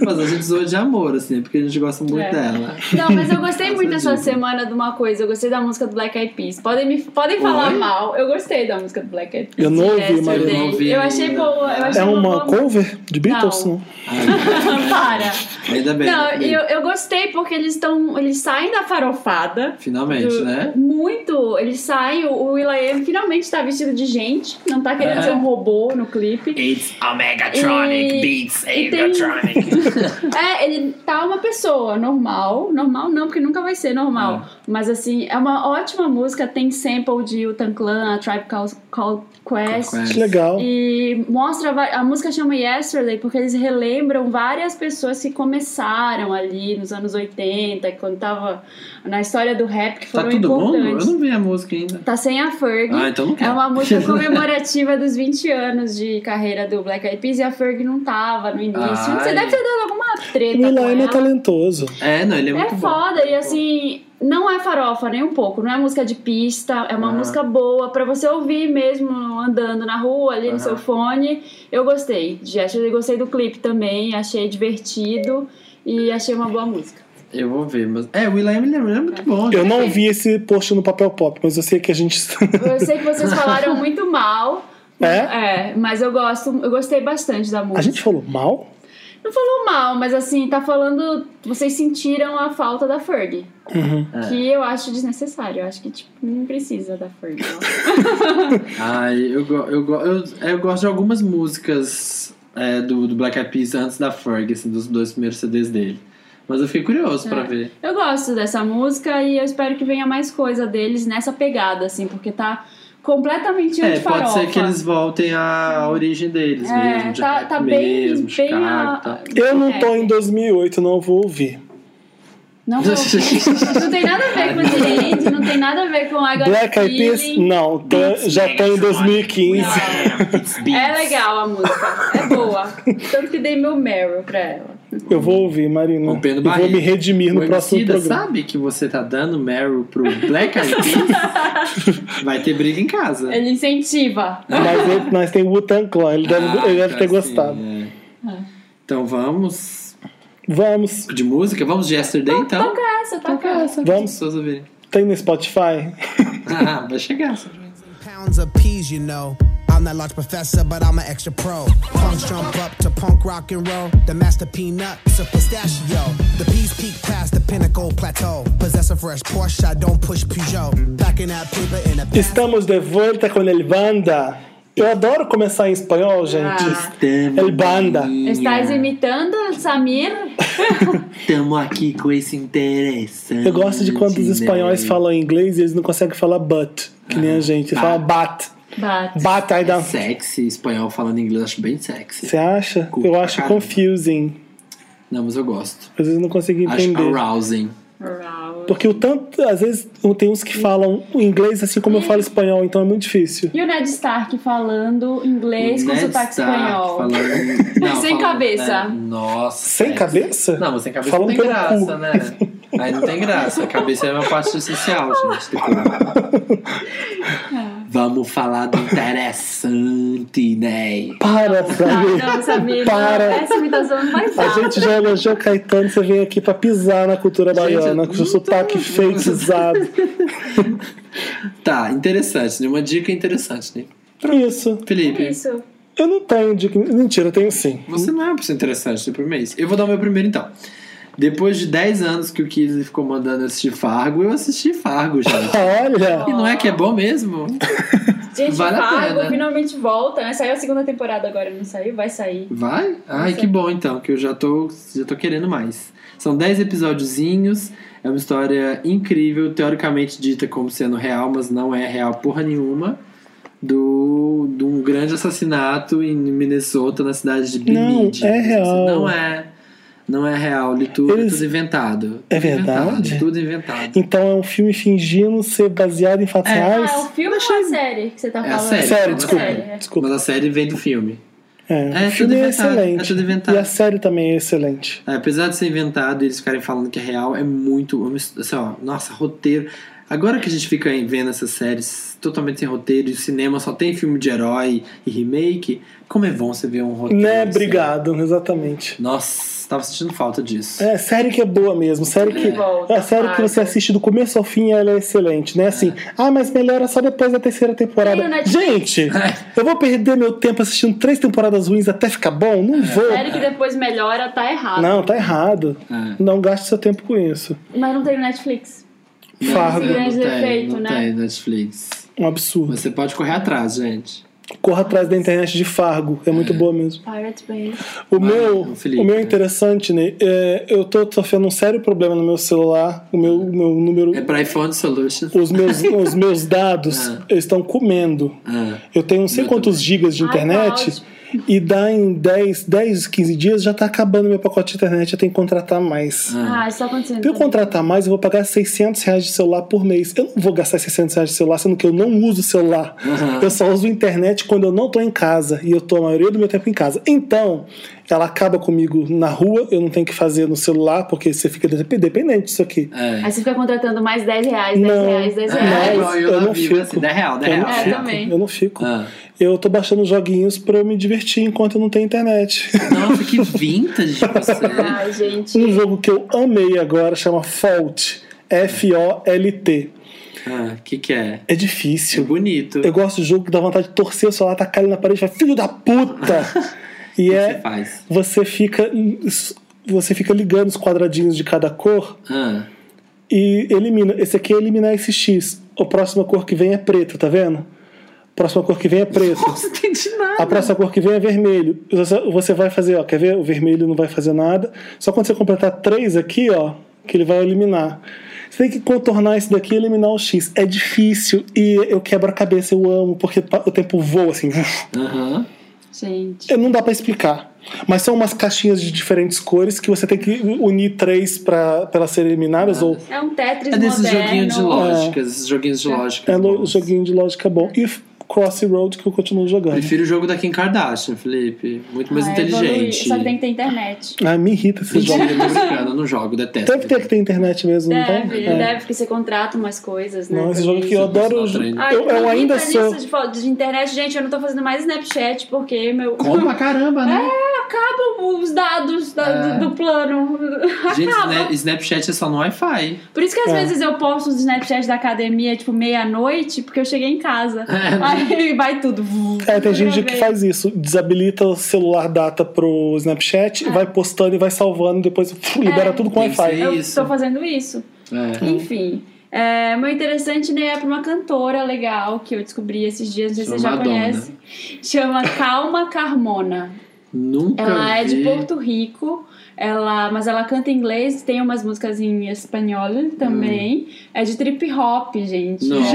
B: maravilhosa. A gente zoa de amor, assim, porque a gente gosta muito
C: É.
B: dela.
C: Não, mas eu gostei muito
B: Essa
C: essa
B: dica.
C: semana de uma coisa. Eu gostei da música do Black Eyed Peas. Podem, me, podem falar
B: Oi?
C: mal. Eu gostei da música do Black Eyed Peas.
A: Eu não ouvi,
C: Yesterday.
A: Maria.
B: Eu não ouvi
C: Eu achei
B: ainda.
C: boa. Eu achei
A: É uma
C: boa música.
A: cover de Beatles?
C: Não.
A: Não.
C: Para.
B: Ainda bem. né?
C: Não,
B: ainda bem.
C: e eu, eu gostei porque eles estão. Eles saem da farofada.
B: Finalmente,
C: do-
B: né?
C: Muito. Eles saem. O o Will.i.am finalmente tá vestido de gente. Não tá querendo
B: É.
C: ser um robô no clipe.
B: It's
C: E-
B: Beats
C: e tem- [LAUGHS] É, ele tá uma pessoa normal. Normal não, porque nunca vai ser normal. Mas assim, é uma ótima música. Tem sample de Utan Clan, a Tribe Call, Call Quest.
A: Que legal.
C: E mostra. va- A música chama Yesterday porque eles relembram várias pessoas que começaram ali nos anos 80, quando tava na história do rap, que
B: Tá
C: foram
B: todo mundo? Eu
C: importantes.
B: não vi a música ainda.
C: Tá sem a Ferg.
B: Ah, então não
C: É
B: quero.
C: uma
B: [LAUGHS]
C: música comemorativa dos 20 anos de carreira do Black Eyed Peas e a Ferg não tava no início.
B: Ai.
C: Você deve ter dado alguma treta.
A: O
C: tá com
A: Will.i.am é
C: ela.
A: talentoso.
B: É, não, ele é
C: É
B: muito bom.
C: foda, e assim, não é farofa nem um pouco, não é música de pista, é uma
B: Aham.
C: música boa pra você ouvir mesmo andando na rua, ali
B: Aham.
C: no seu fone. Eu gostei, de eu gostei do clipe também, achei divertido e achei uma boa música.
B: Eu vou ver, mas. É, o William ele é muito bom.
A: Eu
B: gente.
A: não vi esse post no papel pop, mas eu sei que a gente. [LAUGHS]
C: Eu sei que vocês falaram muito mal.
A: É?
C: É, mas eu gosto, eu gostei bastante da música.
A: A gente falou mal?
C: Não falou mal, mas assim, tá falando. Vocês sentiram a falta da Ferg.
A: Uhum.
B: É.
C: Que eu acho desnecessário. Eu acho que, tipo, não precisa da Ferg. ó.
B: Ai, eu, go- eu, go- eu, eu gosto de algumas músicas é, do, do Black Eyed Peas antes da Ferg, assim, dos dois primeiros CDs dele. Mas eu fiquei curioso pra
C: É.
B: ver.
C: eu gosto dessa música e eu espero que venha mais coisa deles nessa pegada, assim, porque tá completamente
B: É,
C: um de farofa.
B: pode ser que eles voltem à origem deles
C: É,
B: mesmo. de
C: tá-
B: rap
C: tá bem-
B: mesmo,
C: bem
B: Chicago,
C: a-
B: tá.
A: Eu não tô
C: É.
A: em 2008, não vou ouvir.
B: [LAUGHS]
C: Não, vou- não tem nada a ver com o Dirend, não tem nada a ver com I Got a
A: Black Eyed Peas?
C: Feeling.
A: Não, tá- já tá em 2015.
C: É legal a música, é boa. Tanto que dei meu Meryl pra ela.
A: Eu vou ouvir, Marina.
B: Rompendo
A: Eu vou
B: barreira.
A: me redimir
B: O
A: no próximo
B: Emicida
A: programa.
B: sabe que você tá dando Meryl pro Black Eyed Peas?
C: [LAUGHS]
B: Vai ter briga em casa.
C: Ele incentiva.
A: Mas, ele- mas tem Wu-Tang Clan, ele deve,
B: Ah,
A: ele deve
B: tá,
A: ter
B: sim,
A: gostado.
B: é. Então vamos
A: Vamos,
B: de música, vamos de Yesterday então.
C: Toca essa, toca essa.
B: As
A: vamos.
B: pessoas ouvirem.
A: Tem no Spotify?
B: Ah, vai chegar. só.
F: Pounds of peas, you know. I'm that large professor, but I'm an extra pro. Funk jump up to punk rock and roll. The master peanut, a pistachio. The peas peak past the pinnacle plateau. Possess a fresh Porsche, I don't push Peugeot. Packing that paper in a past-
A: Estamos de volta com El Banda. Eu adoro começar em espanhol, gente.
C: Ah.
A: El Banda.
C: Estás imitando
B: [LAUGHS]
C: Samir?
B: Tamo aqui com esse interessante.
A: Eu gosto de quando os espanhóis
B: né?
A: falam inglês e eles não conseguem falar but, que
B: Ah,
A: nem a gente. Eles falam bat.
C: Bate.
A: Bat, aí dá.
B: Sexy, espanhol falando inglês, acho bem sexy.
A: Você acha?
B: Curto
A: Eu
B: pra
A: acho
B: caramba.
A: confusing.
B: Não, mas eu gosto.
A: Às vezes eu não consigo
B: Acho
A: entender.
B: arousing.
A: Porque o tanto, às vezes, um, tem uns que falam inglês assim como eu falo espanhol, então é muito difícil.
C: E o Ned Stark falando inglês É com
B: Ned
C: sotaque
B: Stark
C: espanhol.
B: Né? Tá
C: [LAUGHS]
B: falando- Não,
C: Sem
B: falando-
C: cabeça.
B: né? Nossa.
A: Sem
B: é.
A: cabeça?
B: Não, mas sem cabeça
A: Falam
B: não tem
A: pelo
B: graça,
A: cu. [LAUGHS]
B: né? Aí não tem graça. A cabeça é uma parte essencial, gente. do
C: [LAUGHS]
B: corpo.
C: É.
B: Vamos falar do interessante, né?
A: Para, Flavinho.
C: Tá, Não, Samir,
A: Para.
C: não, é tá essa imitação não vai
A: A
C: dar.
A: gente já elogiou Caetano, você vem aqui pra pisar na cultura baiana,
B: eu
A: com
B: não
A: seu sotaque
B: tô-
A: feitizado.
B: Tá, interessante, né? Uma dica interessante, né?
A: Isso.
B: Felipe,
C: É Isso.
A: Eu não tenho dica. Mentira, eu tenho sim.
B: você não é uma pessoa interessante né, por mês. Eu vou dar o meu primeiro, então. Depois de 10 anos que o Kizzy ficou mandando assistir Fargo, eu assisti Fargo, gente.
A: Olha!
B: E não é que é bom mesmo?
C: Gente,
B: Vale a
C: Fargo
B: pena.
C: finalmente volta, né? Saiu a segunda temporada agora, não saiu? Vai sair.
B: Vai? Ai,
A: é.
B: que bom então, que eu já tô, já tô querendo mais. São 10 episódiozinhos, é uma história incrível, teoricamente dita como sendo real, mas não é real porra nenhuma. Do, de um grande assassinato em Minnesota, na cidade de
A: Não,
B: Bemidji.
A: é real.
B: Não é. Não é real, li tudo,
A: Eles-
B: tudo inventado.
A: É
B: Tudo inventado,
A: verdade?
B: Tudo inventado.
A: Então é um filme fingindo ser baseado em fatos
B: É.
A: reais?
C: Ah, é o filme ou a série que você tá
B: É a
C: falando?
B: série.
A: Sério,
B: é
A: desculpa.
C: série, é.
A: Desculpa.
B: Mas a série vem do filme.
A: É,
B: É,
A: o filme
B: tudo
A: é
B: inventado,
A: excelente.
B: é tudo inventado.
A: E a série também é excelente.
B: É, Apesar de ser inventado e eles ficarem falando que é real, é muito. Assim, ó, nossa, roteiro. Agora que a gente fica em- vendo essas séries totalmente sem roteiro, e o cinema só tem filme de herói e remake, como é bom você ver um roteiro.
A: Né,
B: assim.
A: obrigado, exatamente.
B: Nossa, tava sentindo falta disso.
A: É, série que é boa mesmo, série que.
C: Volta,
A: a série que
C: sabe?
A: você assiste do começo ao fim, ela é excelente, né? Assim, ah, mas melhora só depois da terceira temporada.
C: É. Tem o Netflix.
A: Gente, eu vou perder meu tempo assistindo três temporadas ruins até ficar bom? Não vou.
C: É. Série que depois melhora, tá errado.
A: Não, tá errado.
B: É.
A: Não gaste seu tempo com isso.
C: Mas não tem no Netflix.
A: Fargo.
C: Esse grande
B: é, não tem,
C: defeito,
B: não
C: né?
B: tem Netflix.
A: Um absurdo.
B: Você pode correr atrás, gente.
A: Corra atrás da internet de Fargo, é muito boa mesmo.
C: Pirate Bay.
A: O,
B: o
A: meu,
B: Felipe,
A: o meu é
B: né?
A: interessante, né? É, eu tô sofrendo um sério problema no meu celular. O meu, o meu número.
B: É pra iPhone Solutions.
A: Os meus,
B: [LAUGHS]
A: os meus dados
B: Ah.
A: estão comendo.
B: Ah,
A: Eu tenho não sei
B: Meu
A: quantos gigas de
C: Ai,
A: internet
C: tá
A: e dá em 10, 10, 15 dias já tá acabando meu pacote de internet, eu tenho que contratar mais.
C: Ah, isso tá acontecendo.
A: Se eu contratar mais, eu vou pagar 600 reais de celular por mês. Eu não vou gastar 600 reais de celular, sendo que eu não uso celular.
B: Uhum.
A: Eu só uso internet quando eu não tô em casa. E eu tô a maioria do meu tempo em casa. Então, ela acaba comigo na rua, eu não tenho que fazer no celular, porque você fica dep- dependente disso aqui.
B: é.
C: Aí você fica contratando mais 10 reais, 10
A: Não.
C: reais, 10
A: Não.
C: reais.
B: É,
A: Mas
B: igual eu,
A: eu
B: na
A: não
B: Vivo,
A: fico.
B: assim, 10 real, 10
A: Eu
B: real.
A: não
C: É,
A: fico.
C: também.
A: Eu não fico.
B: Ah.
A: Eu tô baixando joguinhos pra eu me divertir enquanto eu não tenho internet.
B: Nossa, que vintage de você.
C: Ai, gente.
A: Um jogo que eu amei agora chama Fault. F-O-L-T.
B: Ah, que que é? É
A: É difícil.
B: bonito.
A: Eu gosto de jogo que dá vontade de torcer o celular, tacar ele na parede e falar, filho da puta!
B: [LAUGHS] O que
A: e
B: você
A: é.
B: faz?
A: Você fica. Você fica ligando os quadradinhos de cada cor
B: Ah,
A: e elimina. Esse aqui é eliminar esse X. A próxima cor que vem é preto, tá vendo? A próxima cor que vem é preto.
B: não entendi nada.
A: A próxima cor que vem é vermelho. Você- Você vai fazer, ó, quer ver? O vermelho não vai fazer nada. Só quando você completar três aqui, ó, que ele vai eliminar. Você tem que contornar isso daqui e eliminar o X. É difícil e eu quebro a cabeça, eu amo, porque pa- o tempo voa assim.
B: Aham.
C: Gente.
A: É, Não dá pra explicar. Mas são umas caixinhas de diferentes cores que você tem que unir três pra pra elas serem eliminadas. Ou
C: É um Tetris
B: É desses
C: moderno.
B: joguinhos de lógicas, esses joguinhos de lógica.
A: é lo- joguinho de lógica bom. E Crossroad que eu continuo jogando.
B: Prefiro o jogo da Kim Kardashian, Felipe. Muito mais
C: Ah, evolui.
B: inteligente.
C: Só que tem que ter internet.
A: Ah, me irrita esses
B: Mentira,
A: jogos.
B: eu tô é brincando, eu não jogo, detesto.
A: Deve ter que ter internet mesmo, não tem?
C: Deve,
A: É.
C: deve, porque você contrata umas coisas, né?
A: Não, esse
C: também.
A: jogo aqui eu adoro. Eu,
C: Ai,
A: eu
C: não
A: ainda
C: fica
A: sou.
C: nisso De, fal- de internet, gente, eu não tô fazendo mais Snapchat, porque meu. [LAUGHS] É,
B: Como pra caramba, né?
C: Acabam os dados da-
B: É.
C: do, do plano. [LAUGHS]
B: Gente,
C: Acaba.
B: Sna- Snapchat é só no Wi-Fi.
C: Por isso que às
A: É.
C: vezes eu posto os Snapchat da academia, tipo, meia-noite, porque eu cheguei em casa.
B: É.
C: Aí vai tudo.
A: É, tem gente
C: Outra
A: que
C: vez.
A: faz isso, desabilita o celular data pro
C: Ah.
A: Snapchat, vai postando e vai salvando, depois fu,
C: É.
A: libera tudo com
B: Tem que
A: Wi-Fi.
B: ser.
C: Eu
B: Isso.
C: tô fazendo isso.
B: É.
C: Enfim. É, meu interessante né, é pra uma cantora legal que eu descobri esses dias, não sei se você
B: Chama
C: já
B: Madonna.
C: conhece. Chama Calma Carmona.
B: Nunca
C: Ela é de
B: vi.
C: Porto Rico, ela, mas ela canta em inglês, tem umas músicas em espanhol também. É de trip hop, gente.
B: Nossa.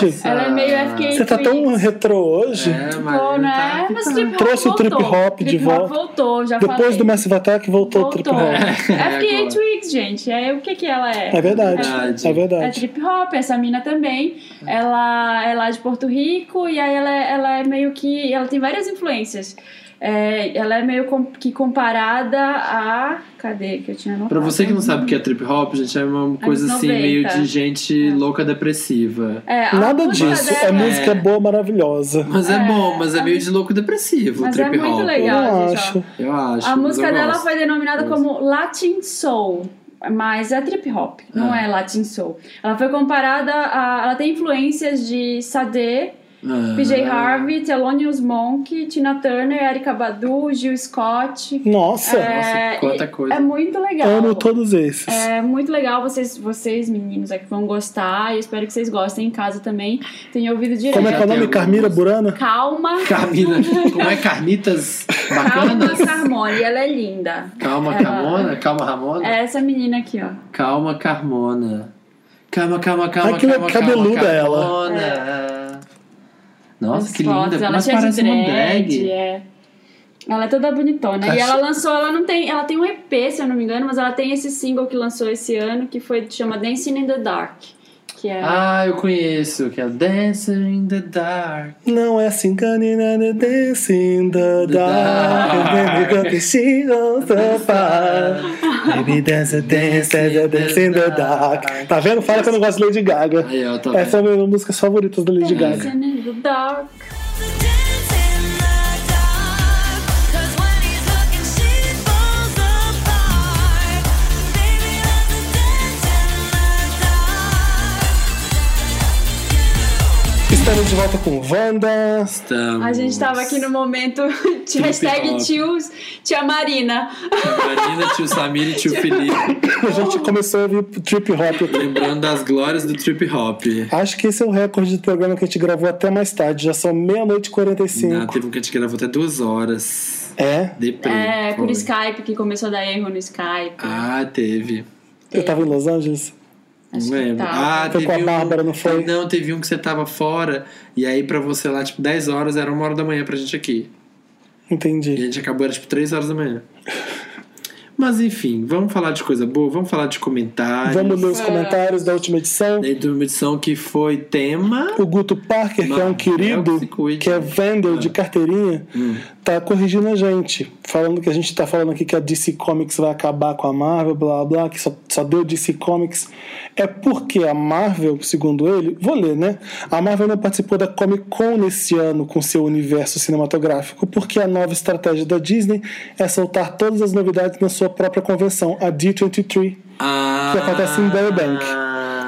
A: Gente.
C: Ela é meio FK.
A: Você tá tão
C: Twix.
A: retrô hoje.
B: É, mas
C: Pô,
B: não tá
C: né?
B: aqui,
C: Mas
B: tá.
C: o trip hop
A: Trouxe o trip
C: voltou.
A: hop de
C: Trip
A: volta.
C: voltou, já
A: Depois
C: falei.
A: do Massive Attack voltou o trip hop.
B: [LAUGHS]
C: É FK
B: agora.
C: Twix, gente. É, o que que ela é?
A: É verdade.
B: Verdade.
A: É
C: É
A: verdade.
C: trip hop, essa mina também. Ela é lá de Porto Rico e aí ela, é- ela é meio que. Ela tem várias influências. É, ela é meio com- que comparada a. Cadê que eu tinha anotado?
B: Pra você que não sabe o que é trip hop, gente, é uma coisa assim,
C: 90.
B: meio de gente louca depressiva.
C: É, a
A: Nada
C: música
A: disso.
C: dela-
A: É música boa, maravilhosa.
B: Mas é,
C: É,
B: bom, mas é
C: a
B: meio
C: música-
B: de louco depressivo o
C: Mas é
B: trip
C: muito
B: hop.
A: Eu
C: legal.
A: não
C: gente, ó.
A: acho.
B: Eu acho.
C: A
B: mas
C: música
B: eu
C: dela
B: gosto.
C: foi denominada
B: Eu
C: como Latin Soul, mas é trip hop, não
B: Ah.
C: é Latin Soul. Ela foi comparada a. Ela tem influências de Sade,
B: Ah.
C: PJ Harvey, Thelonious Monk, Tina Turner, Erika Badu, Gil Scott.
B: Nossa,
A: Nossa,
C: É,
B: quanta
C: e-
B: coisa.
C: É muito legal.
A: amo todos esses.
C: É muito legal, vocês, vocês meninos aqui vão gostar. Eu espero que vocês gostem em casa também. Tenho ouvido direto.
A: Como é que é o
B: Já
A: nome?
B: tem
A: Carmira
B: algumas.
A: Burana?
C: [LAUGHS] Calma,
B: Carmina, como é Carmitas
C: calma,
B: bacanas?
C: Carmone. Ela é linda.
B: Calma,
C: Ela-
B: Carmona. Calma, Ramona.
C: É essa menina aqui, ó.
B: Calma, Carmona. Calma, calma, calma.
A: Aquilo é
B: calma,
A: cabeluda,
B: calma,
A: ela.
B: Carmona. Nossa,
C: É. As
B: que
C: fotos,
B: linda.
C: Ela
B: Mas
C: cheia de
B: parece uma
C: dread,
B: drag.
C: É. Ela é toda bonitona. E
A: Acho-
C: ela lançou, ela não tem, ela tem um EP, se eu não me engano, mas ela tem esse single que lançou esse ano, que foi chama Dancing in the Dark. que é.
B: Ah, eu conheço, que é Dancer in the Dark.
A: Não é assim, caninana dancing the
B: [LAUGHS]
A: dark, and then you got the she on the fire. Baby dance, dance, dance, dance in the dark. Tá vendo? Fala que eu não gosto de Lady Gaga.
B: Aí, ó, tá
A: Essa é uma das músicas favoritas da Lady Gaga.
C: Dancing in the dark.
G: Dance in the dark, 'cause when he's looking, she falls apart. Baby, let's dance in the dark.
A: Estamos de volta com Wanda.
B: Estamos.
C: A gente tava aqui no momento [LAUGHS] de hashtag
B: Hop.
C: tios, tia Marina.
B: Marina, tio Samir e
C: [LAUGHS]
B: tio Felipe.
A: A gente começou a ouvir Trip Hop aqui.
B: Lembrando das glórias do trip hop.
A: Acho que esse é o recorde do programa que a gente gravou até mais tarde. Já são meia-noite e
B: Não,
A: 45.
B: teve um que a gente gravou até duas horas.
A: É?
B: Deprê.
C: É, por
B: foi.
C: Skype, que começou a dar erro no Skype.
B: Ah, teve.
A: Eu tava em Los Angeles.
B: Não
C: que
B: lembro.
C: tá.
B: Ah,
A: Foi com a
B: teve
A: Bárbara,
B: um...
A: não foi?
B: Não, teve um que você tava fora. E aí, pra você lá, tipo, 10 horas, era uma hora da manhã pra gente aqui. E a
A: Entendi.
B: gente acabou, era tipo 3 horas da manhã. Mas enfim, vamos falar de coisa boa, vamos falar de comentários.
A: Vamos ler os comentários da última edição.
B: Daí teve uma edição que foi tema.
A: O Guto Parker, que é um
B: Mano, é o
A: querido,
B: que se cuide.
A: que é vendor de carteirinha, tá corrigindo a gente. Falando que a gente tá falando aqui que a DC Comics vai acabar com a Marvel, blá blá, que só, só deu DC Comics. É porque a Marvel, segundo ele, vou ler, né? A Marvel não participou da Comic Con nesse ano com seu universo cinematográfico, porque a nova estratégia da Disney é soltar todas as novidades na sua própria convenção, a D23
B: Ah,
A: que acontece em Burbank.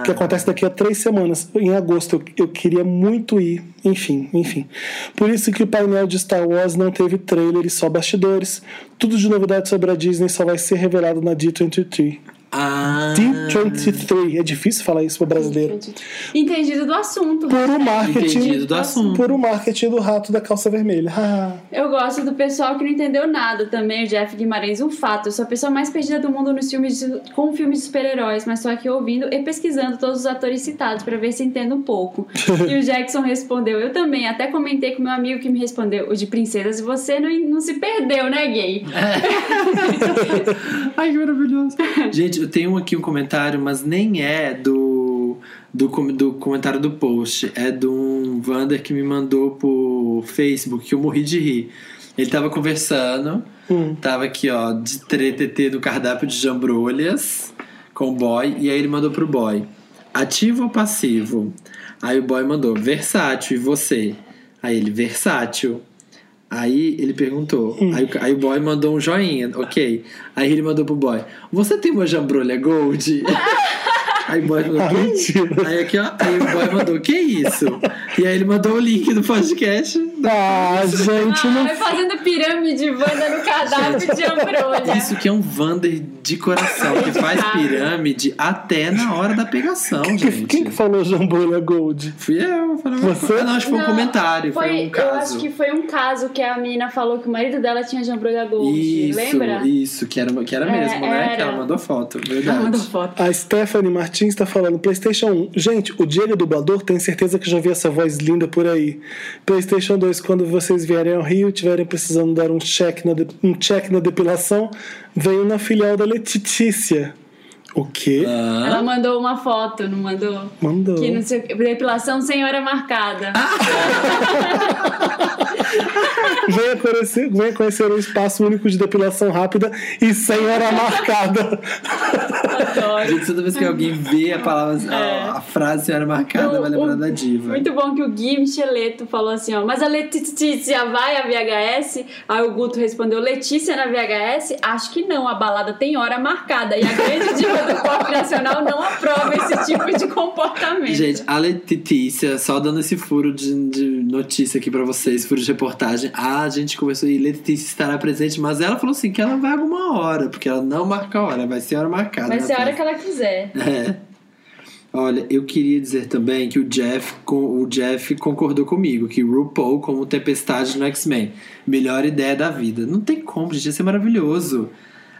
A: Que acontece daqui a três semanas, em agosto. Eu, eu queria muito ir, enfim, enfim. Por isso que o painel de Star Wars não teve trailer e só bastidores. Tudo de novidade sobre a Disney só vai ser revelado na D23.
B: Ah,
A: D23, é difícil falar isso para brasileiro.
C: Entendido do assunto.
A: Por o marketing.
B: entendido do assunto.
A: Por o marketing do rato da calça vermelha. [LAUGHS] Ah,
C: Eu gosto do pessoal que não entendeu nada também, o Jeff Guimarães, um fato. Eu sou a pessoa mais perdida do mundo nos filmes de- com filmes de super-heróis, mas tô aqui ouvindo e pesquisando todos os atores citados pra ver se entendo
B: [LAUGHS]
C: um pouco. e o Jackson respondeu, eu também. Até comentei com meu amigo que me respondeu, o de princesas, você não, não se perdeu,
B: [LAUGHS]
C: né, gay?
B: Ai, que maravilhoso. Gente, eu tenho aqui um comentário, mas nem é do, do, com- do comentário do post. É de um Vander que me mandou por Facebook, que eu morri de rir. Ele tava conversando, tava aqui, ó, de TTT do cardápio de jambrolhas com o boy, e aí ele mandou pro boy: ativo ou passivo? Aí o boy mandou: versátil, e você? Aí ele: versátil. Aí ele perguntou.
A: Hum.
B: Aí, o- aí o boy mandou um joinha, ok. Aí ele mandou pro boy: Você tem uma jambrolha
A: [LAUGHS]
B: gold? aí o boy mandou: "Que isso?"
A: mentira.
B: Aí aqui, ó. Aí o boy mandou: Que isso? E aí ele mandou o link do podcast.
A: Ah, gente,
C: [LAUGHS] Ah,
A: não.
C: vai fazendo pirâmide Wanda no
B: [LAUGHS]
C: cardápio de Ambrolha.
B: Isso que é um Vander de coração, que faz pirâmide até na hora da pegação, gente.
A: Quem Ah. que falou Jambola Gold?
B: Fui eu, falei
A: Você?
B: Ah, Não, acho que foi um
C: Não,
B: comentário, foi, um caso.
C: Eu acho que foi um caso que a menina falou que o marido dela tinha jambrolha gold,
B: Isso,
C: lembra?
B: isso, que era, que era
C: É,
B: mesmo, né? Que
C: era.
B: ela mandou foto,
C: Ela mandou
B: verdade.
C: foto.
A: A Stephanie Martins está falando PlayStation 1. Gente, o Diego dublador tem certeza que já vi essa voz linda por aí. PlayStation 2, quando vocês vierem ao Rio, e tiverem precisando dar um check na, de- um check na depilação, venho na filial da Letitícia. O quê?
B: Ah,
C: Ela mandou uma foto, não mandou?
A: Mandou.
C: Que não sei o quê. Depilação sem hora marcada.
A: Venha, conhecer, venha conhecer um espaço único de depilação rápida e sem hora marcada. [LAUGHS]
C: Adoro.
B: gente, toda vez que alguém vê a palavra, a, a frase senhora marcada,
C: É. O-
B: vai é lembrar
C: o-
B: da diva.
C: Muito bom que o Gui Micheleto falou assim, ó. Mas a Letícia vai a VHS? Aí o Guto respondeu, Letícia na VHS? Acho que não, a balada tem hora marcada. E a grande diva do pop nacional não aprova esse tipo de comportamento.
B: Gente, a Letícia, só dando esse furo de, de notícia aqui pra vocês, furo de reportagem. A gente conversou e Letícia estará presente, mas ela falou assim que ela vai alguma hora, porque ela não marca a hora, vai ser a hora marcada. né,
C: Vai
B: na
C: ser a hora
B: festa.
C: que ela quiser.
B: É. Olha, eu queria dizer também que o Jeff, com- o Jeff concordou comigo, que RuPaul como Tempestade no X-Men. Melhor ideia da vida. Não tem como, gente, ia ser maravilhoso.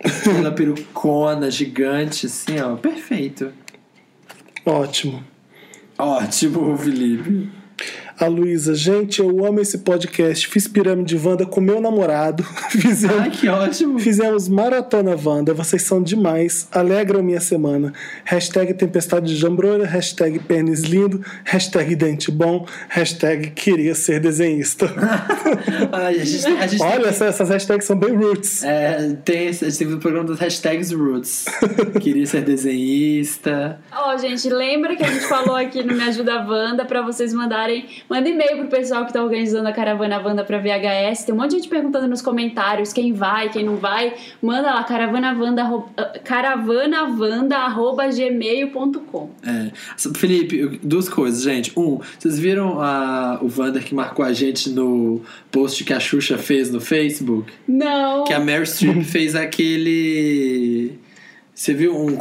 B: Aquela perucona gigante, assim, ó. Perfeito.
A: Ótimo.
B: Ótimo, Felipe.
A: A Luísa, gente, eu amo esse podcast. Fiz pirâmide Wanda com meu namorado. [LAUGHS] Fizemos,
B: Ai, que ótimo.
A: Fizemos maratona Wanda, vocês são demais, alegram minha semana. Hashtag tempestade de jambrolha, hashtag pênis lindo, hashtag dente bom, hashtag queria ser
C: [LAUGHS]
A: desenhista.
B: Ai, a gente, a gente
A: Olha,
B: tem,
A: essa- essas hashtags são bem roots.
B: é, tem, esse- a gente teve o programa das hashtags roots. Queria ser desenhista.
C: Ó, gente, lembra que a gente falou aqui no Me Ajuda Wanda pra vocês mandarem. Manda e-mail pro pessoal que tá organizando a caravana Wanda pra VHS. Tem um monte de gente perguntando nos comentários quem vai, quem não vai. Manda lá, caravanavanda, arro- ah, caravanavanda, arroba gmail.com.
B: É. Felipe, eu- duas coisas, gente. Um, vocês viram a- o Vander que marcou a gente no post que a Xuxa fez no Facebook?
C: Não!
B: Que a Mary
A: [LAUGHS]
B: Streep fez aquele. Você viu um,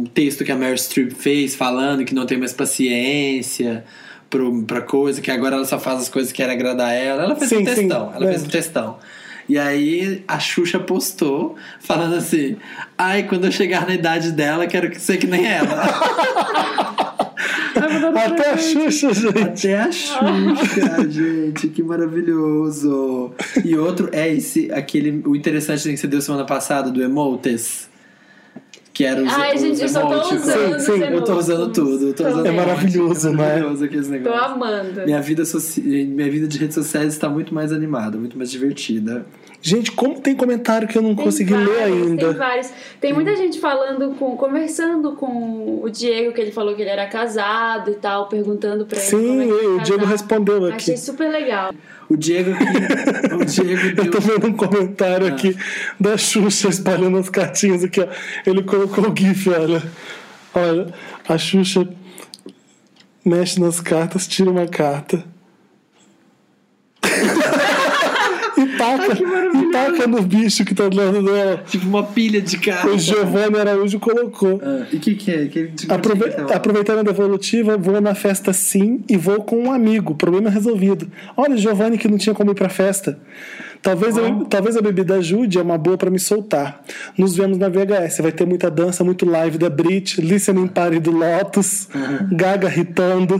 B: um texto que a Mary Streep fez falando que não tem mais paciência pro, pra coisa, que agora ela só faz as coisas que querem agradar ela. Ela fez
A: Sim,
B: um
A: sim,
B: textão. ela fez um
A: lembro.
B: textão. E aí a Xuxa postou falando assim: Ai, quando eu chegar na idade dela, quero ser que nem
A: [LAUGHS]
B: ela.
A: Até a Xuxa, gente.
B: Até a
C: [LAUGHS]
B: Xuxa, gente, que maravilhoso. E outro é esse, aquele, o interessante que você deu semana passada do Emotes. Que era os,
C: Ai,
B: os
C: gente, eu só tô
B: emoticons.
C: usando os
A: Sim, sim,
B: Eu tô usando
C: emoticons.
B: tudo, eu tô usando
A: É maravilhoso,
B: emoticons, é
A: né?
B: maravilhoso aqueles
C: Tô
B: negócios.
C: amando.
B: Minha vida, soci... minha vida de redes sociais está muito mais animada, muito mais divertida.
A: Gente, como tem comentário que eu não
C: Tem
A: consegui ler
C: vários, Tem
A: ainda?
C: vários. Tem muita gente falando com, conversando com o Diego, que ele falou que ele era casado e tal, perguntando pra ele. como
A: Sim,
C: é que
A: o
C: é
A: Diego
C: casar.
A: respondeu aqui.
C: Achei super legal.
B: O Diego. que- o Diego
A: [LAUGHS] Eu tô
B: deu...
A: vendo um comentário aqui da Xuxa espalhando as cartinhas aqui, ó. Ele colocou o GIF, olha. Olha, a Xuxa mexe nas cartas, tira uma carta. [LAUGHS] e taca, e taca no bicho que tá do lado dela.
B: Tipo uma pilha de carro.
A: O Giovanni Araújo colocou.
B: Ah, e o que, que é? Que, de que
A: Aprove-
B: que ele tava-
A: aproveitando a devolutiva, vou na festa sim e vou com um amigo. Problema resolvido. Olha, o Giovanni que não tinha como ir pra festa. Talvez,
B: Ah.
A: eu- talvez a bebida ajude, é uma boa pra me soltar. Nos vemos na VHS. Vai ter muita dança, muito live da Brit, Listening Party do Lotus,
B: [LAUGHS]
A: Gaga ritando,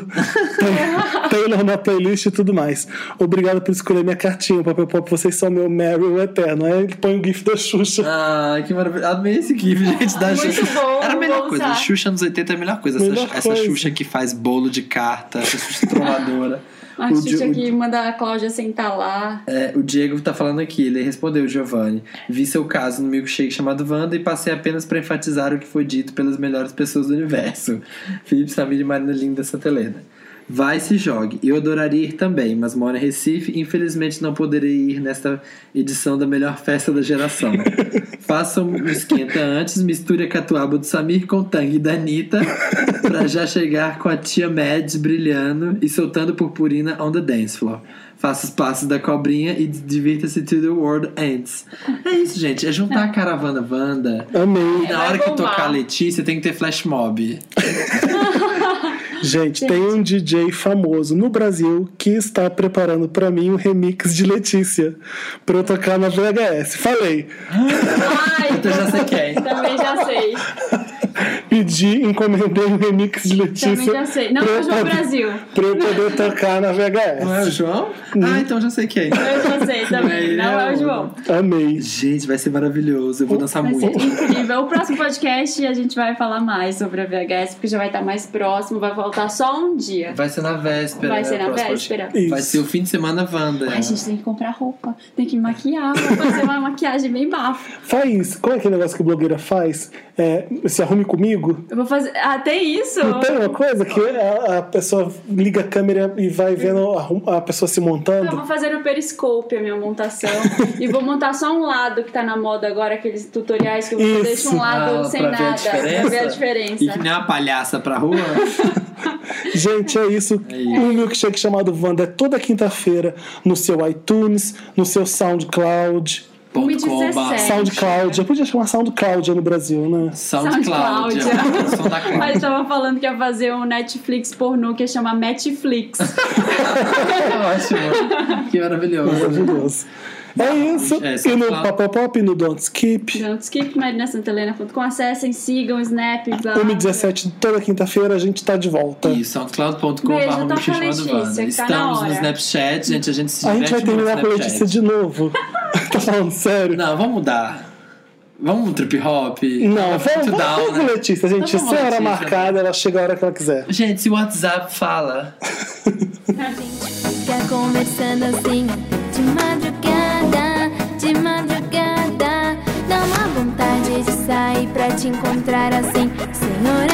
A: Tay- Taylor na playlist e tudo mais. Obrigado por escolher minha cartinha, Papel Pop. Vocês são meu Meryl eterno. Aí ele põe o GIF da Xuxa.
B: Ah, que maravilha. Amei esse
C: [LAUGHS]
B: GIF, gente, da
C: Muito
B: Xuxa.
C: bom,
B: Era a melhor
C: vou
B: coisa.
C: usar.
B: Xuxa anos 80 é a melhor coisa. Essa-
A: Melhor
B: essa,
A: coisa.
B: Xuxa que faz bolo de carta, essa Xuxa trolladora.
C: A
B: O
C: Xuxa
B: Di- o-
C: que manda a Cláudia sentar lá.
B: é, o Diego tá falando aqui, ele respondeu, Giovanni. Vi seu caso no milkshake chamado Wanda e passei apenas pra enfatizar o que foi dito pelas melhores pessoas do universo. [LAUGHS] Felipe Samir e Marina Linda Santa Helena. Vai se jogue. Eu adoraria ir também, mas moro em Recife e infelizmente não poderei ir nesta edição da melhor festa da geração. Faça um esquenta antes, misture a catuaba do Samir com o tangue da Anitta pra já chegar com a tia Mads brilhando e soltando purpurina on the dance floor. Faça os passos da cobrinha e divirta-se till the world ends. É isso, gente. É juntar a caravana Wanda.
A: Amei.
B: E na
C: Vai
B: hora que
C: É bombar.
B: tocar a Letícia, tem que ter flash mob.
A: Gente, tem um DJ famoso no Brasil que está preparando pra mim um remix de Letícia pra eu tocar na VHS. Falei, [LAUGHS]
C: Ai,
B: Eu Então já sei quem.
C: também já sei.
A: pedi, encomendei um remix de Letícia.
C: Também já sei. Não,
A: pra
C: é o
A: eu
C: João
A: poder-
C: Brasil.
A: Pra eu poder tocar na
B: Não é o
A: VHS.
B: João? Ah, então já sei quem.
C: Eu já sei também. Não é o João.
A: Amei.
B: Gente, vai ser maravilhoso. Eu vou dançar
C: Vai ser
B: muito.
C: incrível. O próximo podcast a gente vai falar mais sobre a VHS, porque já vai estar mais próximo, vai faltar só um dia.
B: Vai ser na véspera.
C: Vai ser na
B: o próximo
C: véspera.
B: podcast. Vai
A: Isso.
B: ser o fim de semana Wanda.
C: Ai, gente tem que comprar roupa, tem que maquiar, vou fazer uma maquiagem bem bafo.
A: Faz, qual é aquele negócio que blogueira faz? É, se arrume comigo?
C: Eu vou fazer. Ah, tem isso?
A: Não
B: Então,
A: tem uma coisa que a, a pessoa liga a câmera e vai vendo a, a pessoa se
C: Eu
A: montando?
C: vou fazer no Periscope a minha montação. e vou montar só um lado que tá na moda agora, aqueles tutoriais que você
A: Isso.
C: deixa um lado
B: Ah,
C: sem
B: pra ver a
C: nada.
B: diferença?
C: pra ver a
B: E que
C: diferença.
B: nem uma palhaça pra
C: [LAUGHS]
B: rua.
A: Gente, é isso. Um milkshake chamado Wanda é toda quinta-feira no seu iTunes, no seu SoundCloud.
B: Ponto com
C: 1,17.
B: barra
A: SoundCloud. Eu podia chamar SoundCloud no Brasil, né?
B: SoundCloud.
C: SoundCloud.
B: É o [LAUGHS] som da Cláudia.
C: [LAUGHS] Mas tava falando que ia fazer um Netflix pornô que ia
B: [LAUGHS]
C: chamar Netflix.
B: Ótimo. Que maravilhoso. né?
A: Maravilhoso. É isso.
B: é,
A: e no
B: claro.
A: Papel Pop, no Don't Skip.
C: Então, skipmarinasantelena.com, acessem, sigam, snap, blá.
A: 1h17, toda quinta-feira a gente tá de volta.
B: E soundcloud.com
C: Beijo,
B: barra
C: toca
B: Bruxa
C: a
B: Chamada
C: Letícia,
B: Wanda.
C: que tá na
B: Estamos no
C: hora.
B: Snapchat, gente. A gente se
A: A gente vai
B: diverte muito no
A: terminar com a
B: Snapchat.
A: Letícia de novo. [LAUGHS] tá falando sério?
B: Não, vamos mudar. Vamos no trip hop.
A: Não,
B: Tá muito
A: vamos, vamos
B: down,
A: com a
B: né?
A: Letícia, gente.
B: Então vamos,
A: Se hora
B: Letícia. né?
A: marcada, ela chega a hora que ela quiser.
B: Gente, se o WhatsApp fala.
H: Fica conversando assim de madrugada, de madrugada. Dá uma vontade de sair pra te encontrar assim, senhor